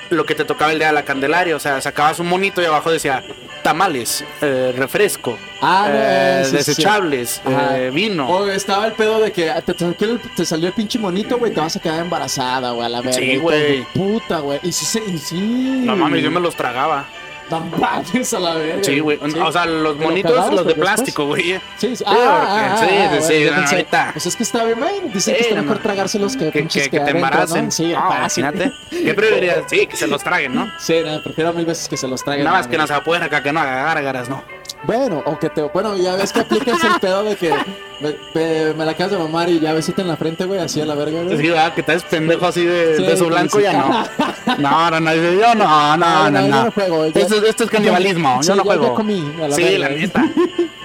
[SPEAKER 1] lo que te tocaba el día de la Candelaria. O sea, sacabas un monito y abajo decía tamales, eh, refresco,
[SPEAKER 2] Ah, no,
[SPEAKER 1] eh,
[SPEAKER 2] sí, sí, sí.
[SPEAKER 1] desechables,
[SPEAKER 2] Ajá. Oh,
[SPEAKER 1] eh, vino.
[SPEAKER 2] O estaba el pedo de que ah, te, te- que te salió el pinche monito, güey, te vas a quedar embarazada, güey, a la verga.
[SPEAKER 1] Sí,
[SPEAKER 2] y todo,
[SPEAKER 1] güey.
[SPEAKER 2] Puta, güey. Y sí, sí, y sí.
[SPEAKER 1] No mames, yo me los tragaba.
[SPEAKER 2] No mames, a la verga.
[SPEAKER 1] Sí, güey. O sea, los
[SPEAKER 2] Pero
[SPEAKER 1] monitos,
[SPEAKER 2] cagabas,
[SPEAKER 1] los de
[SPEAKER 2] pero después-
[SPEAKER 1] plástico, güey.
[SPEAKER 2] Sí, sí,
[SPEAKER 1] Sí,
[SPEAKER 2] ah,
[SPEAKER 1] porque-
[SPEAKER 2] ah,
[SPEAKER 1] sí,
[SPEAKER 2] ah,
[SPEAKER 1] sí,
[SPEAKER 2] bueno,
[SPEAKER 1] sí,
[SPEAKER 2] yo
[SPEAKER 1] la
[SPEAKER 2] pensé,
[SPEAKER 1] neta.
[SPEAKER 2] Pues es que está bien, güey. Dicen que
[SPEAKER 1] Sí,
[SPEAKER 2] está
[SPEAKER 1] no
[SPEAKER 2] mejor
[SPEAKER 1] mames.
[SPEAKER 2] tragárselos que
[SPEAKER 1] Que,
[SPEAKER 2] pinches
[SPEAKER 1] que- que te
[SPEAKER 2] adentro, ¿no?
[SPEAKER 1] embaracen.
[SPEAKER 2] Sí,
[SPEAKER 1] No,
[SPEAKER 2] fácil.
[SPEAKER 1] imagínate. ¿Qué preferirías? Sí, que se los traguen, ¿no?
[SPEAKER 2] Sí, no, prefiero mil veces que se los traigan.
[SPEAKER 1] Nada más que
[SPEAKER 2] güey.
[SPEAKER 1] no se pueden acá, que no haga gárgaras, ¿no?
[SPEAKER 2] Bueno, o que te. Bueno, ya ves que aplicas el pedo de que me, me- me la acabas de mamar y ya besita en la frente, güey, así a la verga, güey.
[SPEAKER 1] Sí, ¿verdad? Que te des pendejo así de,
[SPEAKER 2] Sí,
[SPEAKER 1] de su blanco,
[SPEAKER 2] sí.
[SPEAKER 1] ya no. No, no, no, yo no, no, no,
[SPEAKER 2] yo
[SPEAKER 1] no.
[SPEAKER 2] no juego. ya-
[SPEAKER 1] Esto, esto es canibalismo,
[SPEAKER 2] Sí,
[SPEAKER 1] yo no
[SPEAKER 2] ya- ya
[SPEAKER 1] juego.
[SPEAKER 2] comí, a la
[SPEAKER 1] sí,
[SPEAKER 2] verga,
[SPEAKER 1] la
[SPEAKER 2] güey.
[SPEAKER 1] neta.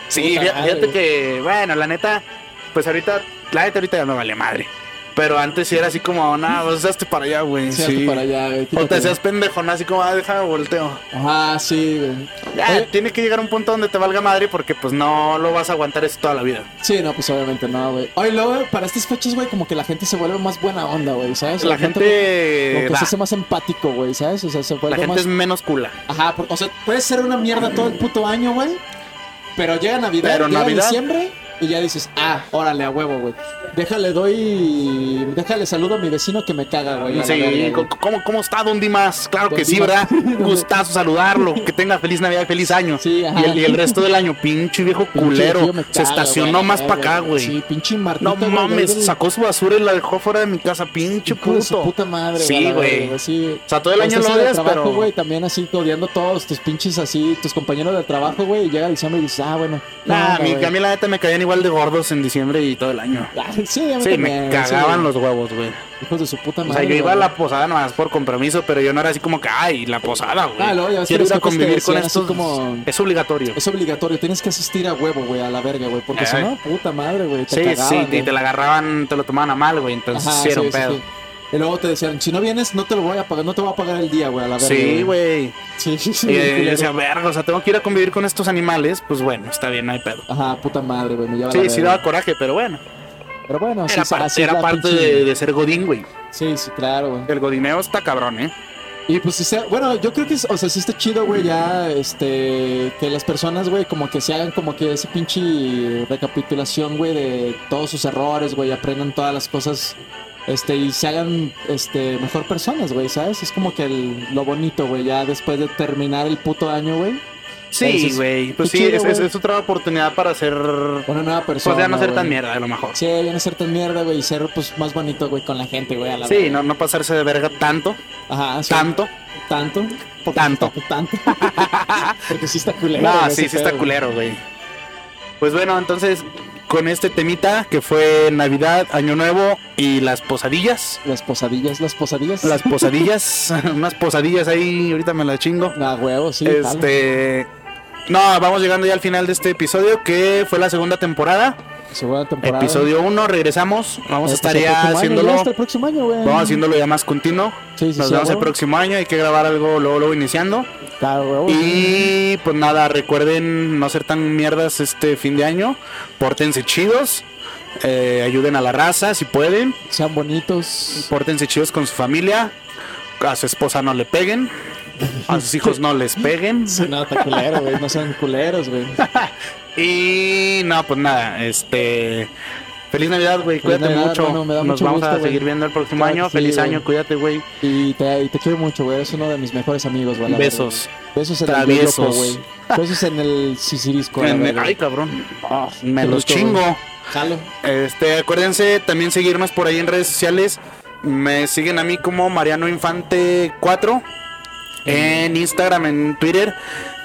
[SPEAKER 1] Sí,
[SPEAKER 2] Puta
[SPEAKER 1] fí-
[SPEAKER 2] madre,
[SPEAKER 1] fíjate
[SPEAKER 2] güey.
[SPEAKER 1] que, bueno, la neta, pues ahorita, la neta ahorita ya me vale madre. Pero antes sí era así como, nada, vos hazte para allá, güey.
[SPEAKER 2] Sí,
[SPEAKER 1] Sí,
[SPEAKER 2] hazte para allá, güey,
[SPEAKER 1] O te
[SPEAKER 2] quítate.
[SPEAKER 1] hacías pendejo, ¿no? así como, ah, déjame volteo.
[SPEAKER 2] Ah, sí, güey.
[SPEAKER 1] Ya,
[SPEAKER 2] Oye,
[SPEAKER 1] tiene que llegar a un punto donde te valga madre porque pues no lo vas a aguantar eso toda la vida.
[SPEAKER 2] Sí, no, pues obviamente no, güey. Oye, luego, güey, para estas fechas, güey, como que la gente se vuelve más buena onda, güey, ¿sabes?
[SPEAKER 1] La
[SPEAKER 2] como
[SPEAKER 1] gente,
[SPEAKER 2] que se hace
[SPEAKER 1] da,
[SPEAKER 2] más empático, güey, ¿sabes? O sea, se
[SPEAKER 1] Eh, la
[SPEAKER 2] vuelve
[SPEAKER 1] gente
[SPEAKER 2] más...
[SPEAKER 1] es menos cula.
[SPEAKER 2] Ajá, por- o sea, puede ser una mierda todo el puto año, güey. Pero llega Navidad,
[SPEAKER 1] Pero
[SPEAKER 2] llega
[SPEAKER 1] Navidad-
[SPEAKER 2] diciembre y ya dices, ah, órale, a huevo, güey. Déjale, doy. Déjale saludo a mi vecino que me caga, güey. a la verga,
[SPEAKER 1] Sí,
[SPEAKER 2] güey.
[SPEAKER 1] ¿cómo, ¿cómo está Don Dimas? Claro
[SPEAKER 2] Don
[SPEAKER 1] que sí,
[SPEAKER 2] Dimas.
[SPEAKER 1] ¿verdad? Gustazo saludarlo, que tenga feliz Navidad y feliz año.
[SPEAKER 2] Sí, ajá.
[SPEAKER 1] y, el, y el resto del año, pinche viejo
[SPEAKER 2] Pinche
[SPEAKER 1] culero,
[SPEAKER 2] tío me
[SPEAKER 1] se
[SPEAKER 2] caga,
[SPEAKER 1] estacionó
[SPEAKER 2] güey,
[SPEAKER 1] más para acá,
[SPEAKER 2] Sí,
[SPEAKER 1] güey.
[SPEAKER 2] pinche Martito.
[SPEAKER 1] No
[SPEAKER 2] güey,
[SPEAKER 1] mames,
[SPEAKER 2] del-
[SPEAKER 1] sacó su basura y la dejó fuera de mi casa, pinche
[SPEAKER 2] hijo de su
[SPEAKER 1] puto.
[SPEAKER 2] puta madre,
[SPEAKER 1] Sí,
[SPEAKER 2] a la
[SPEAKER 1] güey.
[SPEAKER 2] verga, Sí.
[SPEAKER 1] O sea, todo el año
[SPEAKER 2] Estás
[SPEAKER 1] lo
[SPEAKER 2] en el
[SPEAKER 1] odias,
[SPEAKER 2] trabajo,
[SPEAKER 1] pero
[SPEAKER 2] güey, también así odiando todos tus pinches así, tus compañeros de trabajo, güey, y llega diciembre y dices, ah, bueno.
[SPEAKER 1] Nah, a
[SPEAKER 2] nada,
[SPEAKER 1] mí,
[SPEAKER 2] güey.
[SPEAKER 1] a mí la neta me caían igual de gordos en diciembre y todo el año.
[SPEAKER 2] Ah, Sí, a mí
[SPEAKER 1] Sí, me
[SPEAKER 2] también,
[SPEAKER 1] cagaban
[SPEAKER 2] sí,
[SPEAKER 1] los huevos, güey.
[SPEAKER 2] Hijos de su puta
[SPEAKER 1] O
[SPEAKER 2] madre.
[SPEAKER 1] sea, yo iba a
[SPEAKER 2] güey.
[SPEAKER 1] la posada nomás por compromiso, pero yo no era así como que, ay, la posada, güey.
[SPEAKER 2] Ah, luego ya ves que
[SPEAKER 1] Quiero
[SPEAKER 2] los
[SPEAKER 1] ir a
[SPEAKER 2] jefes te
[SPEAKER 1] convivir con
[SPEAKER 2] decían así
[SPEAKER 1] estos.
[SPEAKER 2] como-
[SPEAKER 1] Es obligatorio.
[SPEAKER 2] Es obligatorio, tienes que asistir a huevo, güey, a la verga, güey, porque si
[SPEAKER 1] Ay.
[SPEAKER 2] no, puta madre, güey, te
[SPEAKER 1] Sí,
[SPEAKER 2] cagaban,
[SPEAKER 1] sí, y
[SPEAKER 2] güey.
[SPEAKER 1] te la agarraban, te lo tomaban a mal, güey. Entonces
[SPEAKER 2] Ajá,
[SPEAKER 1] sí, era
[SPEAKER 2] sí,
[SPEAKER 1] un
[SPEAKER 2] sí,
[SPEAKER 1] pedo.
[SPEAKER 2] sí. Y luego te decían, si no vienes, no te lo voy a pagar, no te voy a pagar el día, güey, a la verga.
[SPEAKER 1] Sí, güey.
[SPEAKER 2] Sí, sí, sí.
[SPEAKER 1] Y eh, yo
[SPEAKER 2] culero.
[SPEAKER 1] decía, verga, o sea, tengo que ir a convivir con estos animales. Pues bueno, está bien, no hay pedo.
[SPEAKER 2] Ajá, puta madre, güey, me lleva la
[SPEAKER 1] Sí, sí
[SPEAKER 2] verga.
[SPEAKER 1] daba coraje, pero bueno.
[SPEAKER 2] Pero bueno, así
[SPEAKER 1] Era,
[SPEAKER 2] es-
[SPEAKER 1] parte-
[SPEAKER 2] así es
[SPEAKER 1] era
[SPEAKER 2] la
[SPEAKER 1] parte
[SPEAKER 2] pinche-
[SPEAKER 1] de, de ser godín, güey.
[SPEAKER 2] Sí, sí, claro, güey.
[SPEAKER 1] El godineo está cabrón, ¿eh?
[SPEAKER 2] Y pues, o sea, bueno, yo creo que, es- o sea, sí está chido, güey, ya, este, que las personas, güey, como que se hagan como que ese pinche recapitulación, güey, de todos sus errores, güey, aprendan todas las cosas, este, y se hagan, este, mejor personas, güey, ¿sabes? Es como que el- lo bonito, güey, ya después de terminar el puto año, güey,
[SPEAKER 1] Sí,
[SPEAKER 2] Entonces,
[SPEAKER 1] güey. Pues
[SPEAKER 2] qué
[SPEAKER 1] sí,
[SPEAKER 2] chido,
[SPEAKER 1] es, es-
[SPEAKER 2] güey.
[SPEAKER 1] es otra oportunidad para ser. Pues
[SPEAKER 2] una nueva persona.
[SPEAKER 1] ya no ser tan
[SPEAKER 2] güey.
[SPEAKER 1] mierda, a lo mejor.
[SPEAKER 2] Sí, ya no ser tan mierda, güey, y ser, pues, más bonito, güey, con la gente, güey, a la
[SPEAKER 1] Sí,
[SPEAKER 2] verga.
[SPEAKER 1] no, no pasarse de verga tanto,
[SPEAKER 2] Ajá, sí.
[SPEAKER 1] tanto.
[SPEAKER 2] Tanto. Porque
[SPEAKER 1] Tanto.
[SPEAKER 2] está- Tanto. Porque sí está culero.
[SPEAKER 1] Ah,
[SPEAKER 2] güey,
[SPEAKER 1] sí,
[SPEAKER 2] ese
[SPEAKER 1] sí está
[SPEAKER 2] pedo, güey.
[SPEAKER 1] culero, güey. Pues bueno, entonces, con este temita que fue Navidad, Año Nuevo y las posadillas.
[SPEAKER 2] Las posadillas, las posadillas.
[SPEAKER 1] Las posadillas, unas posadillas ahí, ahorita me las chingo.
[SPEAKER 2] Ah, huevo, sí. jalo.
[SPEAKER 1] Este. No, vamos llegando ya al final de este episodio, que fue la segunda temporada.
[SPEAKER 2] Segunda temporada.
[SPEAKER 1] Episodio 1 regresamos. Vamos a
[SPEAKER 2] Este,
[SPEAKER 1] estar
[SPEAKER 2] hasta
[SPEAKER 1] ya
[SPEAKER 2] el próximo año,
[SPEAKER 1] haciéndolo.
[SPEAKER 2] Hasta el próximo año, güey.
[SPEAKER 1] Vamos haciéndolo ya más continuo.
[SPEAKER 2] Sí, sí,
[SPEAKER 1] Nos vemos
[SPEAKER 2] sí, a
[SPEAKER 1] el
[SPEAKER 2] huevo.
[SPEAKER 1] próximo año. Hay que grabar algo luego, luego iniciando.
[SPEAKER 2] Ah, huevo.
[SPEAKER 1] Y pues nada, recuerden no ser tan mierdas este fin de año. Pórtense chidos. eh, ayuden a la raza si pueden.
[SPEAKER 2] Sean bonitos.
[SPEAKER 1] Pórtense chidos con su familia. A su esposa no le peguen. A sus hijos no les peguen.
[SPEAKER 2] No, está culero, güey. No sean culeros, güey.
[SPEAKER 1] Y no, pues nada, este. Feliz Navidad, güey.
[SPEAKER 2] Feliz
[SPEAKER 1] Cuídate
[SPEAKER 2] Navidad,
[SPEAKER 1] mucho.
[SPEAKER 2] hermano, me da
[SPEAKER 1] Nos
[SPEAKER 2] mucho
[SPEAKER 1] vamos
[SPEAKER 2] gusto,
[SPEAKER 1] a
[SPEAKER 2] güey.
[SPEAKER 1] seguir viendo el próximo
[SPEAKER 2] Claro que
[SPEAKER 1] año.
[SPEAKER 2] sí,
[SPEAKER 1] Feliz
[SPEAKER 2] güey.
[SPEAKER 1] año, cuídate, güey.
[SPEAKER 2] Y te, y te quiero mucho, güey. Es uno de mis mejores amigos, güey. la verdad.
[SPEAKER 1] Besos.
[SPEAKER 2] Besos en
[SPEAKER 1] Traviesos.
[SPEAKER 2] el loco, güey. Besos en el sisirisco. la
[SPEAKER 1] En-
[SPEAKER 2] verdad.
[SPEAKER 1] ay, cabrón. Ah, me
[SPEAKER 2] qué
[SPEAKER 1] los
[SPEAKER 2] rico,
[SPEAKER 1] chingo.
[SPEAKER 2] güey. Jalo.
[SPEAKER 1] Este, acuérdense también seguirnos por ahí en redes sociales. Me siguen a mí como Mariano Infante 4 en Instagram, en Twitter,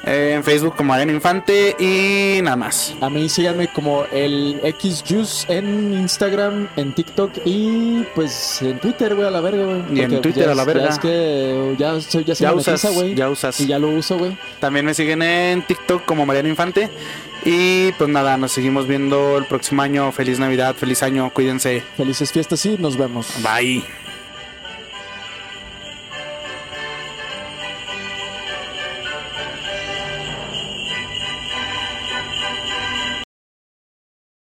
[SPEAKER 1] eh, en Facebook como Mariano Infante y nada más.
[SPEAKER 2] A mí síganme como el XJuice en Instagram, en TikTok y pues en Twitter, güey, a la verga, güey.
[SPEAKER 1] en
[SPEAKER 2] Porque, pues,
[SPEAKER 1] Twitter,
[SPEAKER 2] ya
[SPEAKER 1] a la
[SPEAKER 2] es-
[SPEAKER 1] verga.
[SPEAKER 2] Ya es que ya, soy- ya se
[SPEAKER 1] Ya
[SPEAKER 2] monetiza,
[SPEAKER 1] usas,
[SPEAKER 2] güey.
[SPEAKER 1] ya usas.
[SPEAKER 2] Y ya lo uso, güey.
[SPEAKER 1] También me siguen en TikTok como Mariano Infante. Y pues nada, nos seguimos viendo el próximo año. Feliz Navidad, feliz año, cuídense.
[SPEAKER 2] Felices fiestas y nos vemos.
[SPEAKER 1] Bye.